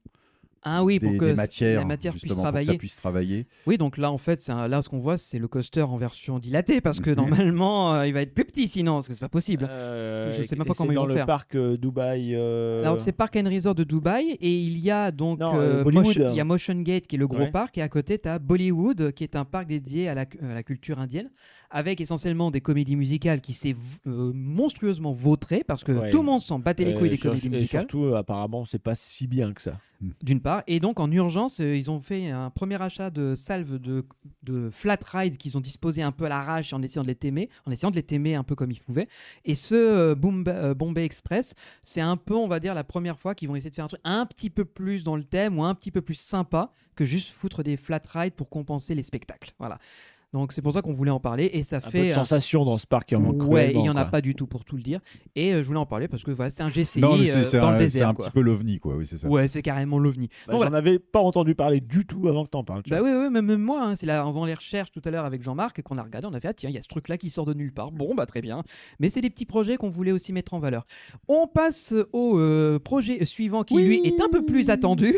Speaker 10: Ah oui, pour
Speaker 8: des,
Speaker 10: que
Speaker 8: des
Speaker 10: c-
Speaker 8: matières,
Speaker 10: la matière puisse
Speaker 8: justement, pour que ça
Speaker 10: travailler.
Speaker 8: puisse travailler.
Speaker 10: Oui, donc là en fait, c'est un- là ce qu'on voit, c'est le coaster en version dilatée parce
Speaker 7: Mhm.
Speaker 10: que normalement, euh, il va être plus petit sinon, parce que c'est pas possible. Je sais même pas comment ils
Speaker 7: Euh, dans
Speaker 10: vont
Speaker 7: le
Speaker 10: faire.
Speaker 7: parc euh, Dubaï. euh,
Speaker 10: Alors c'est Park and Resort de Dubaï et il y a donc
Speaker 7: Non,
Speaker 10: euh,
Speaker 7: euh, Bollywood.
Speaker 10: Motion- il y a Motion Gate qui est le gros
Speaker 7: Ouais.
Speaker 10: parc et à côté tu as Bollywood qui est un parc dédié à la, cu- à la culture indienne avec essentiellement des comédies musicales qui s'est v- euh, monstrueusement vautré parce que
Speaker 7: Ouais.
Speaker 10: tout le monde s'en battait les couilles
Speaker 7: euh,
Speaker 10: des
Speaker 7: sur-
Speaker 10: comédies
Speaker 7: et
Speaker 10: musicales
Speaker 7: surtout, euh, apparemment, c'est pas si bien que ça.
Speaker 10: d'une part et donc en urgence euh, ils ont fait un premier achat de salve de, de flat ride qu'ils ont disposé un peu à l'arrache en essayant de les témer en essayant de les témer un peu comme ils pouvaient et ce euh, Boomba- euh, Bombay Express c'est un peu on va dire la première fois qu'ils vont essayer de faire un truc un petit peu plus dans le thème ou un petit peu plus sympa que juste foutre des flat rides pour compenser les spectacles voilà donc c'est pour ça qu'on voulait en parler et ça
Speaker 7: Un peu
Speaker 10: fait
Speaker 7: de
Speaker 10: un-
Speaker 7: sensation dans ce parc, il en manque
Speaker 10: ouais il
Speaker 7: cruellement,
Speaker 10: y en a
Speaker 7: quoi.
Speaker 10: pas du tout pour tout le dire et euh, je voulais en parler parce que voilà c'est un GCI
Speaker 8: Non, mais
Speaker 10: euh,
Speaker 8: c'est c'est
Speaker 10: dans le
Speaker 8: un, c'est
Speaker 10: désert
Speaker 8: un
Speaker 10: quoi.
Speaker 8: petit peu l'ovni, quoi. Oui, c'est ça.
Speaker 10: ouais c'est carrément l'ovni
Speaker 7: Bah,
Speaker 10: Donc, voilà.
Speaker 7: J'en avais pas entendu parler du tout avant que t'en parles. tu
Speaker 10: Bah
Speaker 7: vois.
Speaker 10: oui, oui, même même moi, hein, c'est là, en faisant les recherches tout à l'heure avec Jean-Marc, qu'on a regardé, on a fait, ah tiens, il y a ce truc-là qui sort de nulle part. Bon, bah très bien. Mais c'est des petits projets qu'on voulait aussi mettre en valeur. On passe au euh, projet suivant qui, lui, est un peu plus attendu.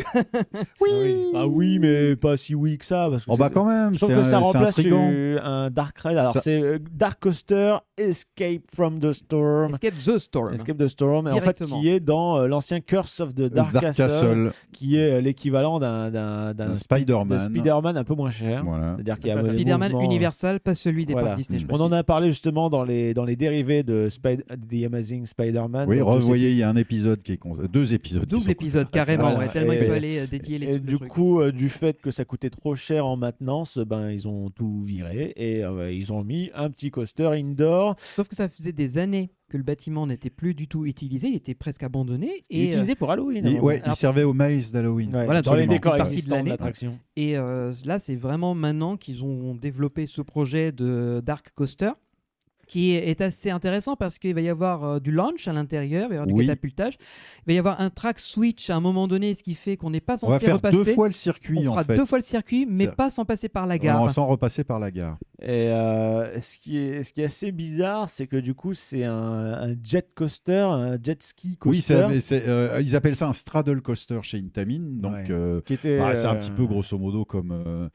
Speaker 7: Ah oui, mais pas si oui que ça. Parce que
Speaker 8: Oh, bah
Speaker 7: c'est-
Speaker 8: Oh, quand même,
Speaker 7: Je trouve
Speaker 8: c'est
Speaker 7: que
Speaker 8: un,
Speaker 7: ça
Speaker 8: c'est un
Speaker 7: remplace
Speaker 8: trigant,
Speaker 7: eu un Dark Ride. Alors,
Speaker 8: Ça-
Speaker 7: c'est euh, Dark Coaster Escape from the Storm.
Speaker 10: Escape the Storm.
Speaker 7: Escape the Storm, et en fait,
Speaker 10: Directement.
Speaker 7: qui est dans euh, l'ancien Curse of the Dark, Castle, qui est euh, l'équivalent d'un- d'un d'un
Speaker 8: un
Speaker 7: spi- d'un
Speaker 8: euh, Spider-Man.
Speaker 7: Spider-Man un peu moins cher.
Speaker 8: Voilà.
Speaker 7: C'est-à-dire qu'il y a
Speaker 9: Voilà.
Speaker 7: des
Speaker 10: Spider-Man
Speaker 7: mouvements, euh,
Speaker 10: universal, pas celui des
Speaker 7: voilà.
Speaker 10: parcs Disney. je
Speaker 8: Mm.
Speaker 7: On
Speaker 10: précise.
Speaker 7: en a parlé justement dans les, dans les dérivés de Spid- The Amazing Spider-Man.
Speaker 8: Oui,
Speaker 7: Donc, je sais
Speaker 8: revoyez, il y a un épisode qui est con- euh, deux épisodes. qui sont
Speaker 10: Double épisode
Speaker 8: consacrés à ça.
Speaker 10: carrément,
Speaker 7: voilà.
Speaker 10: ouais, tellement
Speaker 7: Et-
Speaker 10: il fallait euh, dédier les
Speaker 7: Et
Speaker 10: le
Speaker 7: du
Speaker 10: truc.
Speaker 7: coup, euh, du fait que ça coûtait trop cher en maintenance, ben ils ont tout viré et euh, ils ont mis un petit coaster indoor
Speaker 10: Sauf que ça faisait des années que le bâtiment n'était plus du tout utilisé, il était presque abandonné.
Speaker 7: et
Speaker 10: Et, euh,
Speaker 7: utilisé pour Halloween.
Speaker 8: Il,
Speaker 7: hein,
Speaker 8: ouais, il
Speaker 10: Alors-
Speaker 8: servait au maïs d'Halloween.
Speaker 7: Ouais,
Speaker 10: Voilà,
Speaker 7: dans les
Speaker 10: absolument.
Speaker 7: décors
Speaker 10: Une partie de
Speaker 7: existants de
Speaker 10: l'année.
Speaker 7: l'attraction.
Speaker 10: euh, et euh, là, c'est vraiment maintenant qu'ils ont développé ce projet de Dark Coaster qui est assez intéressant parce qu'il va y avoir euh, du launch à l'intérieur, il va y avoir du
Speaker 8: Oui.
Speaker 10: catapultage, il va y avoir un track switch à un moment donné, ce qui fait qu'on n'est pas
Speaker 8: On va
Speaker 10: censé
Speaker 8: faire
Speaker 10: repasser.
Speaker 8: deux fois le circuit
Speaker 10: on
Speaker 8: en
Speaker 10: fera
Speaker 8: fait.
Speaker 10: deux fois le circuit, mais
Speaker 8: C'est-
Speaker 10: pas sans passer par la
Speaker 8: On-
Speaker 10: gare.
Speaker 8: sans repasser par la gare.
Speaker 7: Et euh, ce, qui est, ce qui est assez bizarre, c'est que du coup, c'est un, un jet coaster, un jet ski coaster.
Speaker 8: Oui, c'est- c'est, euh, ils appellent ça un straddle coaster chez Intamin. Donc,
Speaker 7: Ouais.
Speaker 8: euh,
Speaker 7: qui était,
Speaker 8: bah, c'est un
Speaker 7: euh,
Speaker 8: petit peu grosso modo comme euh,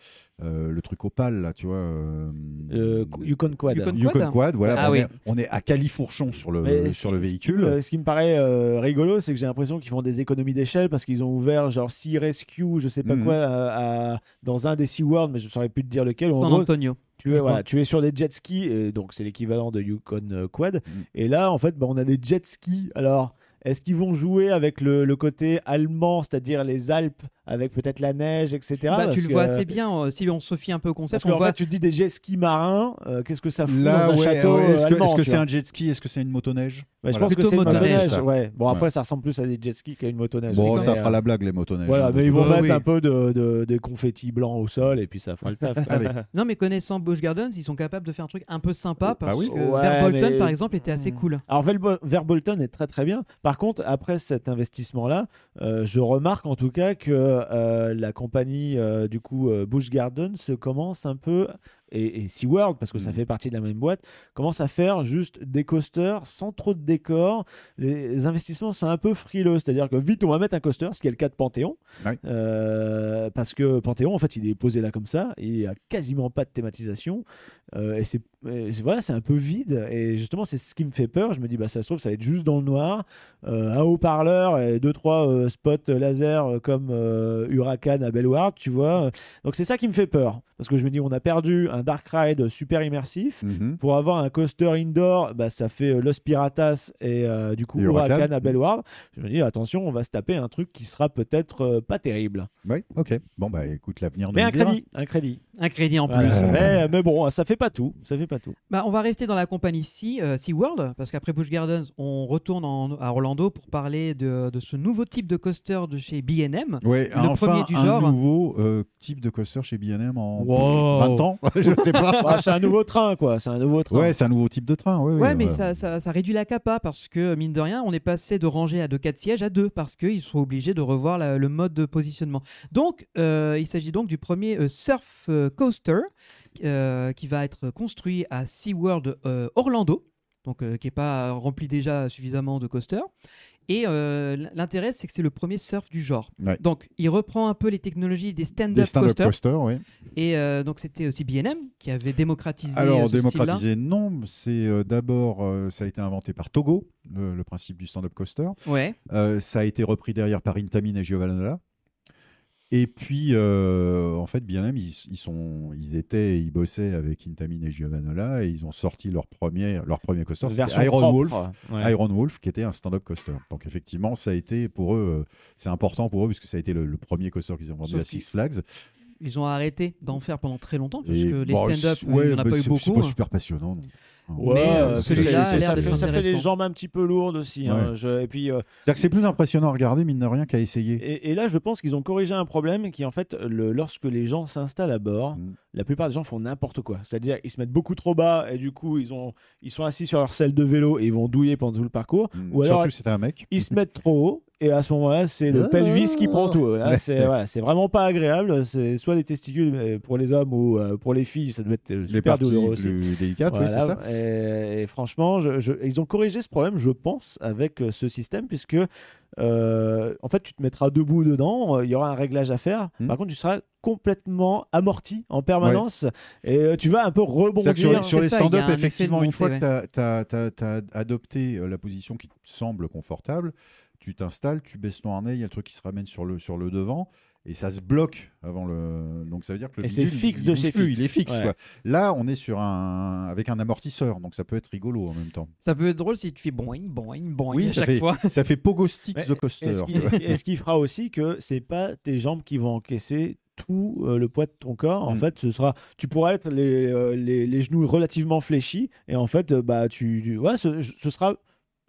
Speaker 8: euh, le truc opale là, tu vois. euh,
Speaker 7: euh, Yukon Quad.
Speaker 10: Yukon
Speaker 8: Yukon
Speaker 10: Quad.
Speaker 8: Quad, voilà,
Speaker 10: Ah
Speaker 8: on,
Speaker 10: oui.
Speaker 8: est, on est à califourchon sur
Speaker 7: Mais
Speaker 8: le,
Speaker 7: ce
Speaker 8: sur le
Speaker 7: qui- ce qui
Speaker 8: véhicule.
Speaker 7: me- ce qui me paraît euh, rigolo, c'est que j'ai l'impression qu'ils font des économies d'échelle parce qu'ils ont ouvert genre Sea Rescue, je sais pas
Speaker 8: Mhm.
Speaker 7: quoi, euh, à- à- dans un des Sea World, mais je saurais plus te dire lequel. En
Speaker 10: San
Speaker 7: gros,
Speaker 10: Antonio.
Speaker 7: tu es,
Speaker 10: je crois.
Speaker 7: voilà, tu es sur des jet skis, et donc c'est l'équivalent de Yukon euh, Quad.
Speaker 8: Mhm.
Speaker 7: Et là, en fait, bah, on a des jet skis. Alors. Est-ce qu'ils vont jouer avec le, le côté allemand, c'est-à-dire les Alpes, avec peut-être la neige, etc.
Speaker 10: Bah,
Speaker 7: Parce
Speaker 10: tu le
Speaker 7: que-
Speaker 10: vois assez bien euh, si on se fie un peu au
Speaker 7: Parce
Speaker 10: concept.
Speaker 7: qu'en
Speaker 10: On voit
Speaker 7: fait, tu te dis des jet skis marins, euh, qu'est-ce que ça fout
Speaker 8: Là,
Speaker 7: dans un
Speaker 8: ouais,
Speaker 7: château
Speaker 8: ouais, est-ce
Speaker 7: euh,
Speaker 8: que
Speaker 7: allemand,
Speaker 8: est-ce que
Speaker 7: tu
Speaker 8: c'est
Speaker 7: vois
Speaker 8: un jet ski Est-ce que c'est une motoneige
Speaker 7: Ouais, je
Speaker 8: Voilà.
Speaker 7: pense que
Speaker 10: Plutôt
Speaker 7: c'est une
Speaker 10: motoneige.
Speaker 7: motoneige.
Speaker 8: Ça.
Speaker 7: Ouais. Bon, après,
Speaker 8: Ouais.
Speaker 7: ça ressemble plus à des jet skis qu'à une motoneige.
Speaker 8: Bon,
Speaker 7: Mais,
Speaker 8: ça
Speaker 7: euh,
Speaker 8: fera la blague, les motoneiges.
Speaker 7: Voilà,
Speaker 8: hein,
Speaker 7: mais ils vont
Speaker 9: Oui,
Speaker 7: mettre
Speaker 9: oui.
Speaker 7: un peu de, de, de confetti blanc au sol et puis ça fera le taf. quoi.
Speaker 8: Allez.
Speaker 10: Non, mais connaissant Busch Gardens, ils sont capables de faire un truc un peu sympa
Speaker 8: Bah
Speaker 10: parce
Speaker 8: oui.
Speaker 10: que
Speaker 7: Ouais,
Speaker 10: Verbolten,
Speaker 7: mais- Hmm.
Speaker 10: par exemple, était assez cool.
Speaker 7: Alors, Velbo- Verbolten est très très bien. Par contre, après cet investissement-là, euh, je remarque en tout cas que euh, la compagnie euh, du coup euh, Busch Garden se commence un peu et, et SeaWorld parce que ça
Speaker 8: Mhm.
Speaker 7: fait partie de la même boîte commence à faire juste des coasters sans trop de décors. Les investissements sont un peu frileux, c'est-à-dire que vite on va mettre un coaster, ce qui est le cas de Panthéon,
Speaker 8: Ouais.
Speaker 7: Euh, parce que Panthéon en fait il est posé là comme ça, il n'y a quasiment pas de thématisation. Euh, et c'est et c'est- voilà, c'est un peu vide. Et justement, c'est ce qui me fait peur. Je me dis, bah ça se trouve, ça va être juste dans le noir, Euh, un haut-parleur et deux trois euh, spots laser euh, comme euh, Huracan à Bellward, tu vois. Donc c'est ça qui me fait peur, parce que je me dis, on a perdu un dark ride super immersif.
Speaker 8: Mhm.
Speaker 7: Pour avoir un coaster indoor, bah, ça fait euh, Los Piratas et euh, du coup
Speaker 8: Et Huracan.
Speaker 7: Huracan à Bellward. Je me dis, attention, on va se taper un truc qui sera peut-être euh, pas terrible.
Speaker 8: Ouais, ok. Bon, bah écoute, l'avenir nous
Speaker 7: Mais
Speaker 8: le
Speaker 7: un
Speaker 8: dira.
Speaker 7: crédit, un crédit.
Speaker 10: Un crédit en plus.
Speaker 7: Voilà.
Speaker 8: Euh.
Speaker 7: Mais, mais bon, ça fait pas tout. Ça fait pas
Speaker 8: [LAUGHS]
Speaker 7: tout.
Speaker 10: Bah, on va rester dans la compagnie Sea, euh, SeaWorld, parce qu'après Busch Gardens, on retourne en- à Orlando pour parler de, de ce nouveau type de coaster de chez BM.
Speaker 8: Ouais,
Speaker 10: Le
Speaker 8: enfin,
Speaker 10: premier du
Speaker 8: un
Speaker 10: genre.
Speaker 8: nouveau euh, type de coaster chez B&M en
Speaker 10: Wow.
Speaker 8: 20 ans, [LAUGHS] je sais
Speaker 7: [LAUGHS]
Speaker 8: pas.
Speaker 7: Bah, c'est un nouveau train, quoi. C'est un nouveau train.
Speaker 8: Ouais, c'est un nouveau type de train. Euh, Ouais,
Speaker 10: Ouais,
Speaker 8: ouais,
Speaker 10: mais
Speaker 8: ouais.
Speaker 10: Ça, ça- ça réduit la capa parce que, mine de rien, on est passé de rangées à de 4 sièges à 2 parce qu'ils sont obligés de revoir la- le mode de positionnement. Donc, euh, il s'agit donc du premier euh, surf euh, coaster euh, qui va être construit à SeaWorld euh, Orlando, donc euh, qui n'est pas rempli déjà suffisamment de coasters. Et euh, l- l'intérêt, c'est que c'est le premier surf du genre.
Speaker 8: Ouais.
Speaker 10: Donc, il reprend un peu les technologies des
Speaker 8: Des
Speaker 10: stand-up
Speaker 8: stand-up
Speaker 10: coasters.
Speaker 8: coasters, ouais.
Speaker 10: Et euh, donc, c'était aussi BNM qui avait démocratisé euh,
Speaker 8: Alors,
Speaker 10: ce style-là.
Speaker 8: démocratisé, non. C'est euh, d'abord, euh, ça a été inventé par Togo, le, le principe du stand-up coaster.
Speaker 10: Ouais.
Speaker 8: Euh, ça a été repris derrière par Intamin et Giovanna. Et puis, euh, en fait, bien même, ils, ils sont, ils étaient, ils bossaient avec Intamin et Giovanola et ils ont sorti leur premier, leur premier coaster, c'était
Speaker 7: Version
Speaker 8: Iron
Speaker 7: propre.
Speaker 8: Wolf,
Speaker 7: Ouais.
Speaker 8: Iron Wolf, qui était un stand-up coaster. Donc effectivement, ça a été pour eux, euh, c'est important pour eux puisque ça a été le, le premier coaster qu'ils ont vendu
Speaker 10: Sauf
Speaker 8: à Six Flags.
Speaker 10: Ils ont arrêté d'en faire pendant très longtemps,
Speaker 8: Et,
Speaker 10: puisque les
Speaker 8: bon,
Speaker 10: stand-up,
Speaker 8: c'est-
Speaker 10: euh, il
Speaker 8: ouais,
Speaker 10: n'y en a
Speaker 8: bah,
Speaker 10: pas eu
Speaker 8: c'est- C'est pas
Speaker 10: beaucoup.
Speaker 8: super passionnant. non.
Speaker 7: Ouais,
Speaker 10: Mais, euh,
Speaker 7: puis
Speaker 10: celui-là
Speaker 7: ça-
Speaker 10: a l'air
Speaker 7: ça,
Speaker 10: d'être
Speaker 7: fait- ça fait les
Speaker 10: intéressant.
Speaker 7: jambes un petit peu lourdes aussi. hein. Je- et puis, euh,
Speaker 8: C'est-à-dire que c'est plus impressionnant à regarder mine de rien qu'à essayer.
Speaker 7: et, et là, je pense qu'ils ont corrigé un problème qui, en fait, le- lorsque les gens s'installent à bord,
Speaker 8: Mm.
Speaker 7: la plupart des gens font n'importe quoi. C'est-à-dire, ils se mettent beaucoup trop bas et du coup, ils, ont, ils sont assis sur leur selle de vélo et ils vont douiller pendant tout le parcours.
Speaker 8: Mm.
Speaker 7: Ou alors,
Speaker 8: Surtout si t'es un mec.
Speaker 7: ils se mettent trop haut et à ce moment-là, c'est le
Speaker 8: Ah.
Speaker 7: pelvis qui prend tout. Là,
Speaker 8: Ouais.
Speaker 7: c'est voilà, c'est vraiment pas agréable. C'est soit les testicules euh, pour les hommes ou euh, pour les filles, ça doit être euh,
Speaker 8: Les
Speaker 7: super
Speaker 8: parties
Speaker 7: douloureux aussi.
Speaker 8: plus délicates, oui, c'est
Speaker 7: Voilà.
Speaker 8: ça.
Speaker 7: Et, et franchement, je- je- ils ont corrigé ce problème, je pense, avec euh, ce système, puisque euh, en fait, tu te mettras debout dedans, euh, il y aura un réglage à faire.
Speaker 8: Hmm.
Speaker 7: Par contre, tu seras complètement amorti en permanence et euh, tu vas un peu rebondir.
Speaker 8: C'est-à-dire que Sur, sur
Speaker 10: C'est
Speaker 8: les
Speaker 10: ça, il y a
Speaker 8: stand-up,
Speaker 10: un effet de
Speaker 8: effectivement, une
Speaker 10: montée,
Speaker 8: fois
Speaker 10: ouais.
Speaker 8: que tu as, adopté euh, la position qui te semble confortable, tu t'installes, tu baisses ton harnais, il y a le truc qui se ramène sur le, sur le devant. Et ça se bloque avant le. Donc ça veut dire que le.
Speaker 7: Et c'est
Speaker 8: bidule, il-
Speaker 7: fixe
Speaker 8: il
Speaker 7: de
Speaker 8: bouge
Speaker 7: chez
Speaker 8: plus,
Speaker 7: fixe.
Speaker 8: Il est fixe,
Speaker 7: Ouais.
Speaker 8: quoi. Là, on est sur un. Avec un amortisseur, donc ça peut être rigolo en même temps.
Speaker 10: Ça peut être drôle si tu fais boing, boing, boing
Speaker 8: Oui,
Speaker 10: à
Speaker 8: ça
Speaker 10: chaque
Speaker 8: fait,
Speaker 10: fois.
Speaker 8: [LAUGHS] ça fait Pogo Sticks
Speaker 7: Ouais,
Speaker 8: the Coaster.
Speaker 7: Et ce qui-
Speaker 8: tu vois.
Speaker 7: et ce qui fera aussi que c'est pas tes jambes qui vont encaisser tout euh, le poids de ton corps. En
Speaker 8: Mm.
Speaker 7: fait, ce sera, tu pourras être les, euh, les, les genoux relativement fléchis et en fait, euh, bah tu, tu- ouais, ce, ce sera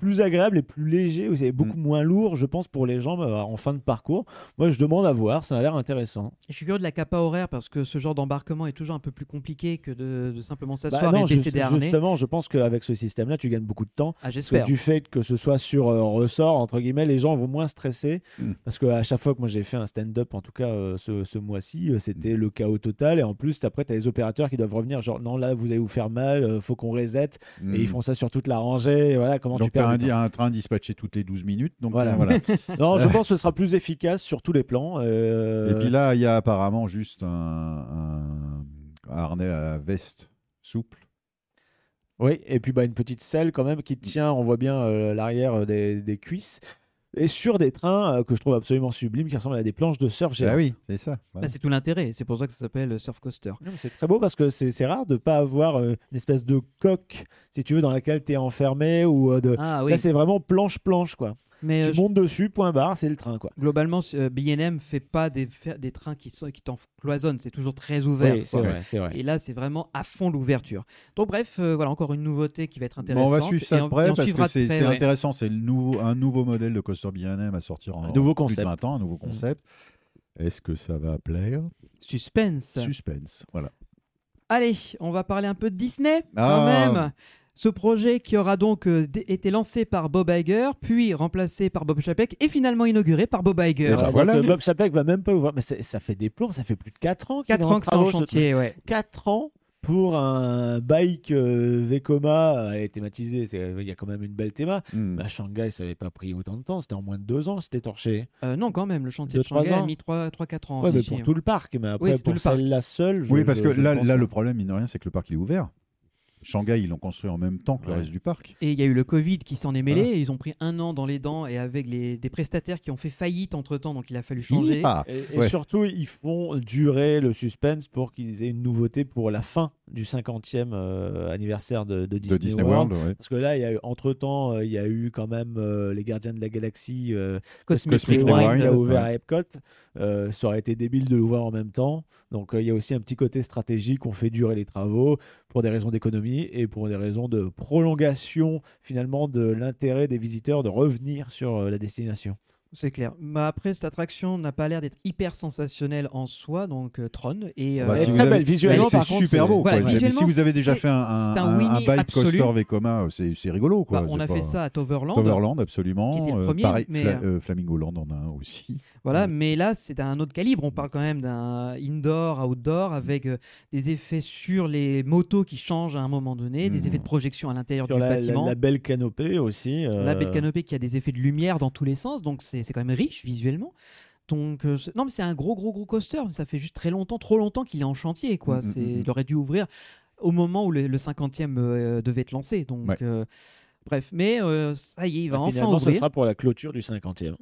Speaker 7: plus agréable et plus léger. C'est beaucoup moins lourd, je pense, pour les jambes euh, en fin de parcours. Moi, je demande à voir. Ça a l'air intéressant.
Speaker 10: Je suis curieux de la capa horaire parce que ce genre d'embarquement est toujours un peu plus compliqué que de, de simplement
Speaker 7: Bah
Speaker 10: s'asseoir
Speaker 7: non,
Speaker 10: et
Speaker 7: ju-
Speaker 10: baisser des harnais.
Speaker 7: justement, je pense qu'avec ce système-là, tu gagnes beaucoup de temps.
Speaker 10: Ah,
Speaker 7: Parce
Speaker 10: j'espère.
Speaker 7: que du fait que ce soit sur euh, ressort, entre guillemets, les gens vont moins stresser.
Speaker 8: Mm.
Speaker 7: Parce qu'à chaque fois que moi j'ai fait un stand-up, en tout cas euh, ce, ce mois-ci, euh, c'était le chaos total. Et en plus, après, tu as les opérateurs qui doivent revenir, genre non, là, vous allez vous faire mal, euh, faut qu'on reset.
Speaker 8: Mm.
Speaker 7: Et ils font ça sur toute la rangée. et voilà comment tu
Speaker 8: donc tu
Speaker 7: perds
Speaker 8: as un,
Speaker 7: du temps.
Speaker 8: di- un train dispatché toutes les 12 minutes. hein, Donc
Speaker 7: Voilà.
Speaker 8: euh, voilà.
Speaker 7: [LAUGHS]
Speaker 8: [LAUGHS]
Speaker 7: Non, je pense que ce sera plus efficace sur tous les plans.
Speaker 8: Et
Speaker 7: euh,
Speaker 8: puis là, il y a apparemment juste un, un harnais à veste souple.
Speaker 7: Oui, et puis bah, une petite selle quand même qui
Speaker 8: Hmm.
Speaker 7: tient, on voit bien euh, l'arrière euh, des, des cuisses. Et sur des trains euh, que je trouve absolument sublimes, qui ressemblent à des planches de surf géantes.
Speaker 8: Ah oui, c'est ça. voilà.
Speaker 10: Bah, c'est tout l'intérêt. C'est pour ça que ça s'appelle euh, surf coaster.
Speaker 8: Euh,
Speaker 7: Non, mais C'est très beau parce que c'est c'est rare de pas avoir euh, une espèce de coque, si tu veux, dans laquelle tu es enfermé. Ou, euh, de...
Speaker 10: Ah oui.
Speaker 7: Là, c'est vraiment planche-planche, quoi.
Speaker 10: Mais euh,
Speaker 7: tu
Speaker 10: je-
Speaker 7: montes dessus, point barre, c'est le train, quoi.
Speaker 10: globalement, euh, BNM fait pas des, fait des trains qui, sont- qui t'en cloisonnent. C'est toujours très ouvert.
Speaker 7: Oui, c'est
Speaker 10: quoi.
Speaker 7: vrai, c'est vrai.
Speaker 10: Et là, c'est vraiment à fond l'ouverture. Donc, bref, euh, voilà encore une nouveauté qui va être
Speaker 8: Bon,
Speaker 10: intéressante.
Speaker 8: on va suivre ça
Speaker 10: Et
Speaker 8: de
Speaker 10: on-
Speaker 8: près
Speaker 10: et on
Speaker 8: parce que
Speaker 10: suivra de
Speaker 8: c'est
Speaker 10: près,
Speaker 8: c'est
Speaker 10: ouais.
Speaker 8: intéressant. C'est le nouveau, un nouveau modèle de coaster B&M à sortir en
Speaker 7: Un nouveau
Speaker 8: en plus de
Speaker 7: concept.
Speaker 8: 20 ans, un nouveau Mm. concept. Est-ce que ça va plaire
Speaker 10: Suspense.
Speaker 8: Suspense. Voilà.
Speaker 10: Allez, on va parler un peu de Disney
Speaker 8: Ah.
Speaker 10: quand même. Ce projet qui aura donc euh, dé- été lancé par Bob Iger, puis remplacé par Bob Chapek et finalement inauguré par Bob Iger.
Speaker 8: Eh ben,
Speaker 7: Alors,
Speaker 8: voilà,
Speaker 7: que
Speaker 8: mais-
Speaker 7: Bob Chapek va même pas ouvrir. Mais c'est- ça fait des plombs, ça fait plus de 4 ans qu'il est
Speaker 10: 4 ans que c'est en
Speaker 7: travaux, ce truc.
Speaker 10: chantier, ouais.
Speaker 7: 4 ans pour un bike euh, Vekoma. Elle est thématisée, c'est- il y a quand même une belle théma.
Speaker 8: Hmm.
Speaker 7: À Shanghai, ça n'avait pas pris autant de temps, c'était en moins de 2 ans, c'était torché.
Speaker 10: Euh, non, quand même, le chantier
Speaker 7: Deux,
Speaker 10: de Shanghai
Speaker 7: trois ans.
Speaker 10: a mis 3-4 ans.
Speaker 7: Ouais,
Speaker 10: si,
Speaker 7: mais
Speaker 10: si,
Speaker 7: pour
Speaker 10: hein.
Speaker 7: tout le parc, mais après,
Speaker 10: c'est tout
Speaker 7: pour
Speaker 10: le parc.
Speaker 7: celle-là seule. je-
Speaker 8: Oui, parce
Speaker 7: je-
Speaker 8: que
Speaker 7: je
Speaker 8: là,
Speaker 7: pense
Speaker 8: là
Speaker 7: pas.
Speaker 8: le problème, mine de rien, c'est que le parc il est ouvert. Shanghai, ils l'ont construit en même temps que le
Speaker 7: Ouais.
Speaker 8: reste du parc.
Speaker 10: hein. Et il y a eu le Covid qui s'en est mêlé. et ils ont pris un an dans les dents et avec les, des prestataires qui ont fait faillite entre temps, donc il a fallu changer.
Speaker 8: Hi-ha
Speaker 7: Et, et
Speaker 8: Ouais.
Speaker 7: surtout, ils font durer le suspense pour qu'ils aient une nouveauté pour la fin du 50e euh, anniversaire de, de
Speaker 8: de
Speaker 7: Disney,
Speaker 8: Disney World.
Speaker 7: World.
Speaker 8: ouais.
Speaker 10: Euh,
Speaker 7: Parce que là, il y a eu- entre-temps, euh, il y a eu quand même euh, les Gardiens de la Galaxie, euh,
Speaker 10: Cosmic
Speaker 8: Cosmic
Speaker 10: Rewind.
Speaker 8: Rewind.
Speaker 7: qui a ouvert
Speaker 8: ouais.
Speaker 7: à Epcot. Euh, ça aurait été débile de l'ouvrir en même temps. Donc, euh, il y a aussi un petit côté stratégique. On fait durer les travaux pour des raisons d'économie et pour des raisons de prolongation, finalement, de l'intérêt des visiteurs de revenir sur euh, la destination.
Speaker 10: C'est clair. Mais après, cette attraction n'a pas l'air d'être hyper sensationnelle en soi, donc euh, Tron. Et, euh,
Speaker 8: Bah,
Speaker 7: elle
Speaker 8: si
Speaker 7: est
Speaker 8: vous
Speaker 7: très
Speaker 8: avez-
Speaker 7: belle, visuellement,
Speaker 8: c'est
Speaker 7: par contre,
Speaker 8: super
Speaker 7: c'est-
Speaker 8: beau. quoi.
Speaker 10: voilà,
Speaker 8: Mais si
Speaker 10: visuellement,
Speaker 8: vous avez déjà
Speaker 10: c'est-
Speaker 8: fait un, un,
Speaker 10: c'est un
Speaker 8: un- un
Speaker 10: Winnie
Speaker 8: bike
Speaker 10: absolu.
Speaker 8: coaster Vekoma, euh, c'est c'est rigolo. Quoi.
Speaker 10: bah, on
Speaker 8: C'est
Speaker 10: a
Speaker 8: pas-
Speaker 10: fait ça à Toverland.
Speaker 8: Toverland, absolument.
Speaker 10: qui était le
Speaker 8: Euh,
Speaker 10: premier,
Speaker 8: pareil,
Speaker 10: mais,
Speaker 8: Fla-
Speaker 10: euh,
Speaker 8: euh, Flamingo Land en a un aussi.
Speaker 10: Voilà,
Speaker 8: Ouais.
Speaker 10: mais là, c'est un autre calibre. On parle quand même d'un indoor, outdoor, avec euh, des effets sur les motos qui changent à un moment donné,
Speaker 8: Mhm.
Speaker 10: des effets de projection à l'intérieur du
Speaker 7: Sur la,
Speaker 10: bâtiment.
Speaker 7: la- la belle canopée aussi. euh,
Speaker 10: La belle canopée qui a des effets de lumière dans tous les sens, donc c'est c'est quand même riche visuellement. Donc, euh, c'est- non, mais c'est un gros, gros, gros coaster. mais Ça fait juste très longtemps, trop longtemps qu'il est en chantier. Quoi.
Speaker 8: Mm, mm,
Speaker 10: C'est-
Speaker 8: mm.
Speaker 10: Il aurait dû ouvrir au moment où le, le 50e euh, devait être lancé. Donc,
Speaker 8: Ouais.
Speaker 10: euh, bref, mais euh, ça y est, il va enfin
Speaker 7: Ah, finalement, ce
Speaker 10: ouvrir.
Speaker 7: sera pour la clôture du 50e.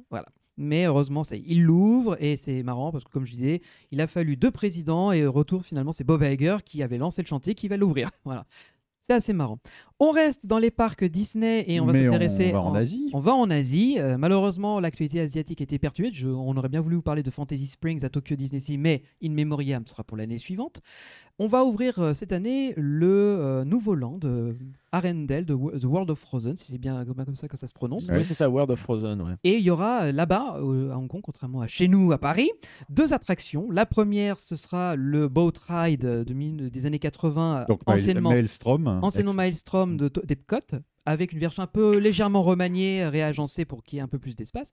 Speaker 10: Mais heureusement, ça y est, il l'ouvre et c'est marrant parce que, comme je disais, il a fallu deux présidents et au retour, finalement, c'est Bob Iger qui avait lancé le chantier qui va l'ouvrir. [LAUGHS] voilà. C'est assez marrant. On reste dans les parcs Disney et on va
Speaker 8: Mais on,
Speaker 10: s'intéresser.
Speaker 8: va en
Speaker 10: en-
Speaker 8: Asie.
Speaker 10: on va en Asie. Euh, malheureusement, l'actualité asiatique était perturbée. Je- on aurait bien voulu vous parler de Fantasy Springs à Tokyo DisneySea, mais In Memoriam sera pour l'année suivante. On va ouvrir euh, cette année le euh, nouveau land, euh, Arendelle, de Wo- The World of Frozen, si c'est bien comme comme ça que ça se prononce.
Speaker 8: Ouais.
Speaker 7: Oui, c'est ça, World of Frozen. ouais.
Speaker 10: Et il y aura euh, là-bas, euh, à Hong Kong, contrairement à chez nous, à Paris, deux attractions. La première, ce sera le Boat Ride euh, de mille- des années 80,
Speaker 8: Donc, bah,
Speaker 10: anciennement,
Speaker 8: Maelstrom. hein.
Speaker 10: anciennement Maelstrom de To- d'Epcot, avec une version un peu légèrement remaniée, réagencée pour qu'il y ait un peu plus d'espace,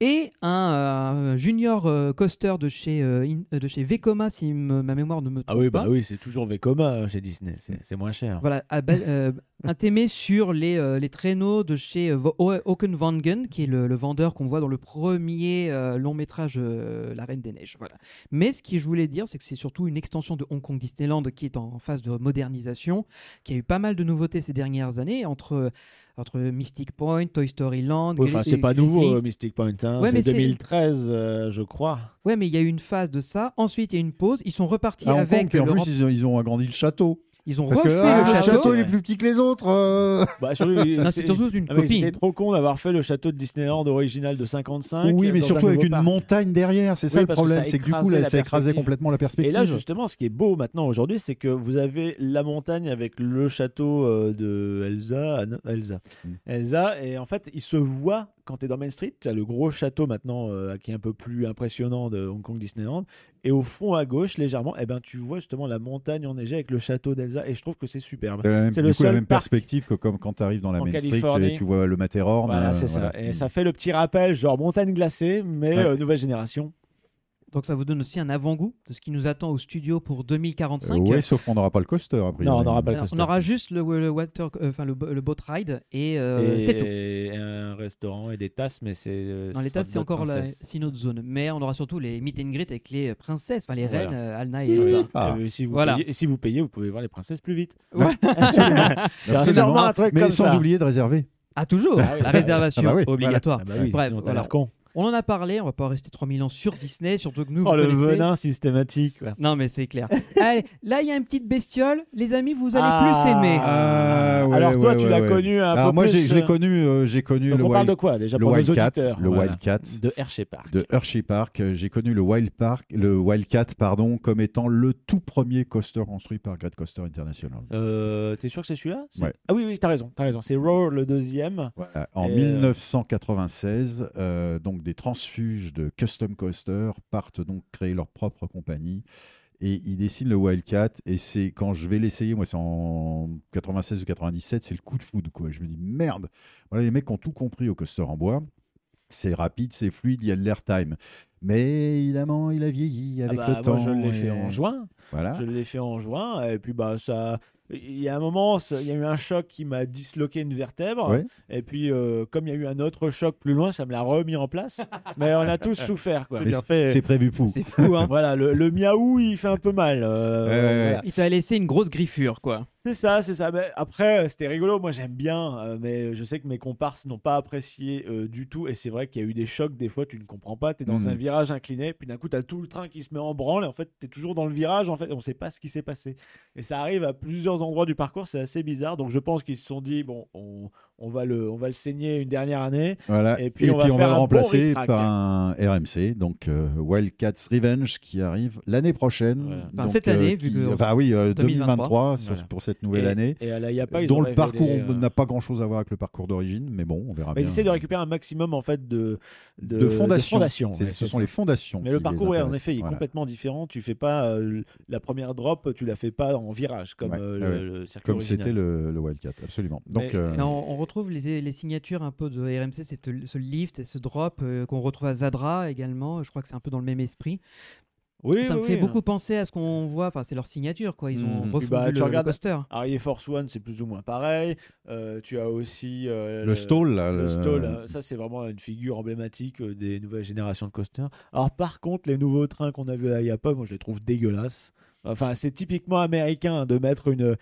Speaker 10: et un euh, junior euh, coaster de chez, euh, in- de chez Vekoma, si m- ma mémoire ne me trompe
Speaker 7: Ah oui,
Speaker 10: pas.
Speaker 7: bah oui, c'est toujours Vekoma chez Disney, c'est c'est moins cher.
Speaker 10: Voilà, à ba- euh, un témé sur les, euh, les traîneaux de chez euh, Vo- Ho- Håkan Vangen, qui est le, le vendeur qu'on voit dans le premier euh, long métrage euh, La Reine des Neiges. Voilà. Mais ce que je voulais dire, c'est que c'est surtout une extension de Hong Kong Disneyland qui est en phase de modernisation, qui a eu pas mal de nouveautés ces dernières années, entre, entre Mystic Point, Toy Story Land.
Speaker 7: Ouais, Enfin,
Speaker 10: Gri-
Speaker 7: c'est
Speaker 10: et
Speaker 7: pas nouveau
Speaker 10: Grizzly.
Speaker 7: euh, Mystic Point, hein.
Speaker 10: Ouais, mais
Speaker 7: c'est
Speaker 10: c'est-
Speaker 7: 2013, euh, je crois.
Speaker 10: Ouais, mais il y a eu une phase de ça. Ensuite, il y a eu une pause. Ils sont repartis
Speaker 8: À Ah, Hong
Speaker 10: avec.
Speaker 8: Kong, puis en
Speaker 10: le
Speaker 8: plus,
Speaker 10: rem-
Speaker 8: ils ont, ils ont agrandi le château.
Speaker 10: ils ont
Speaker 8: Parce que
Speaker 10: refait
Speaker 8: ah,
Speaker 10: le château.
Speaker 8: il est plus petit que les autres. euh.
Speaker 7: [LAUGHS] Bah, surtout, il-
Speaker 10: Non, c'est surtout une
Speaker 7: Ah oui,
Speaker 10: copie.
Speaker 7: C'était trop con d'avoir fait le château de Disneyland original de 55.
Speaker 8: Oui,
Speaker 7: euh,
Speaker 8: mais
Speaker 7: dans un
Speaker 8: surtout avec
Speaker 7: nouveau
Speaker 8: une
Speaker 7: parc.
Speaker 8: montagne derrière. C'est ça
Speaker 7: Oui,
Speaker 8: le
Speaker 7: parce que
Speaker 8: problème.
Speaker 7: ça
Speaker 8: C'est que du coup,
Speaker 7: écrasait
Speaker 8: là,
Speaker 7: la
Speaker 8: ça écrasait
Speaker 7: perspective.
Speaker 8: complètement la
Speaker 7: Et
Speaker 8: perspective.
Speaker 7: là, justement, ce qui est beau maintenant aujourd'hui, c'est que vous avez la montagne avec le château euh, de Elsa. ah non, Elsa.
Speaker 8: Mm.
Speaker 7: Elsa, et en fait, il se voit quand tu es dans Main Street. Tu as le gros château maintenant euh, qui est un peu plus impressionnant de Hong Kong Disneyland. Et au fond, à gauche, légèrement, eh ben, tu vois justement la montagne enneigée avec le château d'Elsa. Et je trouve que c'est superbe.
Speaker 8: La même-
Speaker 7: C'est
Speaker 8: du
Speaker 7: le
Speaker 8: coup, la
Speaker 7: seul
Speaker 8: même
Speaker 7: parc
Speaker 8: perspective que comme quand tu arrives dans la
Speaker 7: en
Speaker 8: Main Street,
Speaker 7: Californie.
Speaker 8: et tu vois le Matterhorn.
Speaker 7: Voilà,
Speaker 8: euh,
Speaker 7: c'est ça.
Speaker 8: voilà.
Speaker 7: Et ça fait le petit rappel, genre montagne glacée, mais
Speaker 8: Ouais.
Speaker 7: euh, nouvelle génération.
Speaker 10: Donc ça vous donne aussi un avant-goût de ce qui nous attend au studio pour
Speaker 8: Euh,
Speaker 10: 2045.
Speaker 8: ouais, sauf qu'on n'aura pas le coaster après.
Speaker 7: Non, on n'aura pas le
Speaker 10: Alors, on
Speaker 7: coaster.
Speaker 10: aura juste le, le water, euh, enfin le, bo- le boat ride et, euh,
Speaker 7: Et
Speaker 10: c'est tout.
Speaker 7: Un restaurant et des tasses, mais c'est. euh,
Speaker 10: Dans
Speaker 7: ce
Speaker 10: l'état,
Speaker 7: sera
Speaker 10: c'est
Speaker 7: d'autres
Speaker 10: encore la,
Speaker 7: princesses.
Speaker 10: c'est une autre zone. Mais on aura surtout les meet and greet avec les euh, princesses, enfin les
Speaker 7: Voilà.
Speaker 10: reines, euh, Alna et
Speaker 7: Et
Speaker 10: Elsa.
Speaker 8: Ah.
Speaker 7: euh, si vous
Speaker 10: Voilà.
Speaker 7: payez, et si vous payez, vous pouvez voir les princesses plus vite.
Speaker 8: Absolument.
Speaker 7: C'est sûrement un truc
Speaker 8: Mais
Speaker 7: comme
Speaker 8: sans
Speaker 7: ça.
Speaker 8: oublier de réserver.
Speaker 10: Ah, toujours
Speaker 7: Ah oui.
Speaker 10: La réservation
Speaker 8: Ah bah oui,
Speaker 10: obligatoire.
Speaker 7: Ah bah oui,
Speaker 10: Bref,
Speaker 7: sinon t'as
Speaker 10: voilà.
Speaker 7: l'air con.
Speaker 10: On en a parlé, on va pas rester 3000 ans sur Disney, surtout que nous,
Speaker 7: Oh,
Speaker 10: vous
Speaker 7: le
Speaker 10: connaissez.
Speaker 7: venin systématique. quoi.
Speaker 10: Non, mais c'est
Speaker 7: [LAUGHS]
Speaker 10: clair. Allez, là, il y a une petite bestiole. Les amis, vous allez
Speaker 7: Ah.
Speaker 10: plus aimer.
Speaker 8: Ah, ouais,
Speaker 7: Alors toi,
Speaker 8: ouais,
Speaker 7: tu
Speaker 8: ouais,
Speaker 7: l'as
Speaker 8: ouais.
Speaker 7: connu un
Speaker 8: Alors
Speaker 7: peu
Speaker 8: moi,
Speaker 7: plus,
Speaker 8: j'ai- je l'ai
Speaker 7: euh,
Speaker 8: connu, euh, j'ai connu
Speaker 7: Donc
Speaker 8: le
Speaker 7: on parle
Speaker 8: Wild-
Speaker 7: de quoi déjà
Speaker 8: le
Speaker 7: pour nos
Speaker 8: Wildcat,
Speaker 7: auditeurs
Speaker 8: le
Speaker 7: Voilà.
Speaker 8: Wildcat
Speaker 7: de Hershey Park.
Speaker 8: de Hershey Park. Euh, J'ai connu le Wild Park, le Wildcat, pardon, comme étant le tout premier coaster construit par Great Coaster International.
Speaker 7: Euh, T'es sûr que c'est celui-là C'est-
Speaker 8: Ouais.
Speaker 7: Ah oui, oui, t'as raison, t'as raison. C'est Roar le deuxième.
Speaker 8: Voilà. En
Speaker 7: Et, euh,
Speaker 8: 1996, euh, donc des transfuges de custom coaster partent donc créer leur propre compagnie et ils dessinent le Wildcat et c'est quand je vais l'essayer, moi c'est en 96 ou 97, c'est le coup de foudre quoi. Je me dis merde, voilà les mecs ont tout compris au coaster en bois. C'est rapide, c'est fluide, il y a de l'airtime. Mais évidemment, il a vieilli
Speaker 7: Ah
Speaker 8: avec
Speaker 7: bah,
Speaker 8: le temps.
Speaker 7: moi, je l'ai
Speaker 8: et-
Speaker 7: fait en juin.
Speaker 8: Voilà.
Speaker 7: Je l'ai fait en juin. Et puis, bah, ça. Il y a un moment, ça- il y a eu un choc qui m'a disloqué une vertèbre.
Speaker 8: Ouais.
Speaker 7: Et puis, euh, comme il y a eu un autre choc plus loin, ça me l'a remis
Speaker 8: [LAUGHS]
Speaker 7: en place. Mais on a tous souffert. Quoi.
Speaker 9: C'est
Speaker 8: Mais
Speaker 9: bien fait.
Speaker 8: C'est prévu pour.
Speaker 10: C'est fou, hein
Speaker 7: Voilà, le, le miaou, il fait un peu mal. euh,
Speaker 8: Ouais, ouais,
Speaker 7: voilà.
Speaker 8: ouais.
Speaker 10: Il t'a laissé une grosse griffure, quoi.
Speaker 7: C'est ça, c'est ça. Mais après, euh, c'était rigolo. Moi, j'aime bien, euh, mais je sais que mes comparses n'ont pas apprécié euh, du tout. Et c'est vrai qu'il y a eu des chocs. Des fois, tu ne comprends pas. Tu es dans
Speaker 8: Mhm.
Speaker 7: un virage incliné, puis d'un coup, tu as tout le train qui se met en branle. Et en fait, tu es toujours dans le virage. En fait, on ne sait pas ce qui s'est passé. Et ça arrive à plusieurs endroits du parcours. C'est assez bizarre. Donc, je pense qu'ils se sont dit, bon, on, on va, le, on va le saigner une dernière année.
Speaker 8: Voilà.
Speaker 7: Et puis, on va faire
Speaker 8: le
Speaker 7: un bon
Speaker 8: remplacer
Speaker 7: ric-rac.
Speaker 8: par un RMC, donc euh, Wildcats Revenge, qui arrive l'année prochaine.
Speaker 7: Voilà.
Speaker 10: Enfin,
Speaker 8: Donc, euh,
Speaker 10: cette année, vu
Speaker 8: qui-
Speaker 10: que-
Speaker 8: Enfin oui, euh, 2023,
Speaker 10: 2023,
Speaker 8: sur-
Speaker 7: voilà.
Speaker 8: pour cette nouvelle
Speaker 7: Et-
Speaker 8: année.
Speaker 7: Et à la Yapa, ils ont
Speaker 8: dont le
Speaker 7: révélé,
Speaker 8: parcours on
Speaker 7: euh,
Speaker 8: n'a pas grand chose à voir avec le parcours d'origine, mais bon, on verra
Speaker 7: bah, Ils
Speaker 8: bien.
Speaker 7: essaient de récupérer un maximum, en fait, de, de,
Speaker 8: de fondation.
Speaker 7: de fondations,
Speaker 8: C'est-
Speaker 7: ouais,
Speaker 8: ce
Speaker 7: c'est
Speaker 8: sont
Speaker 7: ça.
Speaker 8: les fondations.
Speaker 7: Mais
Speaker 8: qui
Speaker 7: le
Speaker 8: les
Speaker 7: parcours, ouais, en
Speaker 8: intéressent.
Speaker 7: effet, il est
Speaker 8: Voilà.
Speaker 7: complètement différent. Tu fais pas euh, la première drop, tu la fais pas en virage comme
Speaker 8: Ouais, Ah
Speaker 7: euh,
Speaker 8: ouais,
Speaker 7: le, le circuit
Speaker 8: Comme
Speaker 7: original.
Speaker 8: c'était le, le Wildcat, absolument. Donc,
Speaker 7: Mais-
Speaker 8: euh,
Speaker 10: Et on, on retrouve les, les signatures un peu de RMC, c'est te- ce lift et ce drop euh, qu'on retrouve à Zadra également. Je crois que c'est un peu dans le même esprit.
Speaker 7: Oui,
Speaker 10: ça me
Speaker 7: oui,
Speaker 10: fait
Speaker 7: oui.
Speaker 10: beaucoup penser à ce qu'on voit. Enfin, c'est leur signature, quoi. Ils ont
Speaker 8: Mhm.
Speaker 10: refondu
Speaker 7: Bah, tu
Speaker 10: le, le
Speaker 7: regardes-
Speaker 10: coaster.
Speaker 7: Harry Air Force One, c'est plus ou moins pareil. Euh, tu as aussi euh,
Speaker 8: le stall, là,
Speaker 7: Le
Speaker 8: le-
Speaker 7: stall, euh, ça c'est vraiment une figure emblématique euh, des nouvelles générations de coasters. Alors par contre, les nouveaux trains qu'on a vus à Yapa, moi je les trouve dégueulasses. Enfin, c'est typiquement américain hein, de mettre une.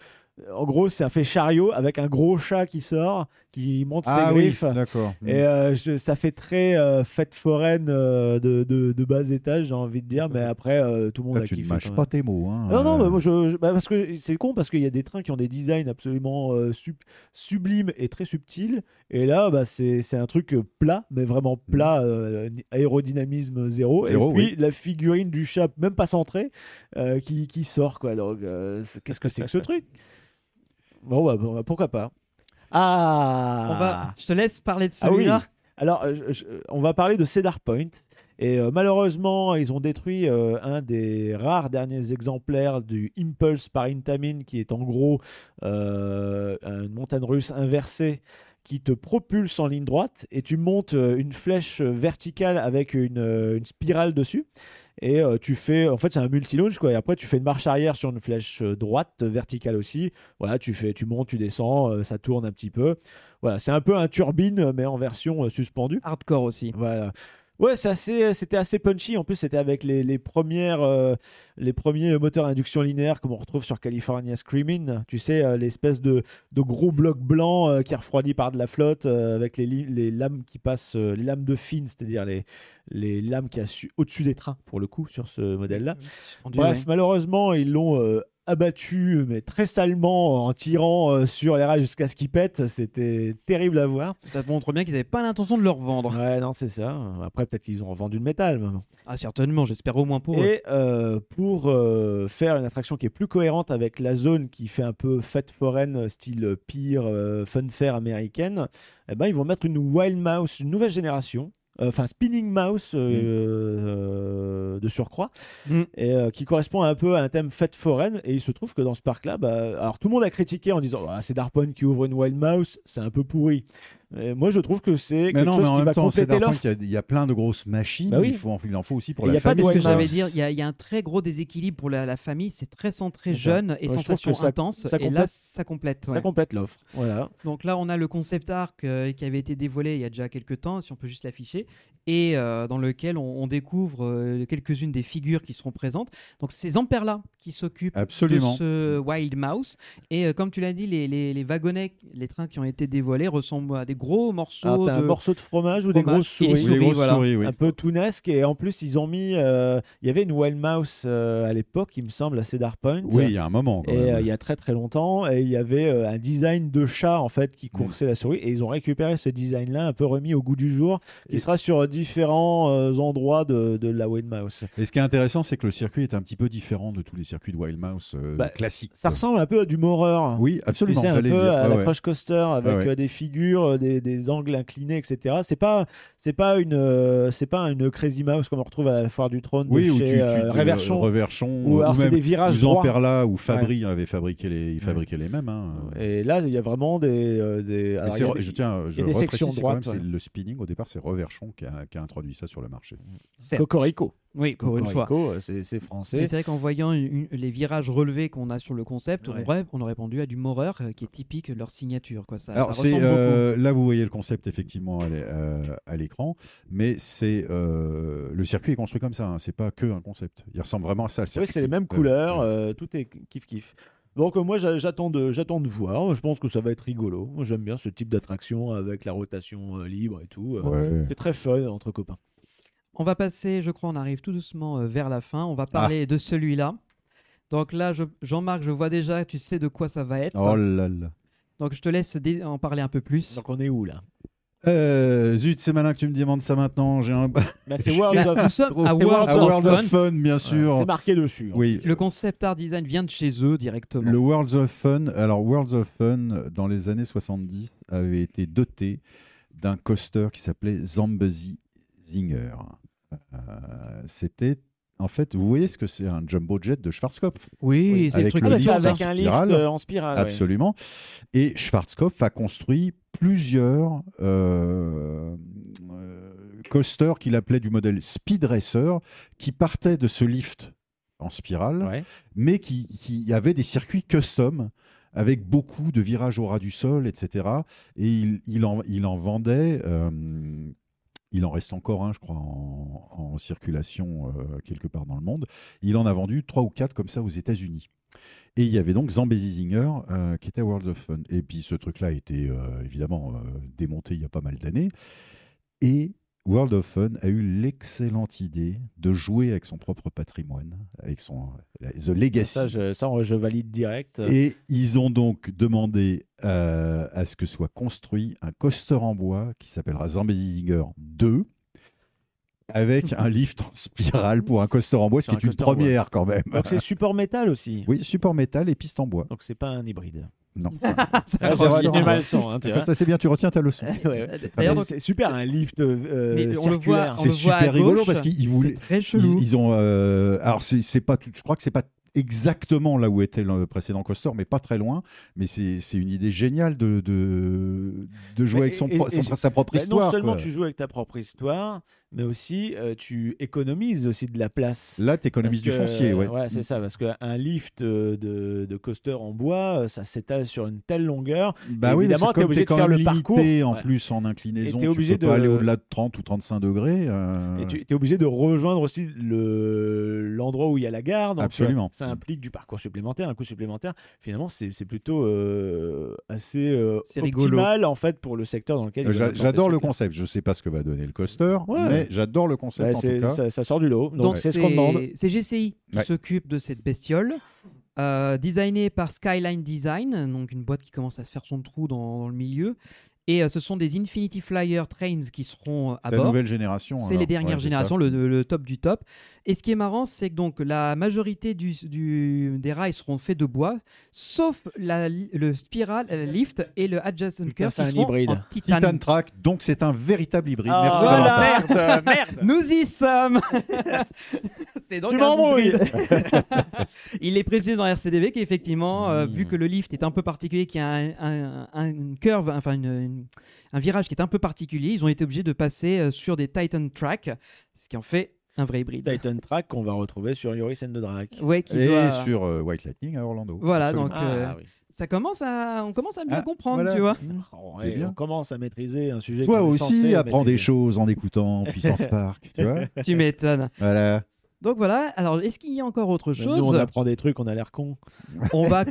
Speaker 7: En gros, ça fait chariot avec un gros chat qui sort, qui monte
Speaker 8: Ah
Speaker 7: ses
Speaker 8: oui,
Speaker 7: griffes.
Speaker 8: d'accord.
Speaker 7: Et euh, je- ça fait très euh, fête foraine euh, de, de, de bas étage, j'ai envie de dire, mais après, euh, tout le monde
Speaker 8: Là,
Speaker 7: a
Speaker 8: Ah, tu ne
Speaker 7: kiffé.
Speaker 8: mâches
Speaker 7: quand
Speaker 8: pas tes mots. hein.
Speaker 7: même. Non, non, mais moi, je, je- bah, parce que c'est con, parce qu'il y a des trains qui ont des designs absolument euh, sub- sublimes et très subtils. Et là, bah, c'est c'est un truc euh, plat, mais vraiment plat, euh, aérodynamisme zéro.
Speaker 8: Mm. Zéro,
Speaker 7: et puis, la figurine du chat, même pas centrée, euh, qui, qui sort, quoi. Donc, euh, c'est- qu'est-ce que c'est que ce truc Bon, bah, bon, bah, pourquoi pas. Ah
Speaker 10: On va... Je te laisse parler de
Speaker 7: ah oui.
Speaker 10: celui-là.
Speaker 7: Alors, euh, je- je- on va parler de Cedar Point. Et euh, malheureusement, ils ont détruit euh, un des rares derniers exemplaires du Impulse par Intamin, qui est en gros euh, une montagne russe inversée qui te propulse en ligne droite et tu montes euh, une flèche verticale avec une, euh, une spirale dessus. Et euh, tu fais, en fait, c'est un multi-launch quoi. Et après, tu fais une marche arrière sur une flèche euh, droite verticale aussi. Voilà, tu fais, tu montes, tu descends, euh, ça tourne un petit peu. Voilà, c'est un peu un turbine mais en version euh, suspendue.
Speaker 10: Hardcore aussi.
Speaker 7: Voilà. Ouais, c'est assez- euh, c'était assez punchy. En plus, c'était avec les, les premières, euh, les premiers moteurs à induction linéaire comme on retrouve sur California Screaming. Tu sais, euh, l'espèce de, de gros bloc blanc euh, qui est refroidi par de la flotte euh, avec les, li- les lames qui passent, euh, les lames de fine, c'est-à-dire les, les lames qui assu- au-dessus des trains, pour le coup, sur ce modèle-là.
Speaker 10: Euh, Suspendu,
Speaker 7: Bref,
Speaker 10: ouais.
Speaker 7: malheureusement, ils l'ont euh, abattu, mais très salement, en tirant euh, sur les rails jusqu'à ce qu'il pète. C'était terrible à voir.
Speaker 10: Ça montre bien qu'ils n'avaient pas l'intention de le revendre.
Speaker 7: Ouais, non, c'est ça. Après, peut-être qu'ils ont revendu le métal. mais bon.
Speaker 10: Ah, certainement, j'espère au moins pour eux.
Speaker 7: Et euh, pour euh, faire une attraction qui est plus cohérente avec la zone qui fait un peu fête foraine, euh, style pire, euh, fun fair américaine, eh ben, ils vont mettre une Wild Mouse, une nouvelle génération. euh, Enfin, Spinning Mouse euh,
Speaker 8: Mm.
Speaker 7: euh, de surcroît,
Speaker 10: Mm.
Speaker 7: et, euh, qui correspond un peu à un thème fête foraine. Et il se trouve que dans ce parc-là, bah, alors tout le monde a critiqué en disant Ah, c'est Darpon qui ouvre une Wild Mouse, c'est un peu pourri. Et moi, je trouve que c'est
Speaker 8: Mais
Speaker 7: quelque
Speaker 8: non, mais
Speaker 7: chose
Speaker 8: en
Speaker 7: qui
Speaker 8: même
Speaker 7: va
Speaker 8: temps, c'est
Speaker 7: compléter
Speaker 8: Dark Point
Speaker 7: l'offre.
Speaker 8: qu'il y a- il y a plein de grosses machines.
Speaker 7: Bah oui.
Speaker 8: il, faut, il en faut aussi pour
Speaker 7: Et il y
Speaker 8: la
Speaker 7: a pas de
Speaker 8: famille.
Speaker 10: C'est ce que
Speaker 7: Wild
Speaker 10: j'allais
Speaker 7: Mouse.
Speaker 10: dire. Il y, a- il y a un très gros déséquilibre pour la, la famille. C'est très centré
Speaker 7: C'est ça.
Speaker 10: jeune et
Speaker 7: Ouais, je trouve
Speaker 10: sensation
Speaker 7: que ça-
Speaker 10: intense.
Speaker 7: ça
Speaker 10: et là,
Speaker 7: complète-
Speaker 10: ça complète. ouais.
Speaker 7: Ça complète l'offre. Voilà.
Speaker 10: Donc là, on a le concept art que- qui avait été dévoilé il y a déjà quelques temps, si on peut juste l'afficher, et euh, dans lequel on, on découvre euh, quelques-unes des figures qui seront présentes. Donc ces ampères-là qui s'occupent
Speaker 8: Absolument.
Speaker 10: de ce Wild Mouse. Et euh, comme tu l'as dit, les, les, les wagonnets, les trains qui ont été dévoilés ressemblent à des gros morceaux
Speaker 7: Ah,
Speaker 10: de...
Speaker 7: t'as un morceau de fromage ou des
Speaker 10: fromage
Speaker 7: grosses
Speaker 10: et des
Speaker 7: souris,
Speaker 8: Oui, les
Speaker 10: souris,
Speaker 8: grosses
Speaker 10: voilà.
Speaker 8: souris, oui.
Speaker 7: un peu tounesque et en plus ils ont mis euh, il y avait une wild mouse euh, à l'époque il me semble à Cedar Point
Speaker 8: Oui, il y a un moment. quand
Speaker 7: et
Speaker 8: même.
Speaker 7: euh, il y a très très longtemps et il y avait euh, un design de chat en fait qui coursait la souris et ils ont récupéré ce design là un peu remis au goût du jour qui
Speaker 8: Et-
Speaker 7: sera sur euh, différents euh, endroits de, de la wild mouse
Speaker 8: Et ce qui est intéressant, c'est que le circuit est un petit peu différent de tous les circuits de Wild Mouse euh,
Speaker 7: Bah,
Speaker 8: classiques.
Speaker 7: ça
Speaker 8: quoi.
Speaker 7: ressemble un peu à du moreur
Speaker 8: Oui,
Speaker 7: Tu
Speaker 8: absolument.
Speaker 7: sais, un
Speaker 8: j'allais le
Speaker 7: peu
Speaker 8: dire.
Speaker 7: à
Speaker 8: Ouais,
Speaker 7: la
Speaker 8: ouais.
Speaker 7: Crush Coaster avec
Speaker 8: Ouais, ouais.
Speaker 7: euh, des figures, euh, des, des angles inclinés, etc. C'est pas, c'est pas une, euh, c'est pas une Crazy Mouse comme on retrouve à la foire du trône
Speaker 8: Oui,
Speaker 7: de
Speaker 8: ou
Speaker 7: chez
Speaker 8: tu, tu-
Speaker 7: euh,
Speaker 8: euh,
Speaker 7: Reverchon.
Speaker 8: Reverchon,
Speaker 7: ou alors c'est
Speaker 8: même
Speaker 7: des virages droits.
Speaker 8: Zamperla ou Fabry avait fabriqué les, ils fabriquaient les mêmes. hein.
Speaker 7: Et là, il y a vraiment des, euh, des-
Speaker 8: Mais
Speaker 7: alors,
Speaker 8: c'est
Speaker 7: il y a
Speaker 8: re-
Speaker 7: des-
Speaker 8: je tiens, je
Speaker 7: des
Speaker 8: reprécise,
Speaker 7: sections
Speaker 8: c'est quand même,
Speaker 7: droites,
Speaker 8: c'est
Speaker 7: ouais.
Speaker 8: le spinning au départ, c'est Reverchon qui a, qui a introduit ça sur le marché.
Speaker 10: Certes.
Speaker 7: Cocorico.
Speaker 10: Oui, pour une fois.
Speaker 7: Cocorico, euh, c'est c'est
Speaker 10: Mais
Speaker 7: français.
Speaker 10: c'est vrai qu'en voyant une- les virages relevés qu'on a sur le concept, on,
Speaker 7: Ouais.
Speaker 10: aurait, on aurait pendu à du moreur euh, qui est typique de leur signature. Quoi. Ça, ça
Speaker 8: Alors, c'est,
Speaker 10: ressemble beaucoup.
Speaker 8: euh, là, vous voyez le concept effectivement à l'é- euh, à l'écran, mais c'est euh, le circuit est construit comme ça. hein, c'est pas que un concept. Il ressemble vraiment à ça. le
Speaker 7: Oui,
Speaker 8: circuit.
Speaker 7: c'est les mêmes
Speaker 8: Euh,
Speaker 7: couleurs.
Speaker 8: euh,
Speaker 7: euh, tout est kiff kiff. Donc euh, moi j'a- j'attends de j'attends de voir. Je pense que ça va être rigolo. Moi, J'aime bien ce type d'attraction avec la rotation euh, libre et tout. euh.
Speaker 8: ouais.
Speaker 7: C'est très fun entre copains.
Speaker 10: On va passer, je crois, on arrive tout doucement euh, vers la fin.
Speaker 8: Ah.
Speaker 10: On va parler de celui-là. Donc là, je- Jean-Marc, je vois déjà, tu sais de quoi ça va être.
Speaker 8: Oh là là.
Speaker 10: Donc je te laisse dé- en parler un peu plus.
Speaker 7: Donc on est où là
Speaker 8: Euh, zut, c'est malin que tu me demandes ça maintenant. J'ai un
Speaker 7: Bah, c'est World
Speaker 10: Là,
Speaker 7: of
Speaker 10: nous sommes à
Speaker 7: trouvé
Speaker 10: World,
Speaker 8: [LAUGHS] Ah,
Speaker 10: of
Speaker 8: World
Speaker 10: Fun.
Speaker 8: of Fun, bien sûr.
Speaker 7: C'est marqué dessus. hein.
Speaker 8: oui.
Speaker 10: Le concept art design vient de chez eux directement.
Speaker 8: Le World of Fun, alors World of Fun, dans les années 70, avait été doté d'un coaster qui s'appelait Zambesi Zinger. Euh, C'était, en fait, vous voyez ce que c'est un jumbo jet de Schwarzkopf
Speaker 10: Oui,
Speaker 7: Oui,
Speaker 10: c'est le
Speaker 8: avec
Speaker 10: truc hein.
Speaker 8: le
Speaker 7: Ah,
Speaker 10: qui
Speaker 8: lift
Speaker 7: bah, c'est
Speaker 10: sort d'un-
Speaker 7: avec un lift
Speaker 8: spirale.
Speaker 7: euh, en spirale. ouais.
Speaker 8: Absolument. Et Schwarzkopf a construit plusieurs euh, euh, coasters qu'il appelait du modèle Speed Racer, qui partaient de ce lift en spirale,
Speaker 7: Ouais.
Speaker 8: mais qui, qui avait des circuits custom avec beaucoup de virages au ras du sol, etc. Et il, il en, il en vendait. euh, il en reste encore un, je crois, en, en circulation euh, quelque part dans le monde. Il en a vendu trois ou quatre comme ça aux États-Unis. Et il y avait donc Zambesi Zinger euh, qui était à World of Fun. Et puis ce truc-là a été euh, évidemment euh, démonté il y a pas mal d'années. Et World of Fun a eu l'excellente idée de jouer avec son propre patrimoine, avec son euh, The Legacy.
Speaker 7: Ça, je, ça, on- je valide direct.
Speaker 8: Et ils ont donc demandé euh, à ce que soit construit un coaster en bois qui s'appellera Zambesi Zinger 2 avec un lift en spirale pour un coaster en bois, ce
Speaker 7: C'est
Speaker 8: qui
Speaker 7: un
Speaker 8: est une
Speaker 7: coaster en bois.
Speaker 8: première quand même.
Speaker 7: Donc c'est support métal aussi.
Speaker 8: Oui, support métal et piste en bois.
Speaker 7: Donc c'est pas un hybride. [LAUGHS]
Speaker 8: Non.
Speaker 10: Ça
Speaker 8: Ah, j'ai
Speaker 10: revient.
Speaker 8: retenu ma
Speaker 3: leçon, hein, tu vois.
Speaker 8: C'est bien, tu retiens ta leçon.
Speaker 10: D'ailleurs,
Speaker 7: Mais
Speaker 10: donc,
Speaker 7: C'est super un lift euh,
Speaker 10: Mais on le
Speaker 7: circulaire.
Speaker 10: voit- on
Speaker 8: Ah, C'est super
Speaker 10: à
Speaker 8: rigolo
Speaker 10: gauche,
Speaker 8: parce qu'ils voulaient.
Speaker 10: c'est très
Speaker 8: Ils,
Speaker 10: chelou.
Speaker 8: ils ont. euh, alors, c'est c'est pas. tout- Je crois que c'est pas exactement là où était le précédent coaster, mais pas très loin. Mais c'est c'est une idée géniale de, de, de jouer
Speaker 7: Mais
Speaker 8: avec son,
Speaker 7: et-
Speaker 8: pro-
Speaker 7: et-
Speaker 8: son-
Speaker 7: et-
Speaker 8: sa propre
Speaker 7: Bah,
Speaker 8: histoire.
Speaker 7: non seulement
Speaker 8: quoi.
Speaker 7: tu joues avec ta propre histoire, mais aussi euh, tu économises aussi de la place.
Speaker 8: Là, t'économises du
Speaker 7: Parce que-
Speaker 8: foncier, ouais. Mm.
Speaker 7: c'est ça, parce qu'un lift euh, de, de coaster en bois, euh, ça s'étale sur une telle longueur.
Speaker 8: Bah oui, parce
Speaker 7: Évidemment,
Speaker 8: que
Speaker 7: t'es
Speaker 8: comme
Speaker 7: obligé
Speaker 8: t'es
Speaker 7: de
Speaker 8: quand
Speaker 7: faire
Speaker 8: même
Speaker 7: le
Speaker 8: limité
Speaker 7: parcours,
Speaker 8: en
Speaker 7: ouais.
Speaker 8: plus en inclinaison,
Speaker 7: Et t'es
Speaker 8: tu
Speaker 7: obligé
Speaker 8: peux pas
Speaker 7: de-
Speaker 8: aller au-delà de 30 ou 35 degrés. euh,
Speaker 7: Et tu es obligé de rejoindre aussi le- l'endroit où il y a la gare. Donc,
Speaker 8: Absolument.
Speaker 7: euh, Ça implique du parcours supplémentaire, un coût supplémentaire. Finalement, c'est c'est plutôt euh, assez euh,
Speaker 10: C'est rigolo.
Speaker 7: optimal en fait pour le secteur dans lequel.
Speaker 8: Euh,
Speaker 7: il va
Speaker 8: j'a-
Speaker 7: implanter
Speaker 8: J'adore
Speaker 7: ce
Speaker 8: le
Speaker 7: truc-là.
Speaker 8: concept. Je sais pas ce que va donner le coaster,
Speaker 7: Ouais.
Speaker 8: mais j'adore le concept
Speaker 7: Bah,
Speaker 8: en
Speaker 7: c'est-
Speaker 8: tout cas.
Speaker 7: ça, ça sort du lot, donc
Speaker 10: Donc
Speaker 7: c'est ce qu'on demande.
Speaker 10: C'est GCI qui
Speaker 8: Ouais.
Speaker 10: s'occupe de cette bestiole, euh, designée par Skyline Design, donc une boîte qui commence à se faire son trou dans, dans le milieu. Et euh, ce sont des Infinity Flyer Trains qui seront euh, à
Speaker 8: C'est la
Speaker 10: bord.
Speaker 8: nouvelle génération.
Speaker 10: C'est
Speaker 8: alors.
Speaker 10: les dernières
Speaker 8: Ouais, c'est ça.
Speaker 10: générations, le, le top du top. Et ce qui est marrant, c'est que donc la majorité du, du- des rails seront faits de bois, sauf la, li- le spiral, euh, lift et le adjacent
Speaker 7: Putain,
Speaker 10: curve
Speaker 7: c'est
Speaker 10: qui
Speaker 7: un
Speaker 10: seront
Speaker 7: hybride.
Speaker 10: en titane.
Speaker 8: Titan Track, donc c'est un véritable hybride.
Speaker 7: Ah,
Speaker 8: Merci
Speaker 10: voilà.
Speaker 8: Valentin.
Speaker 7: [LAUGHS] Merde, merde.
Speaker 10: Nous y sommes [LAUGHS] C'est donc
Speaker 7: Tu
Speaker 10: un
Speaker 7: m'embrouilles.
Speaker 10: hybride. [LAUGHS] Il est précisé dans RCDB qu'effectivement, euh, vu que le lift est un peu particulier, qu'il y a un, un- un- une curve, enfin une- une- un virage qui est un peu particulier, ils ont été obligés de passer euh, sur des Titan Track, ce qui en fait un vrai hybride.
Speaker 7: Titan Track qu'on va retrouver sur Yoris and the Drac.
Speaker 10: Ouais, qui
Speaker 8: Et
Speaker 10: doit-
Speaker 8: sur euh, White Lightning à Orlando.
Speaker 10: Voilà,
Speaker 8: Absolument.
Speaker 10: donc, euh,
Speaker 7: Ah, oui.
Speaker 10: ça commence à, on commence à mieux
Speaker 8: Ah,
Speaker 10: comprendre,
Speaker 8: voilà.
Speaker 10: tu vois.
Speaker 7: Oh,
Speaker 8: C'est
Speaker 7: ouais,
Speaker 8: bien.
Speaker 7: on commence à maîtriser un sujet.
Speaker 8: Toi
Speaker 7: qu'on est
Speaker 8: aussi,
Speaker 7: censé
Speaker 8: apprends des
Speaker 7: maîtriser.
Speaker 8: choses en
Speaker 7: [LAUGHS]
Speaker 8: écoutant Puissance Park. Tu vois
Speaker 10: tu m'étonnes.
Speaker 8: voilà.
Speaker 10: Donc voilà. Alors, est-ce qu'il y a encore autre
Speaker 7: Même
Speaker 10: chose
Speaker 7: Bah, Nous, on apprend des trucs, on a l'air con.
Speaker 10: on va,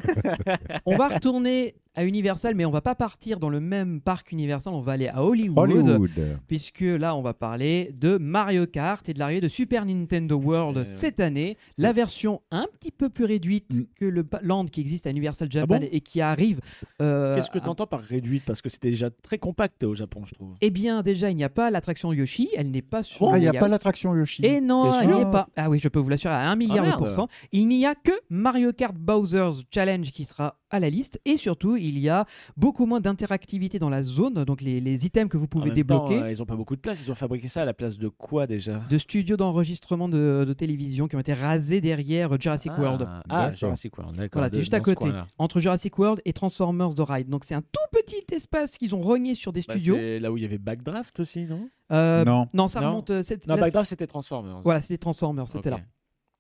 Speaker 10: on va retourner à Universal, mais on va pas partir dans le même parc Universal. On va aller à Hollywood,
Speaker 8: Hollywood.
Speaker 10: puisque là, on va parler de Mario Kart et de l'arrivée de Super Nintendo World
Speaker 7: Euh,
Speaker 10: cette année. La version un petit peu plus réduite
Speaker 8: Mm. Ah
Speaker 10: que le pa- Land qui existe à Universal Japan
Speaker 7: bon
Speaker 10: et qui arrive. euh,
Speaker 7: Qu'est-ce que
Speaker 10: à-
Speaker 7: t'entends par réduite Parce que c'était déjà très compact au Japon, je trouve.
Speaker 10: Eh bien, déjà, il n'y a pas l'attraction Yoshi. Elle n'est pas sur.
Speaker 8: Ah, il n'y a
Speaker 10: le
Speaker 8: pas l'attraction Yoshi.
Speaker 10: Et non,
Speaker 7: T'es
Speaker 10: elle n'y
Speaker 7: sûr
Speaker 10: est pas. Ah oui, je peux vous l'assurer à 1 milliard de
Speaker 7: merde.
Speaker 10: pourcents. Il n'y a que Mario Kart Bowser's Challenge qui sera à la liste. Et surtout, il y a beaucoup moins d'interactivité dans la zone. Donc, les, les items que vous
Speaker 7: En
Speaker 10: pouvez
Speaker 7: même temps,
Speaker 10: débloquer.
Speaker 7: euh, ils ont pas beaucoup de place. Ils ont fabriqué ça à la place de quoi déjà
Speaker 10: De studios d'enregistrement de, de télévision qui ont été rasés derrière Jurassic
Speaker 7: Ah,
Speaker 10: World.
Speaker 7: Ah,
Speaker 8: D'accord.
Speaker 7: Jurassic World, d'accord.
Speaker 10: Voilà,
Speaker 7: De-
Speaker 10: c'est juste à
Speaker 7: dans ce
Speaker 10: côté,
Speaker 7: coin-là.
Speaker 10: entre Jurassic World et Transformers The Ride. Donc c'est un tout petit espace qu'ils ont rogné sur des
Speaker 7: Bah,
Speaker 10: studios.
Speaker 7: c'est là où il y avait Backdraft aussi, non
Speaker 10: Euh,
Speaker 8: Non.
Speaker 10: ça
Speaker 7: Non.
Speaker 10: remonte. euh, c'est-
Speaker 7: Non,
Speaker 10: là,
Speaker 7: Backdraft c'était Transformers.
Speaker 10: voilà, c'était Transformers, c'était
Speaker 7: Ok.
Speaker 10: là.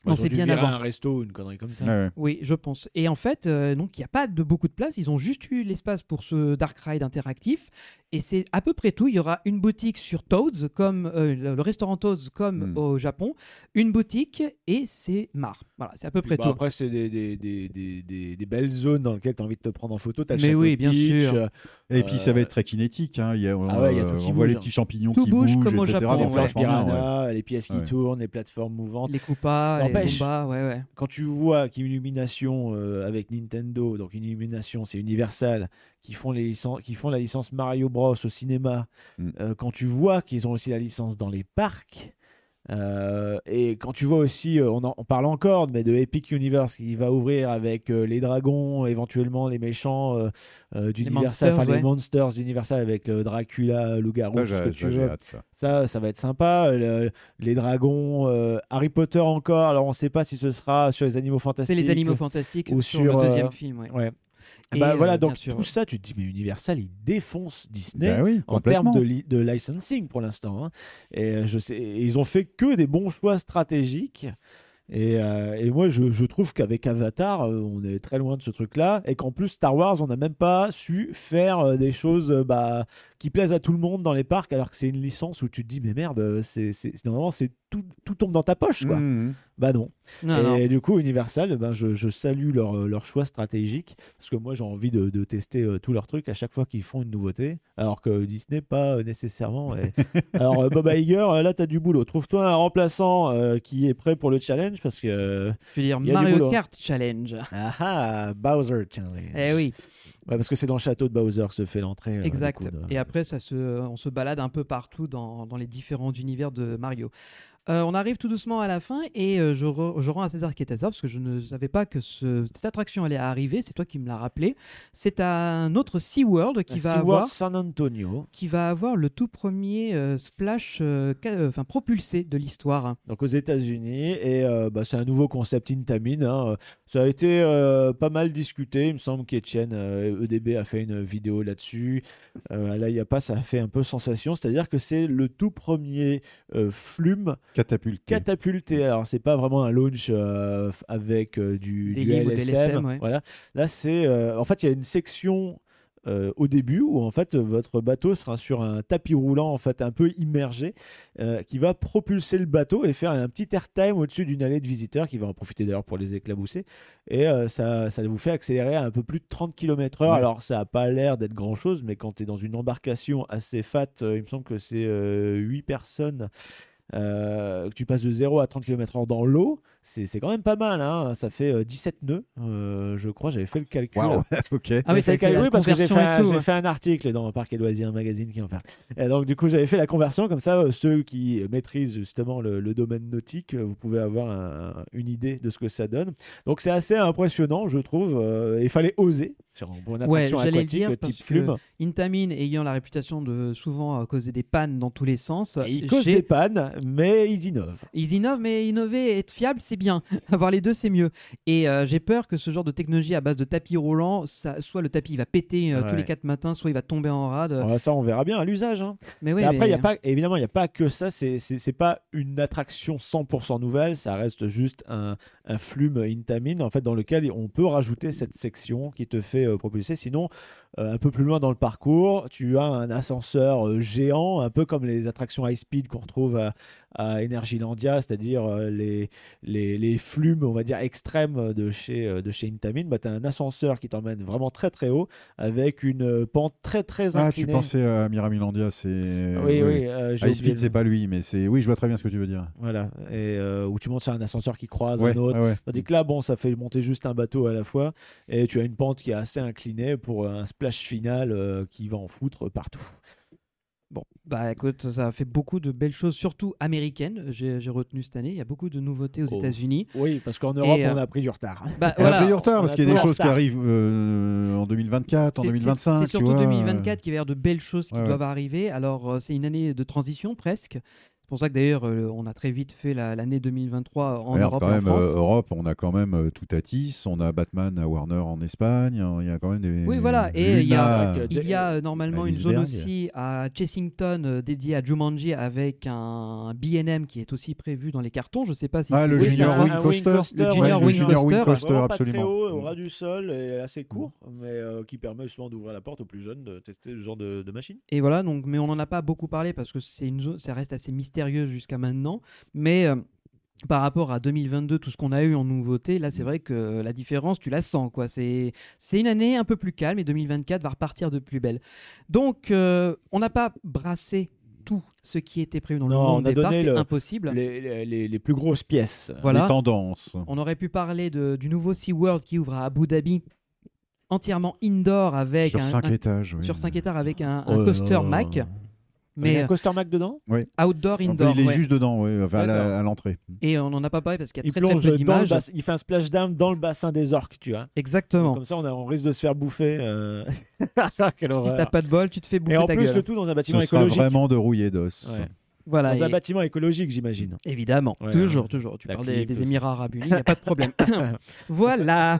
Speaker 7: Bah,
Speaker 10: non,
Speaker 7: ils ont
Speaker 10: c'est
Speaker 7: dû
Speaker 10: bien
Speaker 7: virer
Speaker 10: avant.
Speaker 7: un resto ou une connerie comme ça.
Speaker 8: Ouais, ouais.
Speaker 10: Oui, je pense. Et en fait, euh, donc il n'y a pas de beaucoup de place. Ils ont juste eu l'espace pour ce Dark Ride interactif. Et c'est à peu près tout. Il y aura une boutique sur Toads, comme euh, le le restaurant Toads, comme
Speaker 8: Hmm.
Speaker 10: au Japon, une boutique et c'est marre. Voilà, c'est à peu près
Speaker 7: Bah,
Speaker 10: tout.
Speaker 7: Après, c'est des, des, des, des, des- des belles zones dans lesquelles tu as envie de te prendre en photo. T'as le
Speaker 10: Mais
Speaker 7: château
Speaker 10: oui,
Speaker 7: de
Speaker 10: bien
Speaker 7: Peach,
Speaker 10: sûr.
Speaker 7: euh,
Speaker 8: Et puis ça va être très kinétique. hein. Il y a- on,
Speaker 7: ouais, il y a tout qui
Speaker 8: on voit
Speaker 7: bouge,
Speaker 8: les
Speaker 7: hein.
Speaker 8: petits champignons
Speaker 10: Tout
Speaker 8: qui
Speaker 10: bouge
Speaker 8: bougent,
Speaker 10: comme au
Speaker 8: etc.
Speaker 7: Ah,
Speaker 10: Japon,
Speaker 8: Donc,
Speaker 10: ouais.
Speaker 8: c'est vachement bien, ouais.
Speaker 7: piranha, les pièces qui
Speaker 8: Ouais.
Speaker 7: tournent, les plateformes mouvantes.
Speaker 10: Les Koopas, les
Speaker 7: N'empêche.
Speaker 10: Bombas, ouais, ouais.
Speaker 7: Quand tu vois qu'une illumination euh, avec Nintendo, donc une illumination, c'est Universal, qui font, les licen- qui font la licence Mario Bros au cinéma,
Speaker 8: Mm.
Speaker 7: euh, quand tu vois qu'ils ont aussi la licence dans les parcs, euh, et quand tu vois aussi, euh, on, en, on parle encore, mais de Epic Universe qui va ouvrir avec euh, les dragons, éventuellement les méchants euh, euh, d'Universal,
Speaker 10: monsters,
Speaker 7: enfin les
Speaker 10: ouais.
Speaker 7: monsters d'Universal avec euh, Dracula, loup-garou,
Speaker 8: Ça,
Speaker 7: tout ce que
Speaker 8: j'ai-
Speaker 7: tu
Speaker 8: ça, j'ai
Speaker 7: veux.
Speaker 8: hâte. ça.
Speaker 7: Ça, ça va être sympa. euh, Le- les dragons, euh, Harry Potter encore. Alors, on ne sait pas si ce sera sur les animaux
Speaker 10: C'est
Speaker 7: fantastiques.
Speaker 10: les animaux fantastiques
Speaker 7: Ou
Speaker 10: sur,
Speaker 7: sur,
Speaker 10: le
Speaker 7: euh,
Speaker 10: deuxième film. ouais.
Speaker 7: Ouais.
Speaker 10: Et,
Speaker 7: bah,
Speaker 10: euh,
Speaker 7: voilà,
Speaker 10: bien
Speaker 7: donc
Speaker 10: sûr,
Speaker 7: tout
Speaker 10: ouais.
Speaker 7: ça, tu te dis, mais Universal, il défonce Disney.
Speaker 8: Bah oui,
Speaker 7: En termes
Speaker 8: complètement.
Speaker 7: de, li- de licensing pour l'instant, hein. et euh, je sais, et ils ont fait que des bons choix stratégiques. Et, euh, et moi, je, je trouve qu'avec Avatar, euh, on est très loin de ce truc-là, et qu'en plus Star Wars, on n'a même pas su faire euh, des choses euh, bah, qui plaisent à tout le monde dans les parcs, alors que c'est une licence où tu te dis mais merde, euh, c'est c'est- c'est- normalement c'est tout, tout tombe dans ta poche quoi.
Speaker 8: Mhm.
Speaker 7: Bah non.
Speaker 10: Non,
Speaker 7: et
Speaker 10: non.
Speaker 7: du coup, Universal, ben, je, je salue leur, euh, leur choix stratégique parce que moi j'ai envie de, de tester euh, tous leurs trucs à chaque fois qu'ils font une nouveauté, alors que Disney, pas euh, nécessairement. et- alors, euh, Bob Iger, euh, là t'as du boulot. Trouve-toi un remplaçant euh, qui est prêt pour le challenge parce que. euh,
Speaker 10: Je veux dire
Speaker 7: il y a du
Speaker 10: Mario
Speaker 7: boulot.
Speaker 10: Kart Challenge.
Speaker 7: Ah ah, [LAUGHS] Bowser Challenge.
Speaker 10: Eh oui,
Speaker 7: Ouais, parce que c'est dans le château de Bowser que se fait l'entrée. euh, du
Speaker 10: exact.
Speaker 7: coup, de-
Speaker 10: Et après, ça se, on se balade un peu partout dans, dans les différents univers de Mario. Euh, on arrive tout doucement à la fin et euh, je, re- je rends à César ce qui est à César parce que je ne savais pas que ce- cette attraction allait arriver. C'est toi qui me l'as rappelé. C'est un autre SeaWorld qui
Speaker 7: Qui
Speaker 10: va
Speaker 7: va
Speaker 10: avoir
Speaker 7: San Antonio,
Speaker 10: qui va avoir le tout premier euh, splash euh, ca- euh, enfin propulsé de l'histoire.
Speaker 7: donc aux États-Unis, et euh, bah, c'est un nouveau concept Intamin. hein. Ça a été euh, pas mal discuté. Il me semble qu'Etienne euh, EDB a fait une vidéo là-dessus. Euh, à l'IAPA, ça a fait un peu sensation. C'est-à-dire que c'est le tout premier euh, flume
Speaker 8: Catapulte.
Speaker 7: catapulté. Alors, c'est pas vraiment un launch euh, f- avec euh, du,
Speaker 10: Des
Speaker 7: du
Speaker 10: lignes ou des
Speaker 7: LSM.
Speaker 10: LSM, ouais.
Speaker 7: Voilà. Là, c'est. euh, en fait, il y a une section. euh, au début, où en fait votre bateau sera sur un tapis roulant en fait un peu immergé, euh, qui va propulser le bateau et faire un petit airtime au-dessus d'une allée de visiteurs, qui va en profiter d'ailleurs pour les éclabousser. Et euh, ça, ça vous fait accélérer à un peu plus de 30 km/h.
Speaker 8: Ouais.
Speaker 7: Alors ça n'a pas l'air d'être grand-chose, mais quand tu es dans une embarcation assez fat, euh, il me semble que c'est 8 personnes euh, que tu passes de 0 à 30 km/h dans l'eau, c'est c'est quand même pas mal. hein. Ça fait euh, 17 nœuds, euh, je crois. J'avais fait le calcul.
Speaker 8: Waouh, ok.
Speaker 10: Ah
Speaker 7: J'avais
Speaker 10: oui,
Speaker 7: fait le
Speaker 10: t'avais fait la
Speaker 7: calcul parce que j'ai fait,
Speaker 10: conversion et
Speaker 7: un-
Speaker 10: tout, hein.
Speaker 7: j'ai
Speaker 10: ouais.
Speaker 7: fait un article dans Parc et Loisirs Magazine qui en parle. Et donc, du coup, j'avais fait la conversion. Comme ça, euh, ceux qui maîtrisent justement le, le domaine nautique, euh, vous pouvez avoir un- une idée de ce que ça donne. Donc, c'est assez impressionnant, je trouve. euh, Il fallait oser sur une
Speaker 10: Ouais,
Speaker 7: attraction
Speaker 10: j'allais le
Speaker 7: aquatique
Speaker 10: dire
Speaker 7: euh,
Speaker 10: parce
Speaker 7: type flume.
Speaker 10: Intamin ayant la réputation de souvent euh, causer des pannes dans tous les sens.
Speaker 7: Et Ils
Speaker 10: bah,
Speaker 7: causent
Speaker 10: j'ai-
Speaker 7: des pannes, mais ils innovent.
Speaker 10: Ils innovent, mais innover et être fiable, c'est bien. [LAUGHS] Avoir les deux, c'est mieux. Et euh, j'ai peur que ce genre de technologie à base de tapis roulant, ça- soit le tapis il va péter euh, tous
Speaker 7: Ouais.
Speaker 10: les quatre matins, soit il va tomber en rade.
Speaker 7: Ah, ça, on verra bien à l'usage. hein.
Speaker 10: Mais ouais,
Speaker 7: Mais après,
Speaker 10: mais-
Speaker 7: il y a pas, évidemment, il n'y a pas que ça. C'est c'est- c'est pas une attraction 100% nouvelle. Ça reste juste un, un flume Intamin, en fait, dans lequel on peut rajouter cette section qui te fait euh, propulser. Sinon, euh, un peu plus loin dans le parcours, tu as un ascenseur euh, géant, un peu comme les attractions high speed qu'on retrouve à, à Energylandia, c'est-à-dire euh, les, les, les flumes, on va dire, extrêmes de chez, euh, de chez Intamin. Bah, tu as un ascenseur qui t'emmène vraiment très très haut avec une euh, pente très très
Speaker 8: Ah,
Speaker 7: inclinée.
Speaker 8: tu pensais à Miramilandia, c'est.
Speaker 7: Oui, oui, euh, j'ai
Speaker 8: High
Speaker 7: oublié
Speaker 8: Speed,
Speaker 7: le
Speaker 8: c'est
Speaker 7: nom.
Speaker 8: pas lui, mais c'est. Oui, je vois très bien ce que tu veux dire.
Speaker 7: Voilà, et euh, où tu montes sur un ascenseur qui croise
Speaker 8: Ouais,
Speaker 7: un autre.
Speaker 8: ouais, ouais.
Speaker 7: Tandis que là, bon, ça fait monter juste un bateau à la fois, et tu as une pente qui est assez inclinée pour un splash final euh, qui va en foutre partout.
Speaker 10: Bon, bah écoute, ça fait beaucoup de belles choses, surtout américaines. J'ai j'ai retenu cette année. Il y a beaucoup de nouveautés aux
Speaker 7: Oh.
Speaker 10: États-Unis.
Speaker 7: Oui, parce qu'en Europe,
Speaker 10: euh,
Speaker 7: on a pris du retard.
Speaker 10: Bah,
Speaker 8: On
Speaker 10: voilà.
Speaker 8: a pris du retard
Speaker 7: on
Speaker 8: parce
Speaker 7: a
Speaker 8: qu'il y a des
Speaker 7: tout en
Speaker 8: choses qui
Speaker 7: retard.
Speaker 8: arrivent euh, en 2024, en
Speaker 10: C'est- c'est-
Speaker 8: 2025.
Speaker 10: C'est
Speaker 8: tu
Speaker 10: surtout
Speaker 8: vois, euh.
Speaker 10: 2024 qu'il va y avoir de belles choses qui
Speaker 8: ouais, ouais.
Speaker 10: doivent arriver. Alors, euh, c'est une année de transition presque. C'est pour ça que d'ailleurs, euh, on a très vite fait la- l'année 2023 en
Speaker 8: Regarde,
Speaker 10: Europe et
Speaker 8: quand
Speaker 10: en
Speaker 8: même,
Speaker 10: France.
Speaker 8: euh, Europe, on a quand même euh, tout à Tis, on a Batman à Warner en Espagne, hein, il y a quand même des.
Speaker 10: Oui, voilà, et il y a-
Speaker 8: Luna,
Speaker 10: Il y a euh,
Speaker 7: Bah,
Speaker 10: normalement une
Speaker 8: Alice
Speaker 10: zone
Speaker 8: Berg.
Speaker 10: aussi à Chessington euh, dédiée à Jumanji avec un BNM qui est aussi prévu dans les cartons. Je sais pas si
Speaker 8: Ah,
Speaker 10: c'est-
Speaker 8: le
Speaker 10: Oui, c'est
Speaker 8: Junior
Speaker 10: un-
Speaker 8: Wing Coaster.
Speaker 10: le Junior
Speaker 8: ouais,
Speaker 10: Wing
Speaker 8: le Junior
Speaker 10: Coaster.
Speaker 8: Wing Coaster,
Speaker 7: Vraiment pas très
Speaker 8: absolument. Mm.
Speaker 7: haut, euh, au ras du sol, et assez court, mais euh, qui permet justement d'ouvrir la porte aux plus jeunes de tester ce genre de, de machine.
Speaker 10: Et voilà, donc, mais on n'en a pas beaucoup parlé parce que c'est une zone, ça reste assez mystérieux jusqu'à maintenant. Mais euh, par rapport à 2022, tout ce qu'on a eu en nouveauté, là, c'est
Speaker 7: Mm.
Speaker 10: vrai que la différence, tu la sens, quoi. C'est, c'est une année un peu plus calme et 2024 va repartir de plus belle. Donc, euh, on n'a pas brassé tout ce qui était prévu dans le
Speaker 7: Non, on
Speaker 10: monde
Speaker 7: a
Speaker 10: des parcs,
Speaker 7: donné
Speaker 10: c'est
Speaker 7: le-
Speaker 10: impossible.
Speaker 7: Les, les- les- les plus grosses pièces.
Speaker 10: Voilà.
Speaker 8: Les tendances.
Speaker 10: On aurait pu parler de- du nouveau SeaWorld qui ouvre à Abu Dhabi, entièrement indoor avec
Speaker 8: Sur
Speaker 10: un,
Speaker 8: 5
Speaker 10: un-
Speaker 8: étages. oui.
Speaker 10: sur cinq étages avec un,
Speaker 7: Oh
Speaker 10: un
Speaker 7: là
Speaker 10: coaster
Speaker 7: là.
Speaker 10: Mac,
Speaker 7: Il y a
Speaker 10: mais
Speaker 7: un coaster Mac dedans
Speaker 10: euh, outdoor
Speaker 8: Enfin,
Speaker 10: indoor.
Speaker 8: il est
Speaker 10: ouais.
Speaker 8: juste dedans, ouais, enfin, à la-
Speaker 7: D'accord.
Speaker 8: à l'entrée.
Speaker 10: Et on n'en a pas parlé parce qu'il y a
Speaker 7: Il
Speaker 10: très très
Speaker 7: plonge
Speaker 10: peu
Speaker 7: dans le
Speaker 10: d'images.
Speaker 7: bassin- il fait un splashdown dans le bassin des orques, tu vois.
Speaker 10: Exactement.
Speaker 7: Comme ça, on, a- on risque de se faire bouffer. euh, Quelle
Speaker 10: [LAUGHS] Si
Speaker 7: horreur.
Speaker 10: t'as pas de bol, tu te fais bouffer
Speaker 7: Et en
Speaker 10: ta
Speaker 7: plus,
Speaker 10: gueule.
Speaker 7: le tout dans un bâtiment
Speaker 8: Ce sera
Speaker 7: écologique.
Speaker 8: vraiment de rouillé d'os.
Speaker 7: Ouais.
Speaker 10: Voilà.
Speaker 7: Dans un
Speaker 10: et-
Speaker 7: bâtiment écologique, j'imagine.
Speaker 10: Évidemment,
Speaker 7: Ouais,
Speaker 10: toujours,
Speaker 7: ouais.
Speaker 10: toujours. Tu
Speaker 7: La
Speaker 10: parles
Speaker 7: clim,
Speaker 10: des, des
Speaker 7: tout ça.
Speaker 10: Émirats Arabes Unis, il n'y a pas de
Speaker 7: [LAUGHS]
Speaker 10: problème. [LAUGHS] voilà.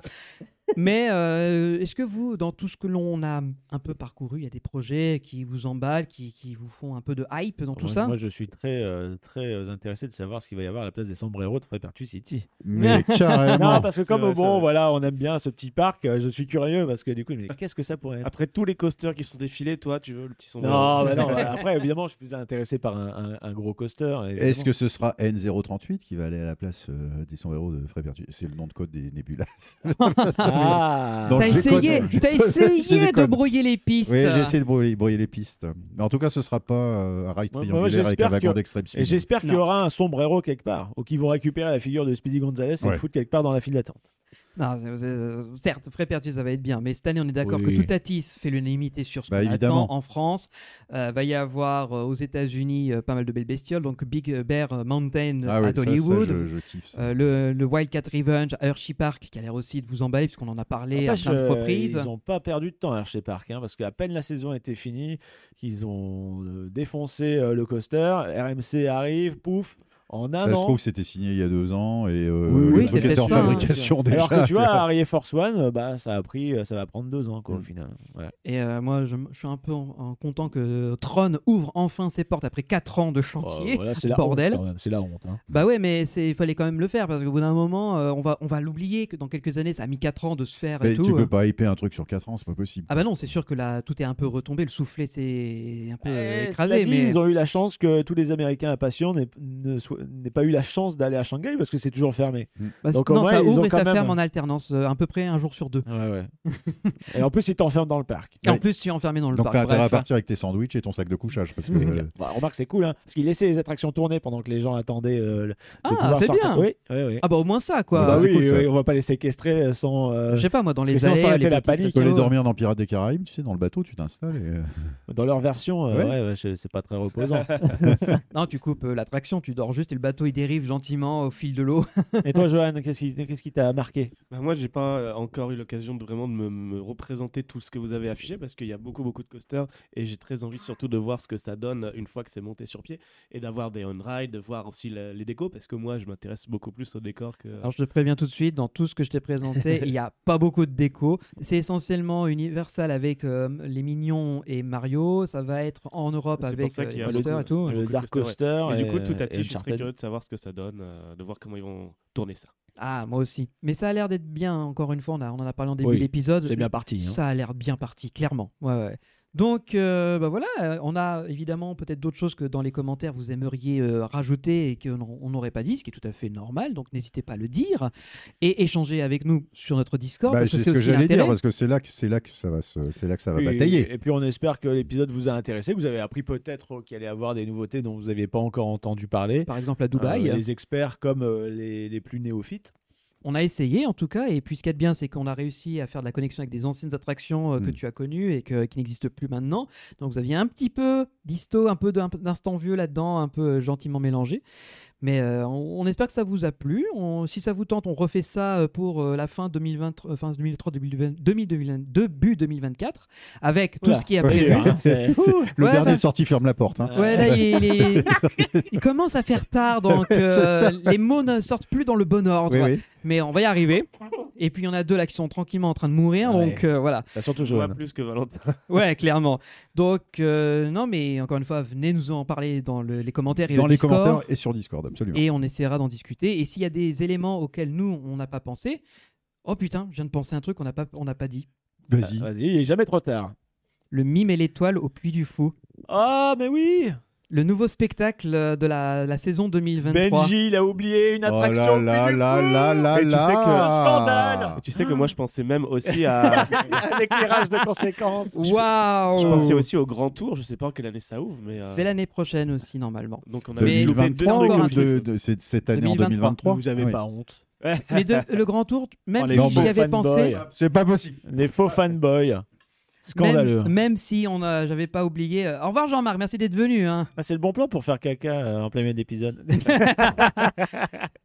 Speaker 10: Mais euh, est-ce que vous, dans tout ce que l'on a un peu parcouru, il y a des projets qui vous emballent, qui, qui vous font un peu de hype dans tout
Speaker 7: Ah, moi,
Speaker 10: ça
Speaker 7: moi, je suis très, euh, très euh, intéressé de savoir ce qu'il va y avoir à la place des sombreros de Frépertus City.
Speaker 8: Mais
Speaker 10: Ah
Speaker 8: carrément.
Speaker 7: Non, parce que
Speaker 9: c'est
Speaker 7: comme euh,
Speaker 9: vrai, c'est
Speaker 7: bon,
Speaker 9: vrai.
Speaker 7: voilà, on aime bien ce petit parc. euh, je suis curieux parce que du coup, mais qu'est-ce que ça pourrait être
Speaker 9: Après tous les coasters qui sont défilés, toi, tu veux le
Speaker 10: Ah,
Speaker 9: petit sombrero
Speaker 10: [LAUGHS]
Speaker 7: Non, bah non. Après, évidemment, je suis plus intéressé par un, un- un gros coaster.
Speaker 8: Est-ce que ce sera N038 qui va aller à la place euh, des sombreros de Frépertus C'est le nom de code des nébulas.
Speaker 7: ah,
Speaker 8: Non,
Speaker 10: T'as
Speaker 8: je déconne,
Speaker 10: essayé,
Speaker 8: je
Speaker 10: t'as
Speaker 8: déconne, je
Speaker 10: essayé de
Speaker 8: déconne.
Speaker 10: brouiller les pistes.
Speaker 8: Oui, j'ai essayé de brouiller, brouiller les pistes. Mais en tout cas, ce sera pas euh, un rail
Speaker 7: Moi- moi,
Speaker 8: triangulaire avec un
Speaker 7: j'espère
Speaker 8: wagon
Speaker 7: que-
Speaker 8: d'extrême speed.
Speaker 7: Et j'espère qu'il y aura un sombrero quelque part, ou qu'ils vont récupérer la figure de Speedy Gonzalez et
Speaker 8: Ouais.
Speaker 7: le foutre quelque part dans la file d'attente.
Speaker 10: Non, c'est- c'est- certes, Frépertus, ça va être bien, mais cette année, on est d'accord
Speaker 8: Oui.
Speaker 10: que Toutatis fait l'unanimité sur ce
Speaker 8: Bah,
Speaker 10: qu'on
Speaker 8: évidemment.
Speaker 10: attend en France. Euh, va y avoir euh, aux États-Unis euh, pas mal de belles bestioles, donc Big Bear Mountain
Speaker 8: Ah oui,
Speaker 10: à
Speaker 8: ça, ça,
Speaker 10: Hollywood.
Speaker 8: je, je kiffe ça.
Speaker 10: Euh, le, le Wildcat Revenge à Hershey Park qui a l'air aussi de vous emballer puisqu'on en a parlé
Speaker 7: N'empêche,
Speaker 10: à plein de
Speaker 7: euh,
Speaker 10: reprises.
Speaker 7: Ils n'ont pas perdu de temps à Hershey Park, hein, parce qu'à peine la saison était finie, qu'ils ont euh, défoncé euh, le coaster. RMC arrive, pouf, en un
Speaker 8: Ça se
Speaker 7: an.
Speaker 8: trouve, c'était signé il y a deux ans et euh,
Speaker 7: Oui,
Speaker 8: le
Speaker 7: oui,
Speaker 8: truc
Speaker 10: c'est
Speaker 8: était en
Speaker 10: peut-être ça, hein.
Speaker 8: fabrication déjà.
Speaker 7: Alors que tu vois, Harry et Force One, euh, bah, ça, a pris, euh, ça va prendre deux ans quoi, au
Speaker 10: Mm.
Speaker 7: final.
Speaker 10: [LAUGHS]
Speaker 7: Ouais.
Speaker 10: Et euh, moi, je, m- je suis un peu en- en content que Tron ouvre enfin ses portes après 4 ans de
Speaker 8: Oh,
Speaker 10: chantier.
Speaker 7: Euh, voilà, c'est la
Speaker 10: Bordel.
Speaker 7: honte, quand même, C'est la honte. hein.
Speaker 10: Bah ouais, mais c'est- il fallait quand même le faire parce qu'au bout d'un moment, euh, on va, on va l'oublier que dans quelques années, ça a mis 4 ans de se faire et
Speaker 8: Mais
Speaker 10: tout.
Speaker 8: tu
Speaker 10: euh.
Speaker 8: peux pas hyper un truc sur 4 ans, c'est pas possible.
Speaker 10: Ah bah non, c'est sûr que là, tout est un peu retombé, le soufflet s'est un peu euh,
Speaker 7: Eh,
Speaker 10: écrasé.
Speaker 7: cela dit,
Speaker 10: mais...
Speaker 7: Ils ont eu la chance que tous les Américains impatients n'aient ne soient- n'aient pas eu la chance d'aller à Shanghai parce que c'est toujours fermé.
Speaker 10: Bah,
Speaker 7: Donc,
Speaker 10: non,
Speaker 7: au moins,
Speaker 10: ça
Speaker 7: ils
Speaker 10: ouvre
Speaker 7: ont
Speaker 10: et
Speaker 7: quand
Speaker 10: ça
Speaker 7: même-
Speaker 10: ferme en alternance, euh, à peu près un jour sur deux.
Speaker 7: et en plus, ils t'enferment dans le parc.
Speaker 10: Et en plus, tu es enfermé dans le
Speaker 8: Donc
Speaker 10: parc.
Speaker 8: t'as intérêt à
Speaker 10: bah, bref. hein.
Speaker 8: partir avec tes sandwichs et ton sac de couchage parce que
Speaker 7: C'est
Speaker 8: euh,
Speaker 7: clair. Bah, remarque, c'est cool, hein, parce qu'il laissait les attractions tourner pendant que les gens attendaient euh, le- de
Speaker 10: Ah,
Speaker 7: pouvoir
Speaker 10: c'est
Speaker 7: sortir.
Speaker 10: bien.
Speaker 7: Oui, oui, oui.
Speaker 10: Ah bah au moins ça, quoi.
Speaker 8: Ah,
Speaker 7: Bah
Speaker 8: c'est
Speaker 7: oui,
Speaker 8: cool, ça.
Speaker 7: oui, on va pas les séquestrer euh, sans. euh,
Speaker 10: Je sais pas, moi, dans
Speaker 7: parce que
Speaker 10: les
Speaker 7: sinon, ça aurait
Speaker 10: allées, les
Speaker 7: été la
Speaker 10: petites
Speaker 7: panique,
Speaker 8: tu peux aller
Speaker 10: restos-
Speaker 8: dormir dans Pirates des Caraïbes, tu sais, dans le bateau, tu t'installes. Et... euh,
Speaker 7: dans leur version, euh,
Speaker 8: Ouais.
Speaker 7: ouais, ouais, c'est c'est pas très reposant.
Speaker 10: Non, tu coupes euh, l'attraction, tu dors juste et le bateau il dérive gentiment au fil de l'eau.
Speaker 7: et toi, Johan, qu'est-ce qui qu'est-ce qui t'a marqué
Speaker 9: Bah, moi, j'ai pas euh, encore eu l'occasion de vraiment de me, me représenter tout ce que vous avez affiché parce qu'il y a beaucoup, beaucoup de coasters et j'ai très envie surtout de voir ce que ça donne euh, une fois que c'est monté sur pied et d'avoir des on-ride, de voir aussi la- les décos parce que moi, je m'intéresse beaucoup plus au décor que.
Speaker 10: Alors je te préviens tout de suite, dans tout ce que je t'ai présenté, il n'y a pas beaucoup de déco. C'est essentiellement Universal avec euh, les Mignons et Mario. Ça va être en Europe
Speaker 9: C'est pour
Speaker 10: avec
Speaker 9: ça
Speaker 10: euh,
Speaker 9: qu'il y a
Speaker 10: Coaster
Speaker 9: beaucoup-
Speaker 10: et tout.
Speaker 9: Ouais,
Speaker 7: Le
Speaker 9: beaucoup de
Speaker 7: Dark
Speaker 9: coaster,
Speaker 7: Coaster.
Speaker 9: et du coup, tout à
Speaker 7: et euh,
Speaker 9: titre, je suis très
Speaker 7: Uncharted.
Speaker 9: curieux de savoir ce que ça donne, euh, de voir comment ils vont tourner ça.
Speaker 10: Ah, moi aussi. Mais ça a l'air d'être bien, hein, encore une fois. On, a- on en a parlé en début
Speaker 7: Oui,
Speaker 10: de l'épisode.
Speaker 7: C'est bien parti. hein.
Speaker 10: Ça a l'air bien parti, clairement. Ouais, ouais. Donc, euh, bah voilà, euh, on a évidemment peut-être d'autres choses que dans les commentaires vous aimeriez euh, rajouter et qu'on on n'aurait pas dit, ce qui est tout à fait normal. Donc, n'hésitez pas à le dire et échanger avec nous sur notre Discord.
Speaker 8: Bah,
Speaker 10: parce que
Speaker 8: c'est ce que
Speaker 10: aussi
Speaker 8: j'allais dire
Speaker 10: l'intérêt.
Speaker 8: parce que c'est là que c'est là que ça va se- c'est là que ça va
Speaker 7: Oui,
Speaker 8: batailler.
Speaker 7: Et puis on espère que l'épisode vous a intéressé, que vous avez appris peut-être qu'il allait y avoir des nouveautés dont vous n'aviez pas encore entendu parler.
Speaker 10: Par exemple, à Dubaï.
Speaker 8: Ah
Speaker 7: Euh, les experts comme euh, les, les plus néophytes.
Speaker 10: On a essayé en tout cas, et puis ce qu'il y a de bien, c'est qu'on a réussi à faire de la connexion avec des anciennes attractions euh, que
Speaker 8: Mm.
Speaker 10: tu as connues et que- qui n'existent plus maintenant. Donc vous aviez un petit peu d'isto, un peu d'un- d'instant vieux là-dedans, un peu euh, gentiment mélangé. Mais euh, on, on espère que ça vous a plu. On- si ça vous tente, on refait ça euh, pour euh, la fin 2023, euh, fin 2023, 2020, 2020, début 2024, avec tout
Speaker 7: Oula.
Speaker 10: ce qui est
Speaker 8: Ouais,
Speaker 10: prévu.
Speaker 7: hein,
Speaker 8: c'est-
Speaker 7: c'est-
Speaker 8: c'est- le
Speaker 10: Ouais,
Speaker 8: dernier
Speaker 10: bah-
Speaker 8: sorti ferme la porte. hein.
Speaker 10: Ouais, là, il, il est-
Speaker 8: [LAUGHS]
Speaker 10: il commence à faire tard, donc euh, les mots ne sortent plus dans le bon ordre.
Speaker 8: Oui, oui.
Speaker 10: Mais on va y arriver. Et puis il y en a deux là qui sont tranquillement en train de mourir.
Speaker 7: Ouais.
Speaker 10: Donc euh, voilà.
Speaker 7: Bah, surtout
Speaker 9: Je vois
Speaker 7: Johan.
Speaker 9: plus que Valentin.
Speaker 10: Ouais, clairement. Donc euh, non, mais encore une fois, venez nous en parler dans le- les commentaires et
Speaker 8: Dans
Speaker 10: le
Speaker 8: les
Speaker 10: Discord.
Speaker 8: commentaires et sur Discord, absolument.
Speaker 10: Et on essaiera d'en discuter. Et s'il y a des éléments auxquels nous, on n'a pas pensé. Oh putain, je viens de penser à un truc qu'on n'a pas, on n'a pas dit.
Speaker 8: Vas-y.
Speaker 7: Vas-y, il est jamais trop tard.
Speaker 10: Le mime et l'étoile au puits du fou.
Speaker 7: Ah, mais oui
Speaker 10: Le nouveau spectacle de la, la saison 2023.
Speaker 7: Benji, il a oublié une attraction.
Speaker 8: oh là là là là là
Speaker 9: Et tu sais
Speaker 8: là.
Speaker 9: que-
Speaker 8: Ah.
Speaker 7: Scandale.
Speaker 9: Tu sais que moi, je pensais même aussi à.
Speaker 7: L'éclairage de conséquences.
Speaker 10: Waouh
Speaker 9: je pensais aussi au Grand Tour. Je sais pas en quelle année ça ouvre, mais. euh,
Speaker 10: C'est l'année prochaine aussi, normalement.
Speaker 9: Donc on avait
Speaker 10: Mais
Speaker 9: loupé
Speaker 10: c'est
Speaker 9: deux
Speaker 8: 2023
Speaker 10: encore
Speaker 9: trucs
Speaker 10: un
Speaker 8: ou
Speaker 10: truc.
Speaker 8: de, de- c'est de cette année en 2023
Speaker 7: Vous avez
Speaker 8: Oui.
Speaker 7: pas honte.
Speaker 10: Mais de- le grand tour, même
Speaker 7: Oh,
Speaker 10: si
Speaker 7: les
Speaker 10: j'y
Speaker 7: bons
Speaker 10: avais pensé,
Speaker 7: fanboys.
Speaker 8: C'est pas possible.
Speaker 7: Les faux fanboys. Scandaleux.
Speaker 10: Même, même si on a, j'avais pas oublié. euh, Au revoir Jean-Marc, merci d'être venu. hein.
Speaker 7: Ah, c'est le bon plan pour faire caca euh, en plein
Speaker 10: [LAUGHS]
Speaker 7: milieu d'épisode.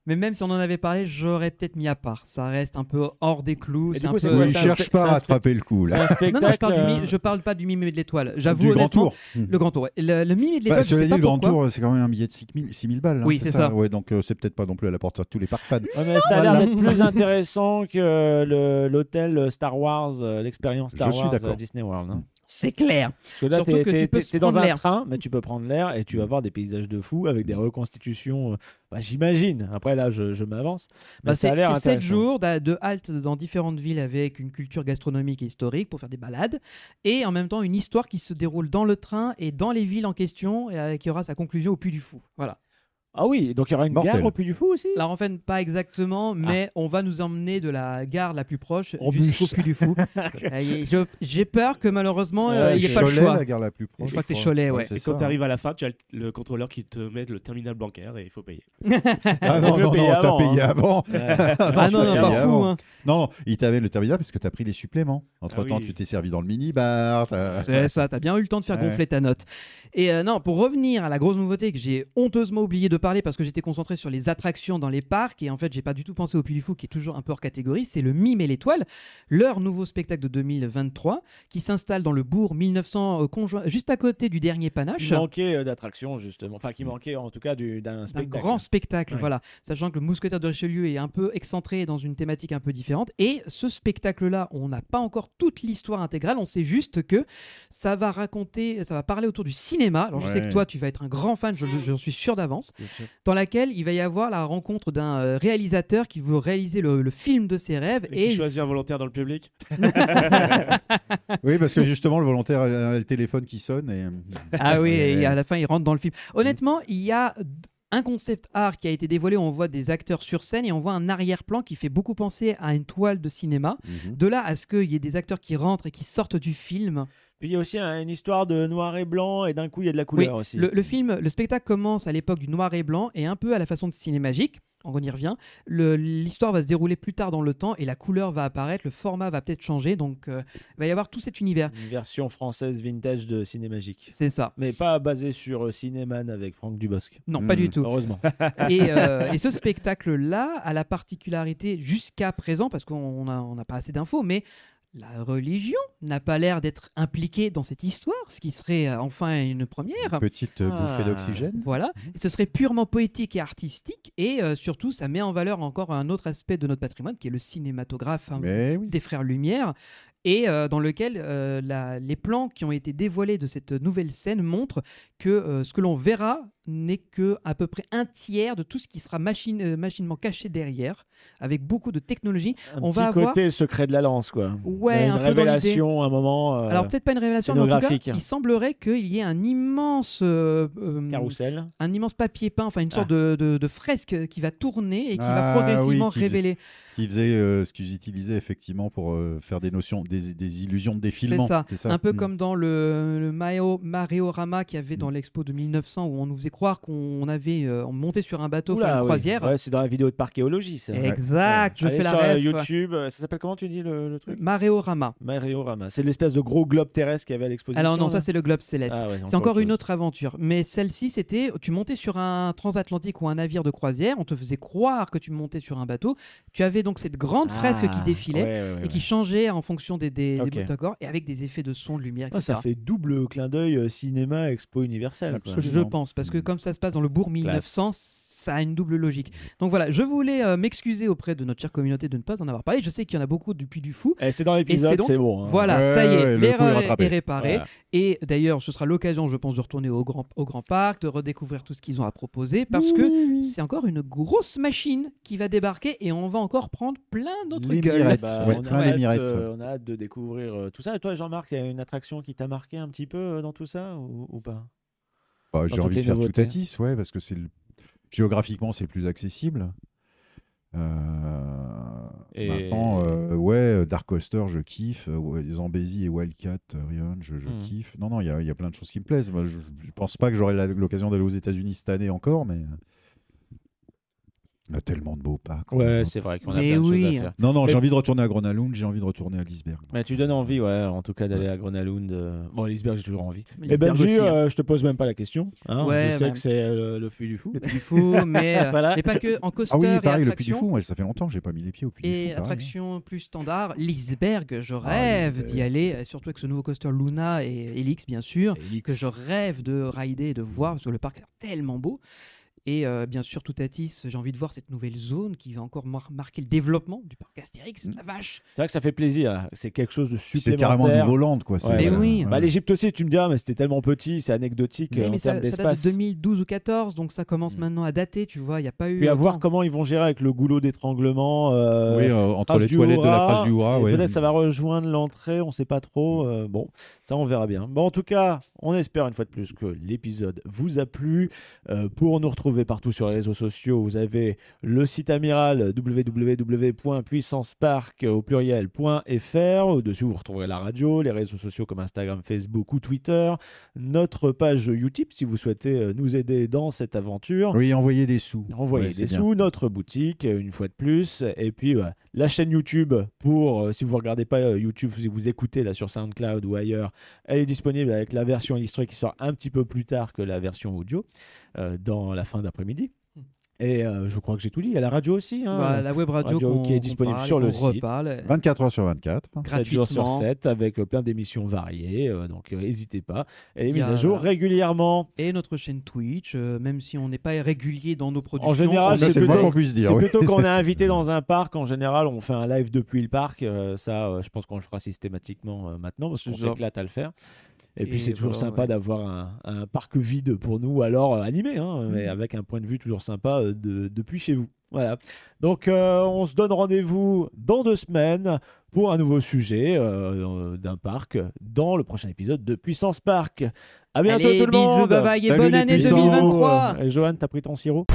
Speaker 10: Mais même si on en avait parlé, j'aurais peut-être mis à part. Ça reste un peu hors des clous.
Speaker 7: du
Speaker 10: C'est un
Speaker 7: coup,
Speaker 10: peu.
Speaker 7: c'est
Speaker 8: Oui,
Speaker 7: quoi,
Speaker 8: il
Speaker 7: c'est un
Speaker 8: cherche
Speaker 7: spec-
Speaker 8: pas
Speaker 7: c'est
Speaker 8: à
Speaker 7: un
Speaker 8: rattraper le coup
Speaker 7: c'est
Speaker 8: là.
Speaker 7: un spectacle.
Speaker 10: Non, non, je parle, du
Speaker 7: euh,
Speaker 10: mi- je parle pas du mime et de l'étoile. J'avoue
Speaker 8: du grand
Speaker 10: honnêtement,
Speaker 8: tour. Mm.
Speaker 10: le grand tour. ouais. Le, le mime et de
Speaker 8: Bah,
Speaker 10: l'étoile, je
Speaker 8: cela
Speaker 10: sais
Speaker 8: dit,
Speaker 10: pas
Speaker 8: le grand
Speaker 10: pourquoi.
Speaker 8: tour, c'est quand même un billet de 6000 6000 balles. hein,
Speaker 10: Oui, c'est ça.
Speaker 8: Ouais, donc euh, c'est peut-être pas non plus à la porte de tous les parcs-fans.
Speaker 7: Ouais, mais ça a l'air
Speaker 8: Voilà.
Speaker 7: d'être plus intéressant que euh, le- l'hôtel Star Wars, euh, l'expérience Star
Speaker 8: Je suis
Speaker 7: Wars
Speaker 8: d'accord. Mm.
Speaker 7: à Disney World. hein.
Speaker 10: C'est clair.
Speaker 7: Parce que là,
Speaker 10: Surtout
Speaker 7: t'es-
Speaker 10: que tu
Speaker 7: t'es
Speaker 10: peux
Speaker 7: t'es-
Speaker 10: se
Speaker 7: t'es dans
Speaker 10: prendre
Speaker 7: un
Speaker 10: l'air.
Speaker 7: train, mais tu peux prendre l'air et tu
Speaker 8: Mm.
Speaker 7: vas voir des paysages de fou avec des reconstitutions. euh, bah, J'imagine. Après, là, je, je m'avance. Mais
Speaker 10: Bah,
Speaker 7: ça a
Speaker 10: c'est
Speaker 7: l'air
Speaker 10: c'est sept
Speaker 7: intéressant.
Speaker 10: jours d'a- de halte dans différentes villes avec une culture gastronomique et historique pour faire des balades et en même temps une histoire qui se déroule dans le train et dans les villes en question et euh, qui aura sa conclusion au puits du fou. Voilà.
Speaker 7: Ah oui, donc il y aura une
Speaker 8: Mortel.
Speaker 7: gare au Puy du Fou aussi
Speaker 10: La Renfaine, pas exactement, mais on va nous emmener de la gare la plus proche
Speaker 7: Ah. En
Speaker 10: jusqu'au
Speaker 7: bus.
Speaker 10: Puy du
Speaker 7: [LAUGHS]
Speaker 10: Fou. Euh, et je- J'ai peur que malheureusement,
Speaker 8: Euh,
Speaker 10: euh, il n'y ait pas le
Speaker 8: Cholet,
Speaker 10: choix.
Speaker 8: la gare la plus proche,
Speaker 10: Je crois que c'est Cholet, ouais.
Speaker 8: c'est
Speaker 9: Et quand
Speaker 8: ça.
Speaker 9: tu arrives à la fin, tu as le, le contrôleur qui te met le terminal bancaire et il faut payer.
Speaker 8: Ah non,
Speaker 1: Faut le
Speaker 8: non, non,
Speaker 1: payer
Speaker 8: t'as
Speaker 1: avant,
Speaker 8: payé
Speaker 1: hein.
Speaker 8: avant.
Speaker 10: Ah non, non,
Speaker 8: t'as
Speaker 10: pas
Speaker 8: payé
Speaker 10: fou.
Speaker 8: avant.
Speaker 10: hein.
Speaker 8: Non, il t'avait le terminal parce que t'as pris les suppléments. Entre temps,
Speaker 9: Ah oui.
Speaker 8: tu t'es servi dans le minibar.
Speaker 10: [LAUGHS]
Speaker 8: t'as-
Speaker 10: C'est ça, t'as bien eu le temps de faire
Speaker 8: Ouais.
Speaker 10: gonfler ta note. Et euh, non, pour revenir à la grosse nouveauté que j'ai honteusement oublié de parler parce que j'étais concentré sur les attractions dans les parcs et en fait j'ai pas du tout pensé au Puy du Fou qui est toujours un peu hors catégorie, c'est le Mime et l'Étoile, leur nouveau spectacle de 2023 qui s'installe dans le bourg 1900 euh, conjoint, juste à côté du dernier panache.
Speaker 7: Qui manquait euh, d'attraction, justement. Enfin, qui manquait en tout cas du- d'un
Speaker 10: d'un
Speaker 7: spectacle.
Speaker 10: grand spectacle,
Speaker 7: Ouais.
Speaker 10: voilà. Sachant que le mousquetaire de Richelieu est un peu excentré dans une thématique un peu différente. Et ce spectacle-là, on n'a pas encore toute l'histoire intégrale. On sait juste que ça va raconter, ça va parler autour du cinéma. Alors je sais que
Speaker 8: Ouais.
Speaker 10: toi, tu vas être un grand fan, je- j'en suis sûr d'avance. Dans laquelle il va y avoir la rencontre d'un euh, réalisateur qui veut réaliser le, le film de ses rêves.
Speaker 9: Et,
Speaker 10: Et,
Speaker 9: qui choisit un volontaire dans le public.
Speaker 8: Oui, parce que justement, le volontaire a a le téléphone qui sonne. Et...
Speaker 10: ah oui,
Speaker 8: Ouais. Mm.
Speaker 10: et à la fin, il rentre dans le film. Honnêtement, il y a un concept art qui a été dévoilé. où On voit des acteurs sur scène et on voit un arrière-plan qui fait beaucoup penser à une toile de cinéma.
Speaker 8: Mhm.
Speaker 10: De là à ce qu'il y ait des acteurs qui rentrent et qui sortent du film.
Speaker 7: Puis il y a aussi un- une histoire de noir et blanc, et d'un coup, il y a de la couleur
Speaker 10: Oui,
Speaker 7: aussi.
Speaker 10: Le, le film, le spectacle commence à l'époque du noir et blanc et un peu à la façon de Cinémagique. On y revient. Le- L'histoire va se dérouler plus tard dans le temps et la couleur va apparaître, le format va peut-être changer, donc euh, il va y avoir tout cet univers.
Speaker 7: Une version française vintage de Cinémagique.
Speaker 10: C'est ça.
Speaker 7: Mais pas basée sur euh, Cinéman avec Franck Dubosc.
Speaker 10: Non, pas
Speaker 8: Mm.
Speaker 10: du tout. [LAUGHS]
Speaker 7: Heureusement.
Speaker 10: Et, euh, et ce spectacle-là a la particularité jusqu'à présent, parce qu'on n'a on n'a pas assez d'infos, mais la religion n'a pas l'air d'être impliquée dans cette histoire, ce qui serait euh, enfin une première.
Speaker 8: Petite euh,
Speaker 7: Ah.
Speaker 8: bouffée d'oxygène.
Speaker 10: Voilà,
Speaker 7: Mhm.
Speaker 10: Et ce serait purement poétique et artistique, et euh, surtout ça met en valeur encore un autre aspect de notre patrimoine qui est le cinématographe hein,
Speaker 8: Mais oui.
Speaker 10: des frères Lumière, et euh, dans lequel euh, la- les plans qui ont été dévoilés de cette nouvelle scène montrent que euh, ce que l'on verra n'est que à peu près un tiers de tout ce qui sera machine, euh, machinement caché derrière, avec beaucoup de technologie.
Speaker 7: Un
Speaker 10: On
Speaker 7: petit
Speaker 10: va avoir-
Speaker 7: côté secret de la lance, quoi.
Speaker 10: Ouais,
Speaker 7: Il y a une
Speaker 10: un peu dans
Speaker 7: révélation à un moment. euh,
Speaker 10: Alors peut-être pas une révélation, mais en tout cas,
Speaker 7: scénographique.
Speaker 10: il semblerait qu'il y ait un immense euh, euh,
Speaker 7: Carousel.
Speaker 10: un immense papier peint, enfin une
Speaker 7: Ah.
Speaker 10: sorte de, de- de fresque qui va tourner et qui va
Speaker 8: Ah
Speaker 10: progressivement
Speaker 8: oui, qui-
Speaker 10: révéler.
Speaker 8: Qui faisait euh, ce qu'ils utilisaient effectivement pour euh, faire des notions, des, des illusions de défilement.
Speaker 10: C'est ça.
Speaker 8: C'est
Speaker 10: Un peu
Speaker 8: Mm.
Speaker 10: comme dans le, le Mario, Mareorama qu'il y avait
Speaker 7: Mm.
Speaker 10: dans l'expo de 1900 où on nous faisait croire qu'on avait euh, on montait sur un bateau, faire
Speaker 7: Oula,
Speaker 10: une
Speaker 7: oui.
Speaker 10: croisière.
Speaker 7: Ouais, c'est dans la vidéo de parchéologie, ça.
Speaker 10: Exact, je
Speaker 7: Allez
Speaker 10: fais la
Speaker 7: sur euh,
Speaker 10: ref.
Speaker 7: YouTube, euh, ça s'appelle comment tu dis le, le truc
Speaker 10: Mareorama.
Speaker 7: Mario Rama. C'est l'espèce de gros globe terrestre qu'il y avait à l'exposition.
Speaker 10: Alors non,
Speaker 7: là.
Speaker 10: ça c'est le globe céleste.
Speaker 7: Ah ouais,
Speaker 10: C'est encore
Speaker 7: autre
Speaker 10: une
Speaker 7: chose.
Speaker 10: autre aventure. Mais celle-ci, c'était, tu montais sur un transatlantique ou un navire de croisière, on te faisait croire que tu montais sur un bateau. Tu avais donc cette grande fresque qui
Speaker 7: Ah,
Speaker 10: défilait
Speaker 7: ouais, ouais, ouais,
Speaker 10: et qui changeait en fonction des, des, des
Speaker 7: Ok.
Speaker 10: bouts d'accords et avec des effets de son, de lumière,
Speaker 7: ouais. Ah,
Speaker 10: etc.
Speaker 7: ça fait double clin d'œil euh, cinéma expo universel. quoi.
Speaker 8: Absolument.
Speaker 10: Je pense, parce que
Speaker 8: Mm.
Speaker 10: comme ça se passe dans le bourg 1900, ça a une double logique. Donc voilà, je voulais euh, m'excuser auprès de notre chère communauté de ne pas en avoir parlé. Je sais qu'il y en a beaucoup du Puy du Fou.
Speaker 7: Eh, c'est dans
Speaker 10: Et c'est
Speaker 7: l'épisode,
Speaker 10: donc-
Speaker 7: c'est bon. hein.
Speaker 10: Voilà,
Speaker 8: Ouais,
Speaker 10: ça y
Speaker 8: ouais,
Speaker 10: est,
Speaker 8: le coup est
Speaker 10: l'erreur est,
Speaker 8: rattrapé.
Speaker 10: est réparée.
Speaker 7: Voilà.
Speaker 10: Et d'ailleurs, ce sera l'occasion, je pense, de retourner au grand, au grand parc, de redécouvrir tout ce qu'ils ont à proposer, parce que c'est encore une grosse machine qui va débarquer et on va encore prendre plein d'autres
Speaker 8: Les
Speaker 10: gueules. [LAUGHS]
Speaker 8: mirettes.
Speaker 7: Bah,
Speaker 8: Ouais,
Speaker 7: on, a
Speaker 8: plein les
Speaker 7: hâte,
Speaker 8: mirettes.
Speaker 7: euh, on a hâte de découvrir euh, tout ça. Et toi, Jean-Marc, il y a une attraction qui t'a marqué un petit peu euh, dans tout ça ou, ou pas
Speaker 8: Bah, J'ai
Speaker 7: toutes
Speaker 8: envie de
Speaker 7: les
Speaker 8: faire
Speaker 7: nouveautés.
Speaker 8: Toutatis, ouais, parce que c'est le- géographiquement c'est plus accessible. Euh,
Speaker 7: Et-
Speaker 8: Maintenant, euh, ouais, Dark Coaster, je kiffe. Euh, ouais, Zambézi et Wildcat, euh, Rion, je, je
Speaker 7: Mhm.
Speaker 8: kiffe. Non, non, il y a, il y a plein de choses qui me plaisent. Moi, je, je pense pas que j'aurai la- l'occasion d'aller aux États-Unis cette année encore, mais euh, il y a tellement de beaux parcs. Euh,
Speaker 7: c'est vrai
Speaker 10: qu'on a Mais plein de choses oui. à faire.
Speaker 8: Non, non,
Speaker 7: Mais-
Speaker 8: j'ai envie de retourner à Grenalound, j'ai envie de retourner à Lisberg.
Speaker 7: Mais tu donnes envie, ouais, en tout cas, d'aller à Grenalund. euh, Bon, Lisberg, j'ai toujours envie.
Speaker 10: Mais
Speaker 7: Et
Speaker 10: Lisberg
Speaker 7: Benji,
Speaker 10: aussi, hein.
Speaker 7: euh, je te pose même pas la question. hein.
Speaker 10: Ouais,
Speaker 7: je sais
Speaker 10: bah-
Speaker 7: que c'est euh, le puits du fou.
Speaker 10: Le Puy du Fou, mais, euh,
Speaker 7: [LAUGHS] Voilà.
Speaker 10: mais pas que en coaster
Speaker 8: Ah oui,
Speaker 10: et
Speaker 8: pareil, le Puy du
Speaker 10: attraction.
Speaker 8: Fou, ouais, ça fait longtemps que j'ai pas mis les pieds au Puy du Fou.
Speaker 10: Et
Speaker 8: pareil.
Speaker 10: attraction plus standard, Lisberg,
Speaker 7: Ah
Speaker 10: je rêve d'y
Speaker 8: Lisberg.
Speaker 10: aller, euh, surtout avec ce nouveau coaster Luna et Elix, bien sûr, que je rêve de rider et de voir, parce que le parc a l'air tellement beau. Et euh, bien sûr, Toutatis, j'ai envie de voir cette nouvelle zone qui va encore mar- marquer le développement du parc Astérix,
Speaker 8: Mm.
Speaker 10: la vache.
Speaker 7: C'est vrai que ça fait plaisir. là. C'est quelque chose de
Speaker 8: C'est
Speaker 7: supplémentaire.
Speaker 8: carrément un nouveau land, quoi. c'est- euh,
Speaker 7: Mais
Speaker 10: oui.
Speaker 7: Bah, L'Égypte aussi, tu me diras, mais c'était tellement petit, c'est anecdotique
Speaker 10: Oui,
Speaker 7: euh, en
Speaker 10: mais ça,
Speaker 7: termes
Speaker 10: ça date
Speaker 7: d'espace. Mm.
Speaker 10: de 2012 ou 14, donc ça commence maintenant à dater, tu vois, il n'y a pas eu...
Speaker 7: Puis à voir
Speaker 10: autant.
Speaker 7: comment ils vont gérer avec le goulot d'étranglement. euh,
Speaker 8: Oui, euh, entre
Speaker 7: phrase
Speaker 8: les
Speaker 7: du
Speaker 8: toilettes de la
Speaker 7: hurrah,
Speaker 8: phrase du hurrah,
Speaker 7: et
Speaker 8: ouais.
Speaker 7: Peut-être ça va rejoindre l'entrée, on sait pas trop. euh, bon, ça on verra bien. Bon, en tout cas, on espère une fois de plus que l'épisode vous a plu. Euh, pour nous retrouver retrouvez partout sur les réseaux sociaux. Vous avez le site amiral www.puissancepark au pluriel.fr. Au-dessus, vous retrouverez la radio, les réseaux sociaux comme Instagram, Facebook ou Twitter. Notre page Utip si vous souhaitez euh, nous aider dans cette aventure.
Speaker 8: Oui, envoyez des sous.
Speaker 7: Envoyez
Speaker 8: Ouais, c'est
Speaker 7: des
Speaker 8: bien.
Speaker 7: sous, notre boutique, euh, une fois de plus. Et puis, bah, la chaîne YouTube, pour euh, si vous regardez pas euh, YouTube, si vous écoutez là sur SoundCloud ou ailleurs, elle est disponible avec la version illustrée qui sort un petit peu plus tard que la version audio, euh, dans la fin d'après-midi. Et euh, je crois que j'ai tout dit. Il y a la radio aussi. hein.
Speaker 10: Bah, la web radio,
Speaker 7: radio
Speaker 10: qu'on-
Speaker 7: qui est
Speaker 10: qu'on
Speaker 7: disponible
Speaker 10: parle,
Speaker 7: sur le
Speaker 10: qu'on
Speaker 7: site.
Speaker 10: reparle. euh,
Speaker 8: 24 heures sur 24.
Speaker 7: 7 jours sur
Speaker 10: Gratuitement.
Speaker 7: 7 avec euh, plein d'émissions variées. euh, donc, n'hésitez pas. Et les
Speaker 10: Il y
Speaker 7: mises
Speaker 10: a-
Speaker 7: à jour
Speaker 10: voilà.
Speaker 7: régulièrement.
Speaker 10: Et notre chaîne Twitch, euh, même si on n'est pas régulier dans nos productions.
Speaker 7: En général,
Speaker 10: on
Speaker 7: c'est
Speaker 10: le
Speaker 8: Ah, C'est
Speaker 10: fait.
Speaker 8: moi
Speaker 7: plutôt-
Speaker 8: qu'on puisse dire.
Speaker 7: C'est
Speaker 8: oui. [LAUGHS]
Speaker 7: plutôt qu'on est invité dans un parc. En général, on fait un live depuis le parc. Euh, ça, euh, je pense qu'on le fera systématiquement euh, maintenant parce qu'on
Speaker 10: C'est ça.
Speaker 7: s'éclate à le faire. Et,
Speaker 10: Et
Speaker 7: puis, c'est toujours
Speaker 10: voilà,
Speaker 7: sympa
Speaker 10: ouais.
Speaker 7: d'avoir un, un parc vide pour nous, alors euh, animé, hein,
Speaker 10: Mhm.
Speaker 7: mais avec un point de vue toujours sympa euh, de- depuis chez vous. Voilà. Donc, euh, on se donne rendez-vous dans deux semaines pour un nouveau sujet euh, d'un parc dans le prochain épisode de Puissance Park. À bientôt
Speaker 10: Allez,
Speaker 7: tout le
Speaker 10: bisous,
Speaker 7: monde.
Speaker 10: bye bye et
Speaker 8: Salut
Speaker 10: bonne
Speaker 8: les
Speaker 10: année
Speaker 8: puissants.
Speaker 10: 2023.
Speaker 7: Et Johan, t'as pris ton sirop